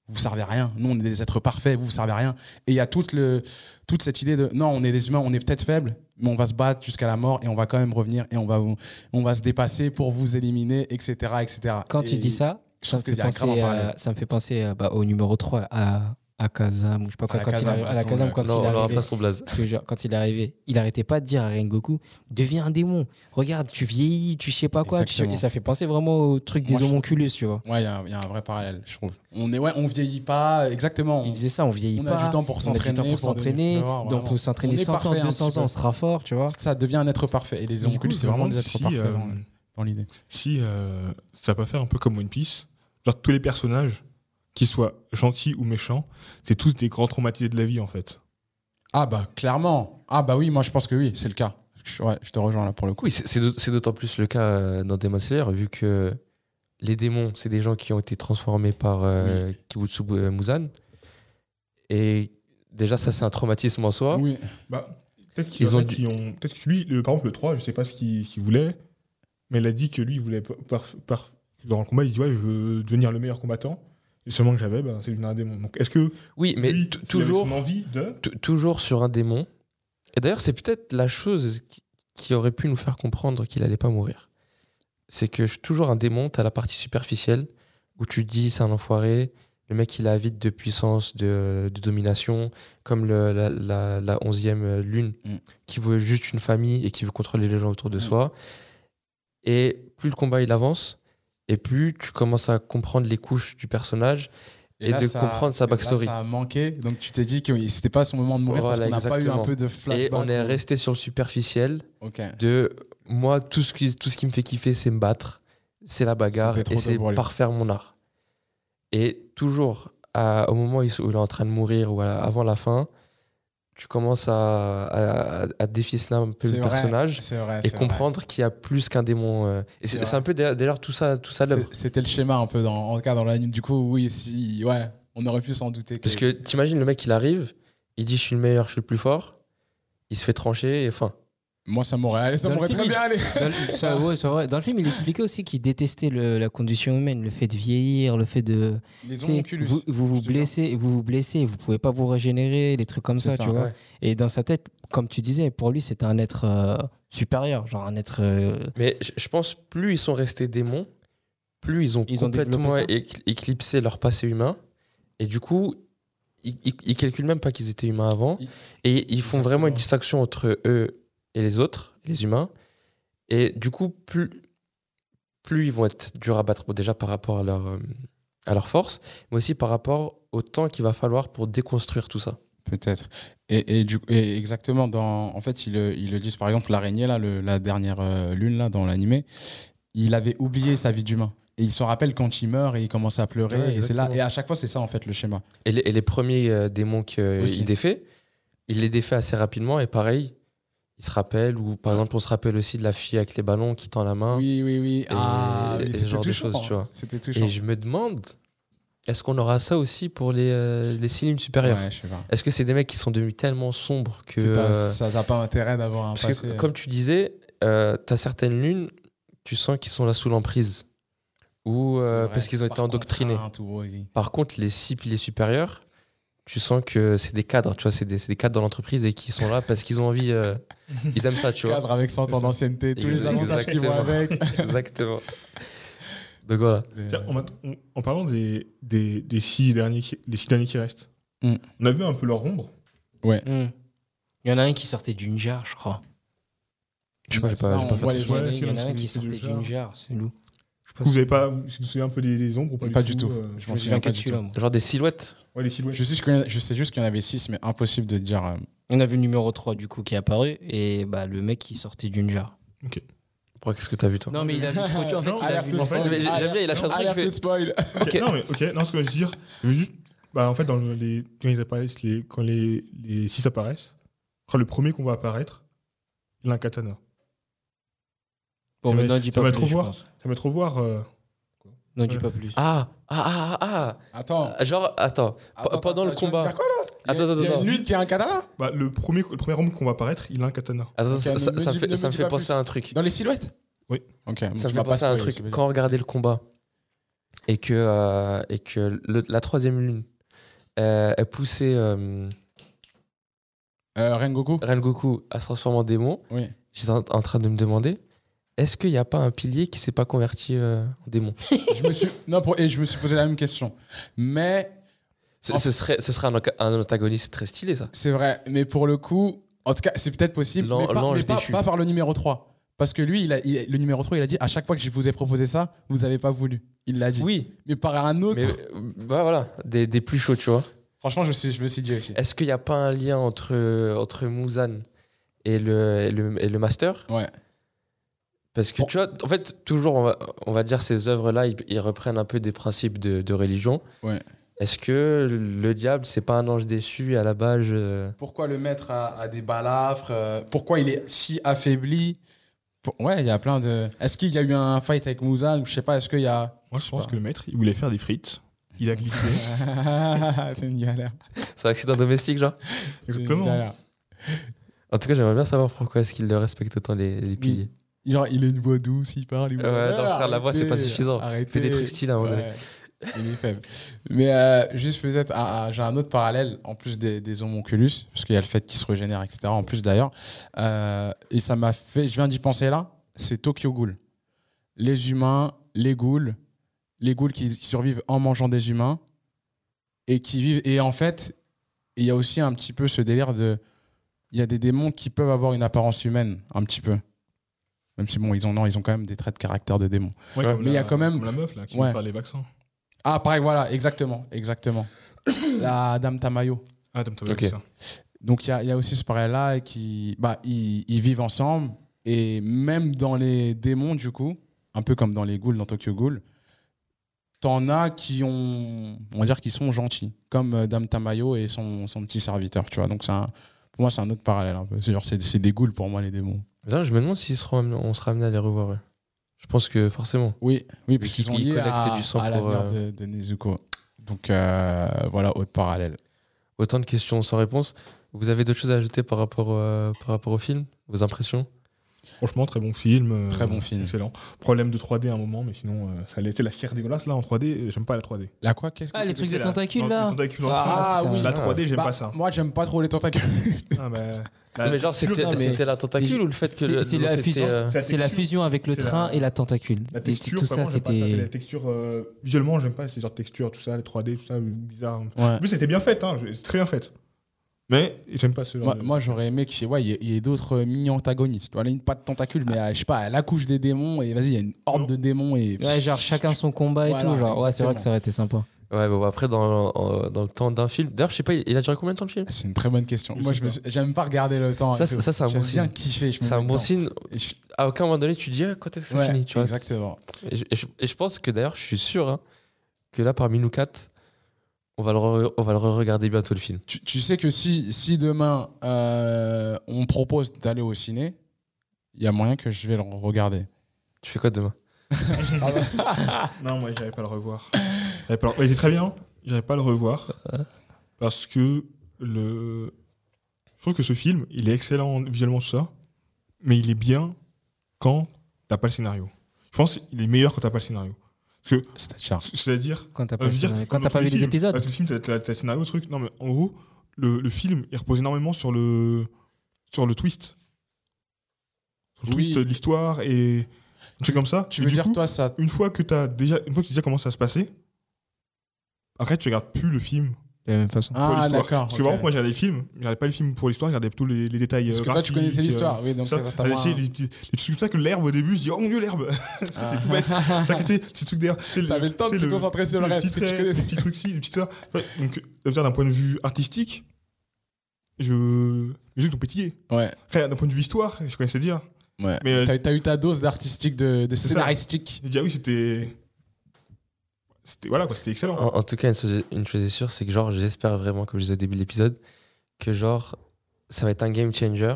[SPEAKER 2] vous servez à rien. Nous, on est des êtres parfaits, vous vous servez à rien. Et il y a toute, le, toute cette idée de non, on est des humains, on est peut-être faibles, mais on va se battre jusqu'à la mort et on va quand même revenir et on va, vous- on va se dépasser pour vous éliminer, etc. etc.
[SPEAKER 3] Quand
[SPEAKER 2] Et
[SPEAKER 3] tu dis ça,
[SPEAKER 2] je
[SPEAKER 3] ça
[SPEAKER 2] trouve
[SPEAKER 3] me,
[SPEAKER 2] qu'il
[SPEAKER 3] fait
[SPEAKER 2] y a un grave
[SPEAKER 3] penser
[SPEAKER 2] parallèle.
[SPEAKER 3] à- ça me fait penser à- bah, au numéro 3, à, à Kazam, ou je sais pas quoi,
[SPEAKER 2] À
[SPEAKER 3] quand il
[SPEAKER 2] Kazam,
[SPEAKER 3] arrive- à la
[SPEAKER 2] attends,
[SPEAKER 3] Kazam,
[SPEAKER 2] là,
[SPEAKER 3] quand
[SPEAKER 1] non,
[SPEAKER 3] il
[SPEAKER 1] on n'aura
[SPEAKER 3] arrive.
[SPEAKER 1] pas son blaze.
[SPEAKER 3] Je te jure, quand il est arrivé, il arrêtait pas de dire à Rengoku Deviens un démon, regarde, tu vieillis, tu sais pas quoi. tu-
[SPEAKER 2] Exactement.
[SPEAKER 3] et ça fait penser vraiment au truc des
[SPEAKER 2] Moi, je-
[SPEAKER 3] homonculus, tu vois.
[SPEAKER 2] Ouais, il y, a un- il y a un vrai parallèle, je trouve. On est, ouais, on vieillit pas, exactement.
[SPEAKER 3] Il
[SPEAKER 2] On-
[SPEAKER 3] disait ça on vieillit
[SPEAKER 2] on a
[SPEAKER 3] pas.
[SPEAKER 2] du temps pour
[SPEAKER 3] on a du
[SPEAKER 2] s'entraîner,
[SPEAKER 3] temps pour
[SPEAKER 2] pour devenir
[SPEAKER 3] s'entraîner,
[SPEAKER 2] plus fort,
[SPEAKER 3] donc
[SPEAKER 2] vraiment.
[SPEAKER 3] on hein, s'entraîner
[SPEAKER 2] On est
[SPEAKER 3] 100 ans,
[SPEAKER 2] parfait un
[SPEAKER 3] 200
[SPEAKER 2] petit
[SPEAKER 3] ans,
[SPEAKER 2] peu.
[SPEAKER 3] on sera fort, tu vois.
[SPEAKER 2] ça devient un être parfait. Et les
[SPEAKER 4] Du coup,
[SPEAKER 2] homonculus,
[SPEAKER 4] je
[SPEAKER 2] c'est
[SPEAKER 4] me
[SPEAKER 2] vraiment
[SPEAKER 4] demande
[SPEAKER 2] des êtres
[SPEAKER 4] si,
[SPEAKER 2] parfaits
[SPEAKER 4] euh,
[SPEAKER 2] dans le- dans l'idée.
[SPEAKER 4] si euh, ça va pas faire un peu comme One Piece. Genre tous les personnages, qu'ils soient gentils ou méchants, c'est tous des grands traumatisés de la vie en fait.
[SPEAKER 2] Ah bah clairement. Ah bah oui, moi je pense que oui, c'est le cas. Je, ouais, je te rejoins là pour le coup.
[SPEAKER 1] Oui, c'est- c'est d'aut- c'est d'autant plus le cas euh, dans Demon Slayer, vu que les démons, c'est des gens qui ont été transformés par euh, Kibutsu euh, Muzan. Et déjà, ça, c'est un traumatisme en soi.
[SPEAKER 2] Oui.
[SPEAKER 4] Bah, peut-être
[SPEAKER 1] Ils
[SPEAKER 4] qu'ils ont,
[SPEAKER 1] ont dû-
[SPEAKER 4] qui ont peut-être que lui, le- par exemple le 3, je sais pas ce qu'il qu'il voulait, mais il a dit que lui il voulait par, par- par- dans le combat, il dit ouais, je veux devenir le meilleur combattant. Et seulement que j'avais, bah, c'est devenir un démon. Donc est-ce que
[SPEAKER 1] Oui, mais
[SPEAKER 4] lui,
[SPEAKER 1] t-
[SPEAKER 4] s'il avait
[SPEAKER 1] toujours.
[SPEAKER 4] son envie de
[SPEAKER 1] Tou- toujours sur un démon. Et d'ailleurs, c'est peut-être la chose qui- qui aurait pu nous faire comprendre qu'il allait pas mourir. C'est que je- toujours un démon, t'as la partie superficielle où tu dis c'est un enfoiré, le mec il a vide de puissance, de, de domination, comme le- la, la, la onzième euh, lune
[SPEAKER 2] Mm.
[SPEAKER 1] qui veut juste une famille et qui veut contrôler les gens autour de
[SPEAKER 2] Mm.
[SPEAKER 1] soi. Et plus le combat il avance, et plus tu commences à comprendre les couches du personnage et,
[SPEAKER 2] là,
[SPEAKER 1] de
[SPEAKER 2] ça-
[SPEAKER 1] comprendre sa
[SPEAKER 2] et là,
[SPEAKER 1] backstory.
[SPEAKER 2] ça a manqué, donc tu t'es dit que c'était pas son moment de mourir
[SPEAKER 1] Voilà,
[SPEAKER 2] parce qu'on n'a pas eu un
[SPEAKER 1] exactement.
[SPEAKER 2] peu de
[SPEAKER 1] et
[SPEAKER 2] flashback.
[SPEAKER 1] on est
[SPEAKER 2] ou-
[SPEAKER 1] resté sur le superficiel
[SPEAKER 2] Ok.
[SPEAKER 1] de moi, tout ce qui, tout ce qui me fait kiffer, c'est me battre, c'est la bagarre
[SPEAKER 2] C'était trop
[SPEAKER 1] et c'est
[SPEAKER 2] tôt pour lui.
[SPEAKER 1] parfaire mon art. Et toujours, à- au moment où il s- où il est en train de mourir ou à la- avant la fin, tu commences à, à, à défier cela un peu
[SPEAKER 2] C'est
[SPEAKER 1] le
[SPEAKER 2] vrai,
[SPEAKER 1] personnage
[SPEAKER 2] c'est vrai,
[SPEAKER 1] et
[SPEAKER 2] c'est vrai.
[SPEAKER 1] comprendre qu'il y a plus qu'un démon. euh, et
[SPEAKER 2] C'est
[SPEAKER 1] c'est
[SPEAKER 2] vrai.
[SPEAKER 1] c'est un peu d'ailleurs- d'ailleurs tout ça, tout ça l'œuvre.
[SPEAKER 2] C'est- C'était le schéma un peu dans, en tout cas dans la nuit. Du coup, oui, si, ouais, on aurait pu s'en douter.
[SPEAKER 1] Parce que t'imagines le mec, il arrive, il dit je suis le meilleur, je suis le plus fort, il se fait trancher et fin.
[SPEAKER 2] moi, ça m'aurait, allez, ça
[SPEAKER 3] Dans le
[SPEAKER 2] m'aurait très
[SPEAKER 3] film,
[SPEAKER 2] bien allé.
[SPEAKER 3] Dans le, ça, ouais, c'est vrai. Dans le film, il expliquait aussi qu'il détestait le- la condition humaine, le fait de vieillir, le fait de.
[SPEAKER 2] Les
[SPEAKER 3] tu sais,
[SPEAKER 2] onculus.
[SPEAKER 3] vous vous, vous
[SPEAKER 2] je te jure.
[SPEAKER 3] blessez, vous vous blessez, vous pouvez pas vous régénérer, des trucs comme
[SPEAKER 2] C'est
[SPEAKER 3] ça,
[SPEAKER 2] ça,
[SPEAKER 3] tu vois.
[SPEAKER 1] ouais.
[SPEAKER 3] Et dans sa tête, comme tu disais, pour lui, c'était un être euh, supérieur, genre un être. euh,
[SPEAKER 1] Mais je- je pense plus ils sont restés démons, plus ils ont
[SPEAKER 3] Ils ont
[SPEAKER 1] complètement
[SPEAKER 3] développé
[SPEAKER 1] éc- éclipsé leur passé humain. Et du coup, ils, ils- ils calculent même pas qu'ils étaient humains avant.
[SPEAKER 2] Ils-
[SPEAKER 1] Et ils font
[SPEAKER 2] Exactement.
[SPEAKER 1] vraiment une distinction entre eux et les autres, les humains. Et du coup, plus, plus ils vont être durs à battre, bon, déjà par rapport à leur, euh, à leur force, mais aussi par rapport au temps qu'il va falloir pour déconstruire tout ça.
[SPEAKER 2] Peut-être. Et, et, du, et exactement, dans, en fait, ils, le- ils le disent, par exemple, l'araignée, là, le- la dernière euh, lune, là, dans l'animé, il avait oublié sa vie d'humain. Et il s'en rappelle quand il meurt et il commence à pleurer.
[SPEAKER 1] Ouais,
[SPEAKER 2] et, c'est là,
[SPEAKER 1] exactement.
[SPEAKER 2] et à chaque fois, c'est ça, en fait, le schéma.
[SPEAKER 1] Et les, et les premiers euh, démons
[SPEAKER 2] Aussi.
[SPEAKER 1] qu'il défait, il les défait assez rapidement et pareil, il se rappelle, ou par exemple, on se rappelle aussi de la fille avec les ballons qui tend la main.
[SPEAKER 2] Ah. Oui, oui, oui. Ah,
[SPEAKER 1] Hein et
[SPEAKER 2] oui,
[SPEAKER 1] ce
[SPEAKER 2] c'était
[SPEAKER 1] genre de
[SPEAKER 2] touchant.
[SPEAKER 1] choses, tu vois.
[SPEAKER 2] C'était touchant.
[SPEAKER 1] et je me demande, est-ce qu'on aura ça aussi pour les, euh, les signes supérieurs
[SPEAKER 2] Ouais, je sais pas.
[SPEAKER 1] Est-ce que c'est des mecs qui sont devenus tellement sombres que.
[SPEAKER 2] Que t'as-
[SPEAKER 1] euh,
[SPEAKER 2] ça n'a pas intérêt d'avoir un
[SPEAKER 1] parce
[SPEAKER 2] passé.
[SPEAKER 1] que, comme tu disais, euh, t'as certaines lunes, tu sens qu'ils sont là sous l'emprise. Ou
[SPEAKER 2] C'est
[SPEAKER 1] euh,
[SPEAKER 2] vrai,
[SPEAKER 1] parce qu'ils ont
[SPEAKER 2] par
[SPEAKER 1] été endoctrinés.
[SPEAKER 2] contrainte ou- oui.
[SPEAKER 1] Par contre, les six piliers supérieurs, tu sens que c'est des cadres, tu vois, c'est des, c'est des cadres dans l'entreprise et qui sont là parce qu'ils ont envie, euh, ils aiment ça, tu vois.
[SPEAKER 2] Cadre avec 100 ans d'ancienneté, tous les avantages qui vont
[SPEAKER 1] Exactement.
[SPEAKER 2] avec. euh,
[SPEAKER 1] Exactement. Donc voilà.
[SPEAKER 4] Tiens, En, mat- en- en parlant des, des, des six derniers qui, des six derniers qui restent,
[SPEAKER 2] Mm.
[SPEAKER 4] on a vu un peu leur ombre.
[SPEAKER 3] hmm. Il y en a un qui sortait d'une jarre, je crois.
[SPEAKER 1] Je sais pas, j'ai
[SPEAKER 2] Ça,
[SPEAKER 1] pas, j'ai
[SPEAKER 2] on
[SPEAKER 1] pas fait
[SPEAKER 2] voit
[SPEAKER 1] attention.
[SPEAKER 2] les gens,
[SPEAKER 4] Ouais,
[SPEAKER 3] il y en a
[SPEAKER 4] c'est
[SPEAKER 3] un
[SPEAKER 4] dans
[SPEAKER 3] qui
[SPEAKER 4] ce-
[SPEAKER 3] sortait
[SPEAKER 4] c'est du
[SPEAKER 3] d'une jarre, c'est loup. Je
[SPEAKER 4] Vous
[SPEAKER 3] pense
[SPEAKER 4] avez pas, vous vous souvenez un peu des, des ombres ou pas,
[SPEAKER 2] Pas du tout.
[SPEAKER 4] euh,
[SPEAKER 2] Je
[SPEAKER 3] je
[SPEAKER 2] m'en souviens
[SPEAKER 3] me souviens
[SPEAKER 2] pas
[SPEAKER 3] qu'à
[SPEAKER 2] du tout.
[SPEAKER 3] celui-là. moi.
[SPEAKER 1] Genre des silhouettes.
[SPEAKER 4] Ouais, les silhouettes.
[SPEAKER 2] Je sais, qu'il y en a- je sais juste qu'il y en avait 6, mais impossible de dire. euh,
[SPEAKER 3] On a vu le numéro 3 du coup qui est apparu et bah, le mec qui sortait d'une jarre.
[SPEAKER 1] Pourquoi, qu'est-ce que t'as vu, toi
[SPEAKER 3] Non, mais il a vu trop dur. En fait,
[SPEAKER 4] Non,
[SPEAKER 3] il a
[SPEAKER 2] alerte
[SPEAKER 3] vu
[SPEAKER 2] au
[SPEAKER 3] le-
[SPEAKER 2] spoil.
[SPEAKER 1] Mais
[SPEAKER 2] Alerte-
[SPEAKER 1] J'aime bien, il a un truc, il
[SPEAKER 2] alerte
[SPEAKER 1] fait.
[SPEAKER 2] au spoil.
[SPEAKER 4] Ok, Non, mais ok, non, ce que je veux dire, c'est juste, bah, en fait, dans les, quand ils apparaissent, les, quand les, les six apparaissent, quand le premier qu'on voit apparaître, il a un katana.
[SPEAKER 3] Bon,
[SPEAKER 4] Ça va-
[SPEAKER 3] maintenant, dis
[SPEAKER 4] ça va
[SPEAKER 3] pas
[SPEAKER 4] trop
[SPEAKER 3] plus. je
[SPEAKER 4] voir.
[SPEAKER 3] pense.
[SPEAKER 4] Ça m'a trop voir. euh,
[SPEAKER 3] Non, dis pas plus.
[SPEAKER 1] Ah, ah, ah,
[SPEAKER 2] Attends.
[SPEAKER 1] ah, ah. Genre, attends,
[SPEAKER 2] attends,
[SPEAKER 1] pendant
[SPEAKER 2] attends,
[SPEAKER 1] le
[SPEAKER 2] tu veux
[SPEAKER 1] combat.
[SPEAKER 2] me dire quoi, là
[SPEAKER 1] Attends,
[SPEAKER 2] Il y a- il y a
[SPEAKER 1] attends,
[SPEAKER 2] une
[SPEAKER 1] attends.
[SPEAKER 2] lune qui a un katana
[SPEAKER 4] bah, le premier, le premier ombre qu'on voit apparaître, il a un katana.
[SPEAKER 1] Attends,
[SPEAKER 2] Ok,
[SPEAKER 1] ça,
[SPEAKER 2] ne
[SPEAKER 1] ça-
[SPEAKER 2] me
[SPEAKER 1] ça
[SPEAKER 2] dis-
[SPEAKER 1] me fait,
[SPEAKER 2] ne
[SPEAKER 1] ça
[SPEAKER 2] me
[SPEAKER 1] me
[SPEAKER 2] dis
[SPEAKER 1] fait
[SPEAKER 2] pas
[SPEAKER 1] penser
[SPEAKER 2] plus.
[SPEAKER 1] à un truc.
[SPEAKER 2] Dans les silhouettes
[SPEAKER 4] Oui.
[SPEAKER 2] Ok. donc
[SPEAKER 1] Ça
[SPEAKER 2] tu
[SPEAKER 1] me fait
[SPEAKER 2] vas pas
[SPEAKER 1] penser à un
[SPEAKER 2] spoiler,
[SPEAKER 1] truc.
[SPEAKER 2] c'est pas
[SPEAKER 1] Quand on regardait le combat et que, euh, et que le- la troisième lune, euh, elle poussait euh,
[SPEAKER 2] grave. Euh, Rengoku
[SPEAKER 1] Rengoku à se transformer en démon,
[SPEAKER 2] Oui.
[SPEAKER 1] j'étais en, en train de me demander est-ce qu'il n'y a pas un pilier qui s'est pas converti euh, en démon
[SPEAKER 2] Je me suis. Non, pour... et je me suis posé la même question. Mais
[SPEAKER 1] ce,
[SPEAKER 2] Ah.
[SPEAKER 1] ce serait, ce serait un, anca- un antagoniste très stylé, ça.
[SPEAKER 2] C'est vrai, mais pour le coup, en tout cas, c'est peut-être possible,
[SPEAKER 1] L'an-
[SPEAKER 2] mais, pas,
[SPEAKER 1] l'ange
[SPEAKER 2] mais pas-
[SPEAKER 1] déchu.
[SPEAKER 2] pas par le numéro 3. Parce que lui, il a, il- le numéro 3, il a dit à chaque fois que je vous ai proposé ça, vous n'avez pas voulu. Il l'a dit.
[SPEAKER 1] Oui,
[SPEAKER 2] Mais par un autre,
[SPEAKER 1] mais euh, bah, voilà, des, des plus chauds, tu vois.
[SPEAKER 2] franchement, je, suis- je me suis dit aussi.
[SPEAKER 1] Est-ce qu'il n'y a pas un lien entre, euh, entre Muzan et le, et le, et le Master
[SPEAKER 2] Ouais.
[SPEAKER 1] Parce que
[SPEAKER 2] Bon.
[SPEAKER 1] tu vois, en fait, toujours, on va, on va dire, ces œuvres-là, ils, ils reprennent un peu des principes de, de religion.
[SPEAKER 2] Ouais.
[SPEAKER 1] Est-ce que le diable, c'est pas un ange déçu à la base euh,
[SPEAKER 2] Pourquoi le maître a, a des balafres euh, Pourquoi il est si affaibli Pour- Ouais, il y a plein de. Est-ce qu'il y a eu un fight avec Mouzan ou Je sais pas, est-ce qu'il y a.
[SPEAKER 4] Moi, je pense
[SPEAKER 2] pas.
[SPEAKER 4] que le maître, il voulait faire des frites. Il a glissé.
[SPEAKER 2] C'est une galère.
[SPEAKER 1] C'est un accident domestique, genre
[SPEAKER 2] C'est une
[SPEAKER 4] Exactement.
[SPEAKER 2] galère.
[SPEAKER 1] En tout cas, j'aimerais bien savoir pourquoi est-ce qu'il le respecte autant, les, les piliers.
[SPEAKER 2] Genre, il a une voix douce, il parle. il
[SPEAKER 1] Ouais,
[SPEAKER 2] parle.
[SPEAKER 1] attends, frère, la voix, c'est pas
[SPEAKER 2] Arrêtez,
[SPEAKER 1] suffisant.
[SPEAKER 2] Arrêtez.
[SPEAKER 1] Fais des trucs stylés à un moment donné.
[SPEAKER 2] Ouais, il est faible. Mais euh, juste peut-être, ah, ah, j'ai un autre parallèle en plus des, des homonculus, parce qu'il y a le fait qu'ils se régénèrent, etc. En plus d'ailleurs, Euh, et ça m'a fait, je viens d'y penser là, c'est Tokyo Ghoul. Les humains, les ghouls, les ghouls qui survivent en mangeant des humains et qui vivent. Et en fait, il y a aussi un petit peu ce délire de, il y a des démons qui peuvent avoir une apparence humaine, un petit peu. Même si, bon, ils ont, non, ils ont quand même des traits de caractère de démon.
[SPEAKER 1] Ouais,
[SPEAKER 4] comme
[SPEAKER 2] mais il y a
[SPEAKER 4] la-
[SPEAKER 2] quand même-
[SPEAKER 4] comme la meuf là, qui
[SPEAKER 2] Ouais.
[SPEAKER 4] veut faire les vaccins.
[SPEAKER 2] Ah, pareil, voilà, exactement. Exactement. La dame Tamayo.
[SPEAKER 4] Ah, t'as t'as
[SPEAKER 1] Ok.
[SPEAKER 4] vu ça.
[SPEAKER 2] Donc il y a, il y a aussi ce parallèle-là qui, bah, ils, ils vivent ensemble et même dans les démons du coup, un peu comme dans les ghouls dans Tokyo Ghoul, t'en as qui ont, on va dire qui sont gentils, comme euh, Dame Tamayo et son, son petit serviteur, tu vois. Donc c'est un- pour moi c'est un autre parallèle un peu. C'est genre c'est c'est des ghouls pour moi les démons.
[SPEAKER 1] Là, je me demande si on sera amené à les revoir. eux. Je pense que forcément.
[SPEAKER 2] Oui, oui, parce
[SPEAKER 1] qu'ils-
[SPEAKER 2] qu'ils sont
[SPEAKER 1] ils
[SPEAKER 2] liés
[SPEAKER 1] collectent
[SPEAKER 2] à,
[SPEAKER 1] du sang
[SPEAKER 2] à la
[SPEAKER 1] pour,
[SPEAKER 2] mère
[SPEAKER 1] euh,
[SPEAKER 2] de, de Nezuko. Donc euh, voilà autre parallèle.
[SPEAKER 1] Autant de questions sans réponse. Vous avez d'autres choses à ajouter par rapport, euh, par rapport au film Vos impressions
[SPEAKER 4] Franchement, très bon film. euh,
[SPEAKER 2] Très bon film.
[SPEAKER 4] Excellent. Problème de 3D à un moment, mais sinon, euh, ça allait. Tu sais, la chair dégueulasse là en 3D, euh, j'aime pas la 3D.
[SPEAKER 2] La quoi qu'est-ce que
[SPEAKER 3] Ah, les trucs de
[SPEAKER 4] La-
[SPEAKER 3] tentacules
[SPEAKER 4] non,
[SPEAKER 3] là
[SPEAKER 4] les tentacules en
[SPEAKER 3] Ah,
[SPEAKER 2] train.
[SPEAKER 3] c'était
[SPEAKER 2] oui.
[SPEAKER 3] un-
[SPEAKER 4] La 3D, j'aime
[SPEAKER 2] Bah,
[SPEAKER 4] pas ça.
[SPEAKER 2] Moi j'aime pas trop les tentacules.
[SPEAKER 4] Ah, bah,
[SPEAKER 1] Non, mais genre,
[SPEAKER 3] Non,
[SPEAKER 1] c'était
[SPEAKER 3] mais-
[SPEAKER 1] c'était la tentacule ou le fait que.
[SPEAKER 3] C'est-
[SPEAKER 1] le-
[SPEAKER 3] c'est
[SPEAKER 1] non,
[SPEAKER 3] la
[SPEAKER 1] c'était,
[SPEAKER 3] fusion.
[SPEAKER 1] euh,
[SPEAKER 4] c'est la
[SPEAKER 3] C'est la
[SPEAKER 4] texture-
[SPEAKER 3] fusion avec le
[SPEAKER 4] c'est la-
[SPEAKER 3] train et la tentacule.
[SPEAKER 4] La
[SPEAKER 3] Et
[SPEAKER 4] texture,
[SPEAKER 3] tout ça,
[SPEAKER 4] vraiment, j'aime pas La
[SPEAKER 3] c'était.
[SPEAKER 4] texture, euh, visuellement, j'aime pas ces genres de textures, tout ça, les 3D, tout ça, bizarre.
[SPEAKER 2] Ouais.
[SPEAKER 4] En plus, c'était bien fait, hein, je- c'est très bien fait. Mais j'aime pas ce genre
[SPEAKER 2] Moi,
[SPEAKER 4] de...
[SPEAKER 2] moi, j'aurais aimé qu'il y ait, ouais, il y ait- il y ait d'autres euh, mini-antagonistes. Voilà, une patte tentacule, mais euh, je sais pas, elle accouche des démons et vas-y, il y a une horde
[SPEAKER 4] Non.
[SPEAKER 2] de démons et.
[SPEAKER 3] Ouais, genre chacun son combat et
[SPEAKER 2] Voilà,
[SPEAKER 3] tout. Genre, ouais, c'est vrai
[SPEAKER 2] exactement.
[SPEAKER 3] que ça aurait été sympa.
[SPEAKER 1] euh, Ouais, bon, après, dans, en- dans le temps d'un film. D'ailleurs, je sais pas, il a duré combien de temps le film
[SPEAKER 2] Ah, C'est une très bonne question.
[SPEAKER 4] Je
[SPEAKER 2] Moi,
[SPEAKER 4] sais
[SPEAKER 2] je me suis- j'aime pas regarder le temps. et
[SPEAKER 1] Ça, c'est-
[SPEAKER 2] tout.
[SPEAKER 1] ça, c'est un
[SPEAKER 2] J'aime
[SPEAKER 1] bon
[SPEAKER 2] bien
[SPEAKER 1] signe.
[SPEAKER 2] kiffer. je me
[SPEAKER 1] C'est un
[SPEAKER 2] mets
[SPEAKER 1] bon
[SPEAKER 2] dedans.
[SPEAKER 1] signe.
[SPEAKER 2] Et je-
[SPEAKER 1] À aucun moment donné, tu te dis ah, quand est-ce que ça
[SPEAKER 2] ouais,
[SPEAKER 1] finit tu vois.
[SPEAKER 2] exactement.
[SPEAKER 1] Et je, et je- et je pense que d'ailleurs, je suis sûr hein, que là, parmi nous quatre, on va le, re- on va le regarder bientôt le film.
[SPEAKER 2] Tu, tu sais que si, si demain euh, on propose d'aller au ciné, il y a moyen que je vais le regarder.
[SPEAKER 1] Tu fais quoi demain
[SPEAKER 4] Ah Non, moi, j'arrive pas à le revoir. J'arrive pas à le- Il était très bien, j'arrive pas à le revoir. Parce que le... je trouve que ce film, il est excellent visuellement, tout ça, mais il est bien quand t'as pas le scénario. Je pense qu'il est meilleur quand t'as pas le scénario. Parce que,
[SPEAKER 2] C'est-à-dire.
[SPEAKER 4] c'est-à-dire,
[SPEAKER 3] Quand t'as
[SPEAKER 4] Euh,
[SPEAKER 3] pas,
[SPEAKER 4] je veux dire,
[SPEAKER 3] quand
[SPEAKER 4] dans
[SPEAKER 3] t'as
[SPEAKER 4] tous
[SPEAKER 3] pas vu les
[SPEAKER 4] films,
[SPEAKER 3] épisodes.
[SPEAKER 4] dans tous les films, t'as- t'as t'as le scénario, le truc. Non, mais en gros, le, le film, il repose énormément sur le, sur le twist. Sur le
[SPEAKER 2] Oui.
[SPEAKER 4] twist de l'histoire et un truc comme ça.
[SPEAKER 2] Tu
[SPEAKER 4] Et
[SPEAKER 2] veux
[SPEAKER 4] du
[SPEAKER 2] dire,
[SPEAKER 4] coup,
[SPEAKER 2] toi, ça.
[SPEAKER 4] une fois que t'as déjà, une fois que tu sais comment ça se passait, après, tu regardes plus le film
[SPEAKER 3] De la même façon.
[SPEAKER 4] pour
[SPEAKER 2] Ah,
[SPEAKER 4] l'histoire.
[SPEAKER 2] d'accord.
[SPEAKER 4] Parce
[SPEAKER 2] ok.
[SPEAKER 4] que vraiment, moi, j'ai regardé le film, je regardais pas le film pour l'histoire, je regardais plutôt les, les détails.
[SPEAKER 2] Parce que
[SPEAKER 4] euh,
[SPEAKER 2] toi, tu
[SPEAKER 4] graphiques,
[SPEAKER 2] connaissais
[SPEAKER 4] euh,
[SPEAKER 2] l'histoire. Oui, donc
[SPEAKER 4] comme ça,
[SPEAKER 2] c'est certainement.
[SPEAKER 4] J'ai les petits les petits trucs comme ça que l'herbe au début, je dis oh mon dieu l'herbe, Ça, c'est tout bête. Ça, tu sais, petit truc derrière. Tu sais,
[SPEAKER 2] Ah. T'avais le temps de
[SPEAKER 4] tu sais,
[SPEAKER 2] te concentrer sur
[SPEAKER 4] tu sais,
[SPEAKER 2] le reste,
[SPEAKER 4] petit
[SPEAKER 2] parce que tu
[SPEAKER 4] trait,
[SPEAKER 2] connais-
[SPEAKER 4] ce petit truc ci, le petit ça. Enfin, donc, je veux dire, d'un point de vue artistique, je. Les jeux t'ont pétillé.
[SPEAKER 2] Ouais.
[SPEAKER 4] Après, d'un point de vue histoire, je connaissais dire.
[SPEAKER 2] Ouais.
[SPEAKER 4] Mais, euh,
[SPEAKER 2] T'as t'as eu ta dose d'artistique, de, de
[SPEAKER 4] C'est ça.
[SPEAKER 2] scénaristique.
[SPEAKER 4] J'ai dit, ah oui, c'était. C'était voilà, quoi, c'était excellent.
[SPEAKER 1] En, en tout cas, une chose, une chose est sûre, c'est que genre, j'espère vraiment, comme je disais au début de l'épisode, que genre, ça va être un game changer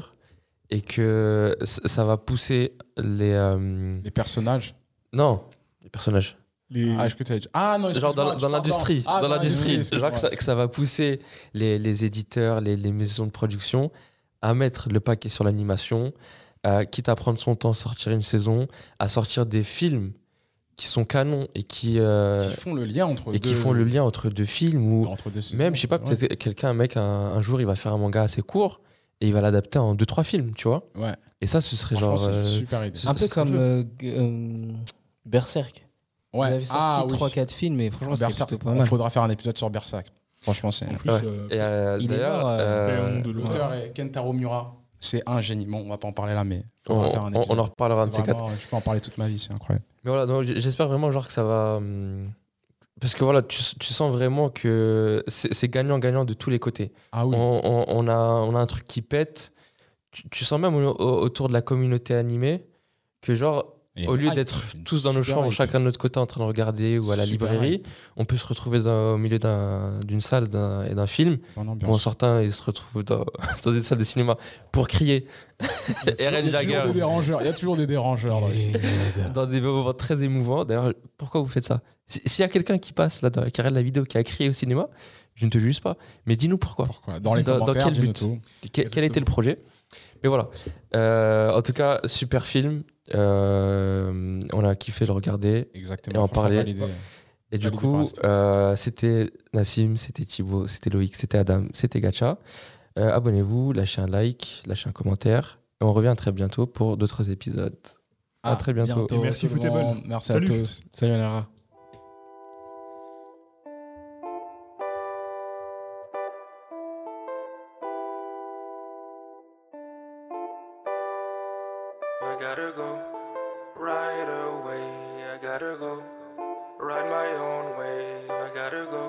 [SPEAKER 1] et que c- ça va pousser les. euh,
[SPEAKER 2] Les personnages.
[SPEAKER 1] Non, les personnages.
[SPEAKER 4] Les-
[SPEAKER 2] Ah, je crois que t'avais dit- Ah non,
[SPEAKER 1] Genre
[SPEAKER 2] excuse-moi,
[SPEAKER 1] dans,
[SPEAKER 2] tu
[SPEAKER 1] dans
[SPEAKER 2] parles
[SPEAKER 1] l'industrie,
[SPEAKER 2] Ah,
[SPEAKER 1] dans l'industrie, genre
[SPEAKER 2] excuse-moi.
[SPEAKER 1] que ça, que ça va pousser les, les éditeurs, les, les maisons de production à mettre le paquet sur l'animation, euh, quitte à prendre son temps, à sortir une saison, à sortir des films qui sont canons et qui, euh,
[SPEAKER 2] Qui font le lien entre
[SPEAKER 1] et
[SPEAKER 2] deux.
[SPEAKER 1] qui font le lien entre deux films ou
[SPEAKER 2] Entre deux saisons.
[SPEAKER 1] même, je sais pas,
[SPEAKER 2] Ouais.
[SPEAKER 1] peut-être quelqu'un, un mec, un, un jour, il va faire un manga assez court et il va l'adapter en deux trois films, tu vois.
[SPEAKER 2] Ouais.
[SPEAKER 1] Et ça, ce serait
[SPEAKER 2] Franchement,
[SPEAKER 1] genre.
[SPEAKER 2] c'est une
[SPEAKER 1] euh,
[SPEAKER 2] super idée.
[SPEAKER 1] ce-
[SPEAKER 3] Un peu
[SPEAKER 1] ce serait
[SPEAKER 3] comme
[SPEAKER 1] le-
[SPEAKER 3] euh, g- euh, Berserk. Vous avez
[SPEAKER 2] Ah,
[SPEAKER 3] sorti
[SPEAKER 2] oui.
[SPEAKER 3] 3-4 films et franchement, c'était
[SPEAKER 2] Berserk.
[SPEAKER 3] plutôt pas
[SPEAKER 2] Il
[SPEAKER 3] mal.
[SPEAKER 2] faudra faire un épisode sur Berserk. Franchement, c'est.
[SPEAKER 4] En plus,
[SPEAKER 1] ouais.
[SPEAKER 4] euh,
[SPEAKER 1] Et, euh,
[SPEAKER 3] Il est
[SPEAKER 1] D'ailleurs,
[SPEAKER 3] mort, euh,
[SPEAKER 1] euh,
[SPEAKER 4] Léon de l'autre.
[SPEAKER 2] L'auteur est Kentaro Miura. C'est un génie. Bon, on va pas en parler là, mais.
[SPEAKER 1] on,
[SPEAKER 2] faudra faire un
[SPEAKER 1] on- on
[SPEAKER 2] épisode.
[SPEAKER 1] en reparlera un de
[SPEAKER 2] C'est
[SPEAKER 1] ces quatre.
[SPEAKER 2] vraiment- euh, Je peux en parler toute ma vie, c'est incroyable.
[SPEAKER 1] Mais voilà, donc j- j'espère vraiment genre que ça va. hum, Parce que voilà, tu, tu sens vraiment que c'est c'est gagnant-gagnant de tous les côtés.
[SPEAKER 2] Ah oui.
[SPEAKER 1] On, on- on a, on a un truc qui pète. Tu, tu sens même au- au- autour de la communauté animée que genre,
[SPEAKER 2] Et-
[SPEAKER 1] au lieu
[SPEAKER 2] Ah,
[SPEAKER 1] d'être
[SPEAKER 2] une
[SPEAKER 1] tous dans nos
[SPEAKER 2] super
[SPEAKER 1] chambres,
[SPEAKER 2] idée.
[SPEAKER 1] chacun de notre côté en train de regarder ou à la
[SPEAKER 2] Super
[SPEAKER 1] librairie,
[SPEAKER 2] hype.
[SPEAKER 1] on peut se retrouver dans- au milieu d'un- d'une salle d'un- et d'un film.
[SPEAKER 2] Bonne
[SPEAKER 1] Bon,
[SPEAKER 2] ambiance.
[SPEAKER 1] certains, ils se retrouvent dans, dans une salle de cinéma pour crier Eren
[SPEAKER 2] Il y a toujours
[SPEAKER 1] Jaeger
[SPEAKER 2] des dérangeurs. Il y a toujours des dérangeurs. dans les-
[SPEAKER 1] dans des moments très émouvants. D'ailleurs, pourquoi vous faites ça Si- S'il y a quelqu'un qui passe là, qui regarde la vidéo, qui a crié au cinéma, je ne te juge pas, mais dis-nous pourquoi.
[SPEAKER 2] Pourquoi Dans les
[SPEAKER 1] Dans- dans
[SPEAKER 2] commentaires,
[SPEAKER 1] quel
[SPEAKER 2] dis-nous
[SPEAKER 1] but
[SPEAKER 2] tout.
[SPEAKER 1] Que- quel était le projet Mais voilà. Euh, en tout cas, super film. Euh, on a kiffé le regarder.
[SPEAKER 2] Exactement.
[SPEAKER 1] Et en
[SPEAKER 2] franchement,
[SPEAKER 1] parler.
[SPEAKER 2] validé.
[SPEAKER 1] Et du
[SPEAKER 2] Validé par
[SPEAKER 1] coup,
[SPEAKER 2] l'instinct.
[SPEAKER 1] euh, c'était Nassim, c'était Thibaut, c'était Loïc, c'était Adam, c'était Gacha. Euh, Abonnez-vous, lâchez un like, lâchez un commentaire. Et on revient très bientôt pour d'autres épisodes. À très bientôt.
[SPEAKER 4] Et merci,
[SPEAKER 2] tout le
[SPEAKER 4] Footable.
[SPEAKER 2] monde. Merci à
[SPEAKER 4] Salut.
[SPEAKER 2] tous.
[SPEAKER 3] Sayonara.
[SPEAKER 1] I
[SPEAKER 6] I gotta go right away. I gotta go ride my own way. I gotta go.